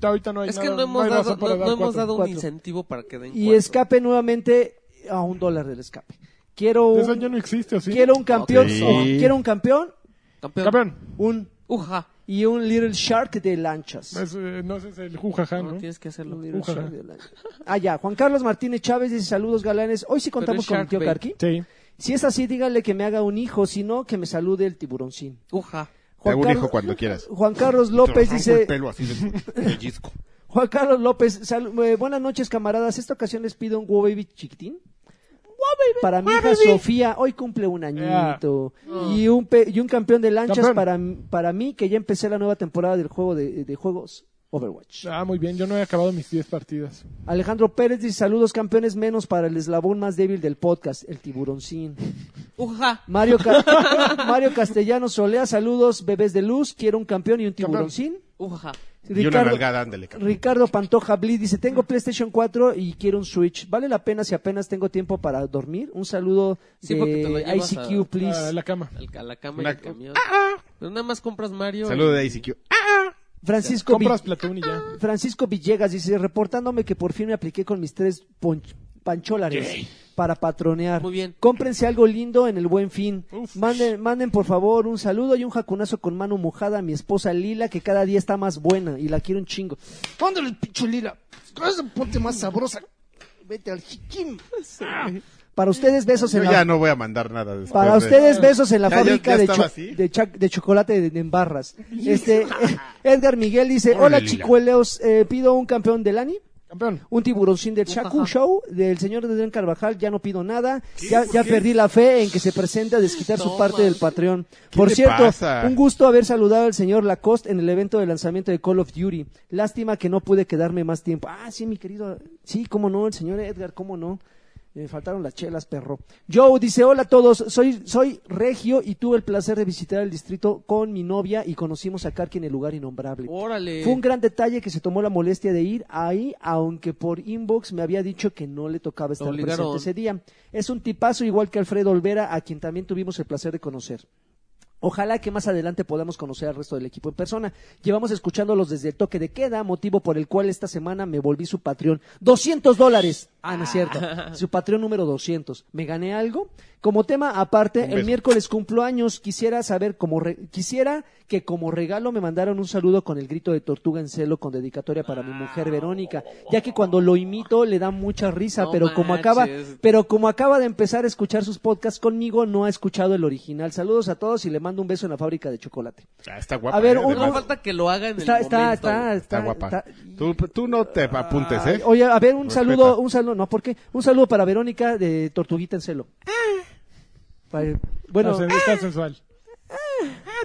E: Ahorita no hay
D: Es que
E: nada,
D: no hemos
E: hay
D: dado,
E: razón para
D: no,
E: dar
D: no hemos
E: cuatro.
D: dado un
C: cuatro.
D: incentivo para que den
C: Y
D: cuatro.
C: escape nuevamente a un dólar del escape. Quiero
E: Eso ya
C: un,
E: no existe, ¿o sí?
C: quiero un campeón, oh,
A: Sí.
C: quiero un campeón,
D: Campeón.
E: Campeón.
C: un
D: Uja.
C: y un Little Shark de lanchas.
E: Es, eh, no, ese es el jujaja,
D: No,
E: ¿no?
D: tienes que hacerlo.
C: Un Little
E: Ujaja.
C: Shark de lanchas. Ah, ya. Juan Carlos Martínez Chávez dice saludos galanes. Hoy sí
D: Pero
C: contamos
D: es
C: con el
D: Shark
C: tío
D: Bait.
C: Karki.
E: Sí.
C: Si es así, díganle que me haga un hijo, si no, que me salude el tiburoncín.
D: Uja.
A: Te hago un
C: Carlos-
A: hijo cuando quieras.
C: Juan Carlos
A: Te
C: López
A: arranco
C: dice,
A: el pelo así de pellizco.
C: Juan Carlos López, sal- eh, buenas noches camaradas, esta ocasión les pido un Wow Baby chiquitín. Para mi hija Sofía, hoy cumple un añito. Y, un pe- y un campeón de lanchas
E: Campeón.
C: para, m- para mí, que ya empecé la nueva temporada del juego de, de juegos Overwatch.
E: Ah, muy bien. Yo no he acabado mis 10 partidas.
C: Alejandro Pérez dice: Saludos campeones, menos para el eslabón más débil del podcast, el tiburoncín.
D: Uja.
A: (laughs)
C: Mario, Ca- Mario Castellano Solea, saludos, bebés de luz, quiero un campeón y un tiburoncín.
D: Uja.
A: Y una nalgada, ándele, cabrón.
C: Ricardo Pantoja Bli dice, tengo PlayStation 4 y quiero un Switch. ¿Vale la pena si apenas tengo tiempo para dormir? Un saludo
D: Sí, porque te lo
C: de
D: llevas
C: ICQ,
D: a-
C: please.
E: Ah, la cama.
D: Al, a la cama y
A: Una-
D: al camión. Pero nada más compras Mario.
A: Saludo de ICQ.
C: Francisco, Vi-
E: Compras Platón y ya.
C: Francisco Villegas dice, reportándome que por fin me apliqué con mis tres ponch- pancholares. Para patronear.
D: Muy bien.
C: Cómprense algo lindo en el buen fin.
E: Uf.
C: Manden, manden por favor un saludo y un jacunazo con mano mojada a mi esposa Lila, que cada día está más buena y la quiero un chingo. Ándale, pinche Lila. Ponte más sabrosa. Vete al jiquim. Para ustedes, besos
A: Yo
C: en la
A: ya no voy a mandar nada después
C: para
A: este, de-
C: ustedes, besos en la
A: Ya, ya,
C: fábrica
A: ya
C: de,
A: estaba
C: cho-
A: así.
C: de, cha- de chocolate de-
A: (laughs)
C: en barras. Este, Edgar Miguel dice,
A: Órale,
C: hola
A: Lila.
C: chicueleos, eh, pido un campeón del Ani,
E: Campeón.
C: un tiburoncín del Shaku Show, del señor Adrián Carvajal, ya no pido nada, ya, ya perdí la fe en que se presente a desquitar su
D: No,
C: parte
D: man.
C: del Patreon. Por
A: le
C: cierto,
A: pasa?
C: un gusto haber saludado al señor Lacoste en el evento de lanzamiento de Call of Duty. Lástima que no pude quedarme más tiempo. Ah, sí, mi querido, sí, cómo no, el señor Edgar, cómo no. Me faltaron las chelas, perro. Joe dice, hola a todos, soy, soy Regio y tuve el placer de visitar el distrito con mi novia y conocimos a Karki en el lugar innombrable.
A: Oh,
D: Órale.
C: Fue un gran detalle que se tomó la molestia de ir ahí, aunque por inbox me había dicho que no le tocaba estar
D: obligaron.
C: presente ese día. Es un tipazo igual que Alfredo Olvera, a quien también tuvimos el placer de conocer. Ojalá que más adelante podamos conocer al resto del equipo en persona. Llevamos escuchándolos desde el toque de queda, motivo por el cual esta semana me volví su Patreon. ¡200 dólares! Ah, no es cierto. Su Patreon número 200. ¿Me gané algo? Como tema aparte, el
A: beso.
C: miércoles cumplo años. Quisiera saber, como re- quisiera que como regalo me mandaran un saludo con el grito de tortuga en celo con dedicatoria para mi mujer Verónica, ya que cuando lo imito le da mucha risa,
D: No
C: pero como acaba,
D: manches.
C: pero como acaba de empezar a escuchar sus podcasts conmigo, no ha escuchado el original. Saludos a todos y le mando un beso en la fábrica de chocolate.
A: Ah, está guapa.
C: A ver,
A: eh,
C: un-
A: además.
D: No falta que lo haga en
C: Está,
D: el
C: está,
D: momento.
A: Está
C: está, está,
A: guapa.
C: está-
A: Tú, tú no te apuntes, ¿eh?
C: Ay, Oye, a ver, un
A: Respeta.
C: saludo, un saludo, no, ¿por qué? Un saludo para Verónica de Tortuguita en Celo.
D: Ah.
C: Para- bueno,
E: Está sen- está sensual.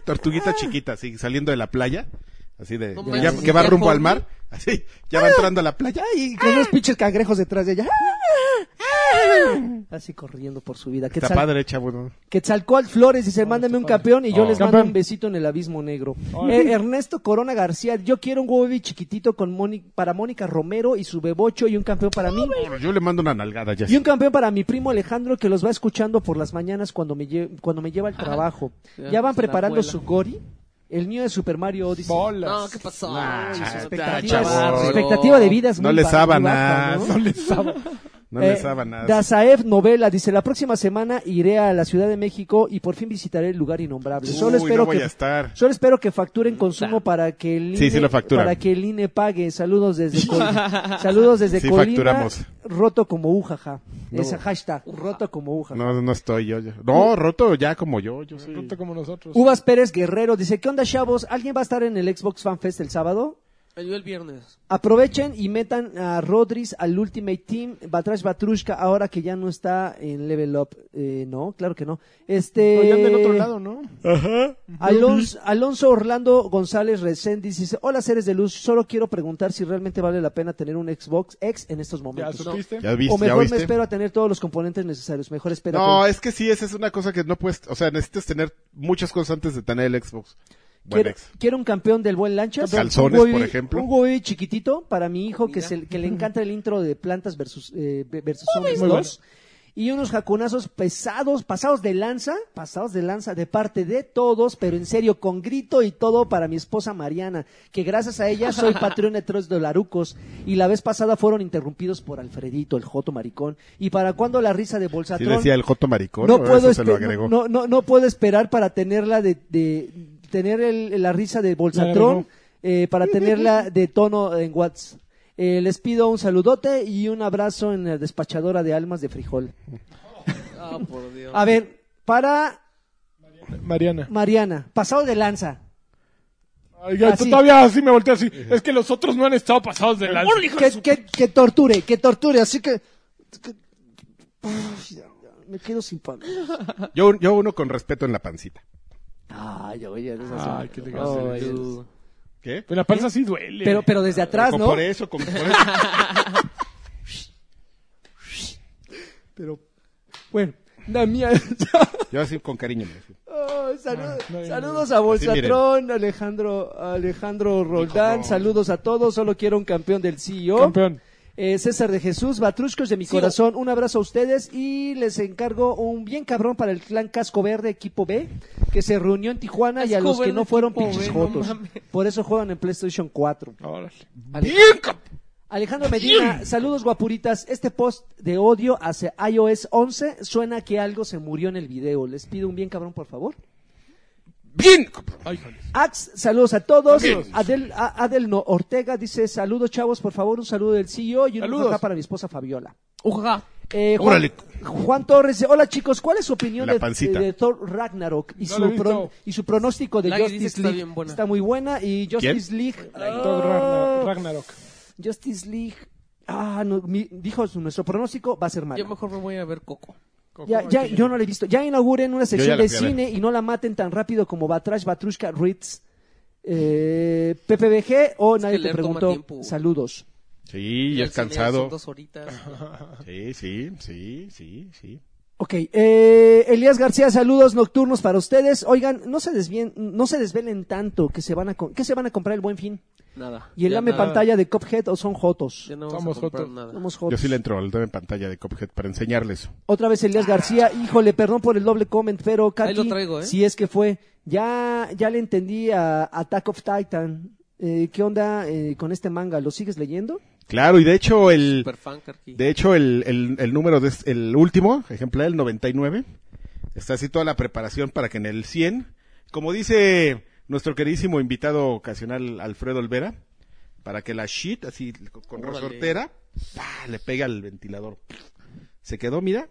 A: Tortuguita chiquita, así, saliendo de la playa. Así de.
D: No
A: ya-
D: manches,
A: que va
D: ya
A: rumbo al
D: comí.
A: mar. Así. Ya va entrando a la playa.
C: y con unos pinches cangrejos detrás de ella.
D: Ah.
C: Así corriendo por su vida.
A: Está
C: Quetzal-
A: padre, chavo. ¿no?
C: Quetzalcóatl Flores dice, mándame un campeón y yo
A: Oh.
C: les mando
E: Campeón.
C: un besito en el abismo negro.
E: Órale.
C: Eh, Ernesto Corona García, yo quiero un huevo chiquitito con Moni- para Mónica Romero y su bebocho y un campeón para mí.
A: Bueno, Yo le mando una nalgada ya.
C: Y un campeón para mi primo Alejandro que los va escuchando por las mañanas cuando me, lle- cuando me lleva al trabajo.
D: (laughs) Ya,
C: ¿Ya van
D: se la
C: preparando
D: vuela.
C: su gori? El mío es Super Mario Odyssey.
E: Bolas.
D: No, ¿qué pasó?
A: Nah,
D: Ay, sus
A: está
D: expectativas.
A: chaval.
C: su expectativa de vida es
A: No
C: muy
A: le
C: baja, muy baja,
A: sábanas.
C: ¿no?
E: No les sabe.
A: No
C: Eh,
A: le sábanas.
C: Dazaef Novela dice, la próxima semana iré a la Ciudad de México y por fin visitaré el lugar innombrable.
A: Uy,
C: Solo espero
A: no voy
C: que
A: a estar.
C: Solo espero que facturen consumo para que el INE,
A: Sí, sí lo facturan.
C: para que el INE pague. Saludos desde Colima. Saludos desde
A: Sí,
C: Colima.
A: facturamos.
C: Roto como ujaja.
A: No.
C: Esa hashtag, roto como ujaja.
A: No, no estoy yo. yo. No, roto ya como yo. Yo soy.
E: Roto como nosotros.
C: Uvas Pérez Guerrero dice, "¿Qué onda, chavos? ¿Alguien va a estar en el Xbox Fan Fest el sábado?"
D: Yo el viernes.
C: Aprovechen y metan a Rodríguez al Ultimate Team, Batrash Batrushka, ahora que ya no está en Level Up. Eh, no, claro que no. Este...
E: No, ya anda en otro lado, ¿no?
C: Ah, Alonso, Alonso Orlando González Reséndiz dice, hola seres de luz, solo quiero preguntar si realmente vale la pena tener un Xbox X en estos
E: Ya
C: momentos.
E: supiste.
A: ¿Ya
C: o
A: viste? ¿Ya
C: mejor me
A: viste?
C: espero a tener todos los componentes necesarios, mejor espero.
A: No, es que sí, esa es una cosa que no puedes. O sea, necesitas tener muchas cosas antes de tener el Xbox. Buen
C: quiero,
A: ex.
C: quiero un campeón del buen lanchas.
A: Calzones,
C: Un
A: por ejemplo.
C: Un Huawei chiquitito para mi hijo que,
D: Mira.
C: se, que le encanta el intro de Plantas versus, eh, ve- versus Zombies
E: Muy
C: 2. Y unos jacunazos pesados, pasados de lanza, pasados de lanza de parte de todos, pero en serio, con grito y todo para mi esposa Mariana, que gracias a
A: (laughs)
C: ella soy patrón de tres dolarucos. Y la vez pasada fueron interrumpidos por Alfredito, el Joto Maricón. ¿Y para cuándo la risa de
A: Sí
C: Bolsatrón?
A: decía el Joto Maricón.
C: no
A: ¿o?
C: puedo
A: Eso se lo
C: espe-
A: agregó.
C: no, no, no puedo esperar para tenerla de, de- tener el- la risa de
E: agregó.
C: Bolsatrón eh, para tenerla de tono en Watts. Eh, les pido un saludote y un abrazo en la despachadora de almas de frijol.
D: Ah, por Dios.
C: A ver, para
E: Mariana.
C: Mariana, pasado de lanza.
E: Ay, ya,
C: Así.
E: Todavía así me volteé así. Es que los otros no han estado pasados de lanza.
C: Que, que- que torture, que torture, así que... que- Ay, ya, ya, me quedo sin pan.
A: Yo, yo uno con respeto en la pancita.
C: Ay, oye, eres así.
E: Ay, qué legal.
C: Oh, eres-
A: ¿Qué?
E: Pero la panza sí duele.
C: pero, pero desde Pues, atrás,
A: Con-
C: ¿no?
A: Por eso, con- por eso.
C: Pero, bueno, la mía... (laughs)
A: Yo así con cariño. me decía.
C: Oh, saludo-
E: no hay-
C: saludos a
A: Así,
C: Bolsatrón, Alejandro, Alejandro Roldán, saludos a todos, solo quiero un campeón del CEO.
E: Campeón.
C: Eh, César de Jesús, Batrushcos de mi corazón, un abrazo a ustedes y les encargo un bien cabrón para el clan Casco Verde, equipo B, que se reunió en Tijuana y a
D: Casco
C: los que
D: Verde,
C: no fueron
D: equipo
C: pinches
D: B, no
C: jotos.
D: mames.
C: Por eso juegan en PlayStation 4.
E: Órale.
C: Alejandro Medina, saludos guapuritas. Este post de odio hacia iOS 11 suena que algo se murió en el video. Les pido un bien cabrón, por favor.
A: ¡Bien!
E: Ay, joder.
C: Ax, saludos a todos.
A: Bien.
C: Adel, a- Adel No- Ortega dice, saludos chavos, por favor, un saludo del CEO y un
E: Saludos.
C: ujajá para mi esposa Fabiola.
D: Ujaja.
C: Eh, Juan,
A: Órale.
C: Juan Torres dice, hola chicos, ¿cuál es su opinión
A: La
C: de,
A: pancita.
C: de Thor Ragnarok y,
E: No
C: su
E: lo he visto.
C: pro- y su pronóstico de
D: Lagi dice que
C: Justice
D: está
C: League?
D: bien buena.
C: muy buena y Justice League...
E: Thor
C: Ah,
E: Ragnar- Ragnarok.
C: Justice League... Ah, no, mi- dijo su- nuestro pronóstico va a ser malo.
D: Yo mejor me voy a ver Coco.
C: Ya, ya, yo no la he visto. Ya inauguren una
A: Yo
C: sección
A: ya la
C: de
A: fui a ver.
C: cine y no la maten tan rápido como Batrash, Batrushka, Ritz, eh, PPBG o nadie te
D: leer toma
C: preguntó.
D: tiempo.
C: Saludos.
A: Sí, ya
D: El
A: es
D: cine Son
A: cansado.
D: dos horitas.
A: Sí, sí, sí, sí, sí.
C: Ok, eh, Elías García, saludos nocturnos para ustedes. Oigan, no se desvien, no se desvelen tanto que se van a co- que se van a comprar el buen fin.
D: Nada.
C: Y el
D: Ya
C: lame
D: nada.
C: pantalla de Cophead o son jotos.
D: Ya no vamos
E: Somos
D: a comprar
E: jotos.
D: nada.
C: Somos
A: Yo
C: jotos.
A: sí le entro al dedo en pantalla de Cophead para enseñarles.
C: Otra vez Elías García, híjole, perdón por el doble comment, pero Kaki,
D: Ah. Ahí lo traigo, ¿eh?
C: si es que fue, ya, ya le entendí a Attack of Titan. Eh, ¿Qué onda eh, con este manga? ¿Lo sigues leyendo?
A: Claro, y de hecho el...
D: Superfan, Carqui.
A: De hecho, el, el, el número, de, es- el último ejemplar, el 99, está así toda la preparación para que en el 100, como dice nuestro queridísimo invitado ocasional Alfredo Olvera, para que la shit, así con
D: Órale.
A: resortera, ¡pa! le pega al ventilador. Se quedó, mira,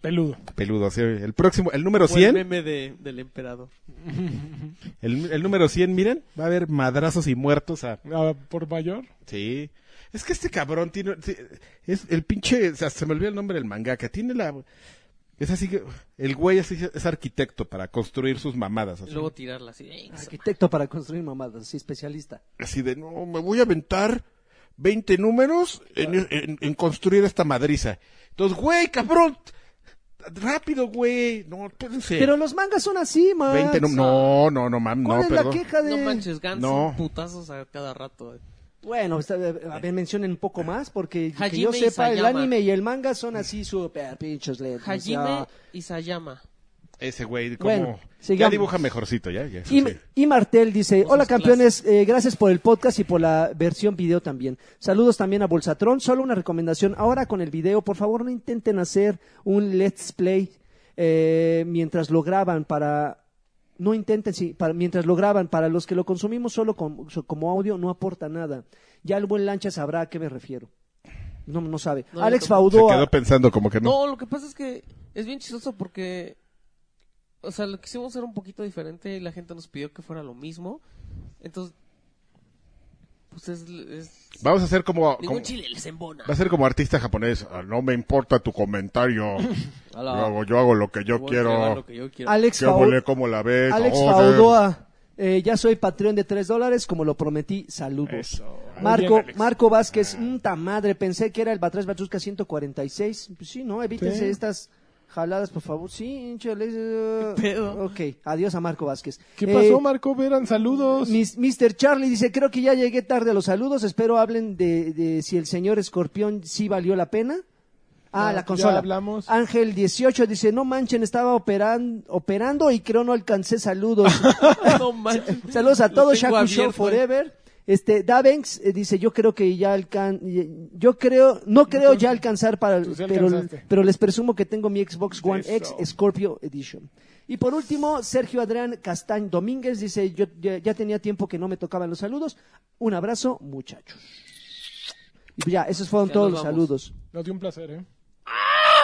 E: Peludo.
A: peludo. así, el próximo, el número
D: Fue el
A: 100,
D: meme de- del emperador.
A: el, el número 100, miren, va a haber madrazos y muertos a
E: Ah, por mayor.
A: Sí. Es que este cabrón tiene. ti- Es el pinche. o sea, se me olvidó el nombre del mangaka. Tiene la. Es así que. El güey así es arquitecto para construir sus mamadas.
D: Y
A: Así,
D: luego tirarla así. Eh,
C: Arquitecto para construir mamadas, sí, especialista.
A: Así de. No, me voy a aventar 20 números en, en- en construir esta madriza. Entonces, güey, cabrón. Rápido, güey. No, espérense.
C: Pero los mangas son así, man.
A: 20 números. No, no, no, mam.
C: ¿Cuál
A: No,
C: es la
A: perdón.
C: queja de...?
D: No manches, Gans,
A: No.
D: putazos a cada rato. eh.
C: Bueno, está- eh, a ver, mencionen un poco más, porque que
D: Hajime
C: yo sepa, el
D: Isayama.
C: anime y el manga son así súper pinchos lentos.
D: Hajime
C: ya.
D: Isayama.
A: Ese güey, como...
C: Bueno,
A: ya
C: sigamos.
A: dibuja mejorcito, ya. ya, eso
C: Y,
A: sí.
C: y Martel dice,
D: Cosas
C: hola campeones, eh, gracias por el podcast y por la versión video también. Saludos también a Bolsatron, solo una recomendación, ahora con el video, por favor no intenten hacer un let's play eh, mientras lo graban para... No intenten, sí, para, mientras lo graban, para los que lo consumimos solo com- so- como audio no aporta nada. Ya el buen lancha sabrá a qué me refiero. No, no sabe.
D: No,
C: Alex
D: yo tampoco.
A: Se
C: Faudó
A: quedó pensando como que no.
D: No, lo que pasa es que es bien chistoso porque. O sea, lo quisimos hacer un poquito diferente y la gente nos pidió que fuera lo mismo. Entonces. Pues es. es-
A: Vamos a hacer como...
D: ningún
A: como-
D: chile les embona.
A: Va a ser como artista japonés. "Ah, No me importa tu
D: (laughs)
A: comentario. Yo hago, yo hago lo que yo
D: Voy a entregar
A: quiero.
D: lo que yo quiero.
C: Alex
A: ¿Qué
C: Faud-
A: volé como la ves?
C: Alex
A: Joder.
C: Faudoa, eh, ya soy Patreon de 3 dólares, como lo prometí, saludos.
E: Eso.
C: Marco,
E: Muy bien, Alex. Ah.
C: Marco Vázquez, ta madre, pensé que era el Batrás Batrusca 146. Pues sí, no, evítense
E: Sí.
C: estas jaladas, por favor. Sí, hinche, les-
D: pedo?
C: Ok, adiós a Marco Vázquez.
E: ¿Qué
C: Eh,
E: pasó, Marco? Verán, saludos.
C: mis- Mr. Charlie dice, creo que ya llegué tarde a los saludos, espero hablen de, de si el señor escorpión sí valió la pena. Ah,
E: Ya-
C: la
E: ya
C: consola.
E: hablamos.
C: Ángel 18 dice, no manchen, estaba operan- operando y creo no
E: (laughs)
C: alcancé saludos.
D: (laughs) No manches.
C: (laughs) Saludos a
D: Lo
C: todos,
D: tengo
C: Shaku Show
D: abierto.
C: Forever. Este, Davenks eh, dice, yo creo que ya alcan... Yo creo, no creo ya alcanzar para...
E: Tú sí
C: pero,
E: alcanzaste.
C: pero les presumo que tengo mi Xbox One X
E: Eso.
C: Scorpio Edition. Y por último, Sergio Adrián Castañ Domínguez dice, yo ya, ya tenía tiempo que no me tocaban los saludos. Un abrazo, muchachos. Y pues ya, esos fueron
D: Ya
C: todos
D: nos
C: los
D: vamos.
C: saludos.
E: Nos dio un placer, ¿eh?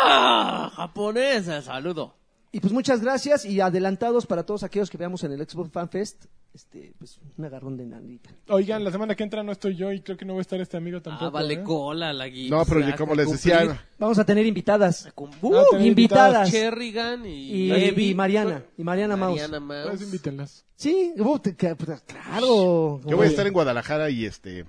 D: ¡Ah! Japonesa, saludo.
C: Y pues muchas gracias y adelantados para todos aquellos que veamos en el Xbox Fan Fest, este, pues un agarrón de nalguita.
E: Oigan, la semana que entra no estoy yo y creo que no va a estar este amigo tampoco.
D: Ah, vale
E: ¿eh?
D: cola, la guía.
A: No, pero yo como les decía...
C: Vamos a tener invitadas.
E: Ah, tener
C: Uh, invitadas.
D: Cherrigan Uh, y,
C: y,
D: Evi.
C: y Mariana, y Mariana Maus.
D: Mariana Maus.
E: Pues invítenlas.
C: Sí, uh, te- que- pues, claro.
A: Yo voy a estar en Guadalajara y este...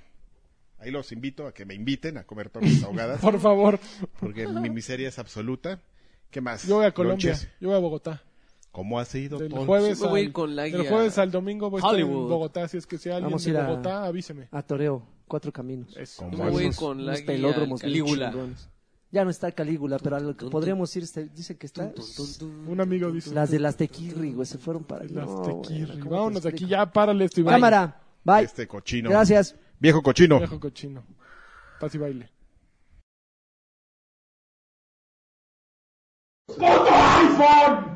A: Ahí los invito a que me inviten a comer tortas
E: (laughs)
A: ahogadas.
E: Por favor.
A: Porque mi miseria es absoluta. ¿Qué más?
E: Yo voy a Colombia.
A: Lonches.
E: Yo voy a Bogotá.
A: ¿Cómo ha sido
E: Del
A: todo?
E: jueves,
D: Sí, me voy a ir
E: al,
D: con la
E: del
D: guía.
E: jueves al domingo voy a estar en
D: Hollywood.
E: Bogotá. Si es que si alguien
C: Vamos a
E: de
C: ir a-
E: Bogotá, avíseme.
C: A Toreo, cuatro caminos.
E: Eso.
A: Como
D: Yo me voy
A: esos-
D: con la
C: Unos
D: guía al
C: pelódromos bien
D: Calígula.
C: chingones. Ya no está Calígula, pero a lo que
D: Tun, tun,
C: podríamos ir, este- dicen que está.
D: Tun, tun, tun, tun.
E: Un amigo dice.
C: Las de las Tequirri, güey, se fueron para allá.
E: Las
C: No, bueno,
E: tequirri.
C: ¿cómo te
E: Vámonos de aquí,
C: explico?
E: ya párale esto y baile.
C: Cámara, bye.
A: Este cochino.
C: Gracias.
A: Viejo cochino.
E: Viejo cochino. Paz y baile.
B: ¡Puto iPhone!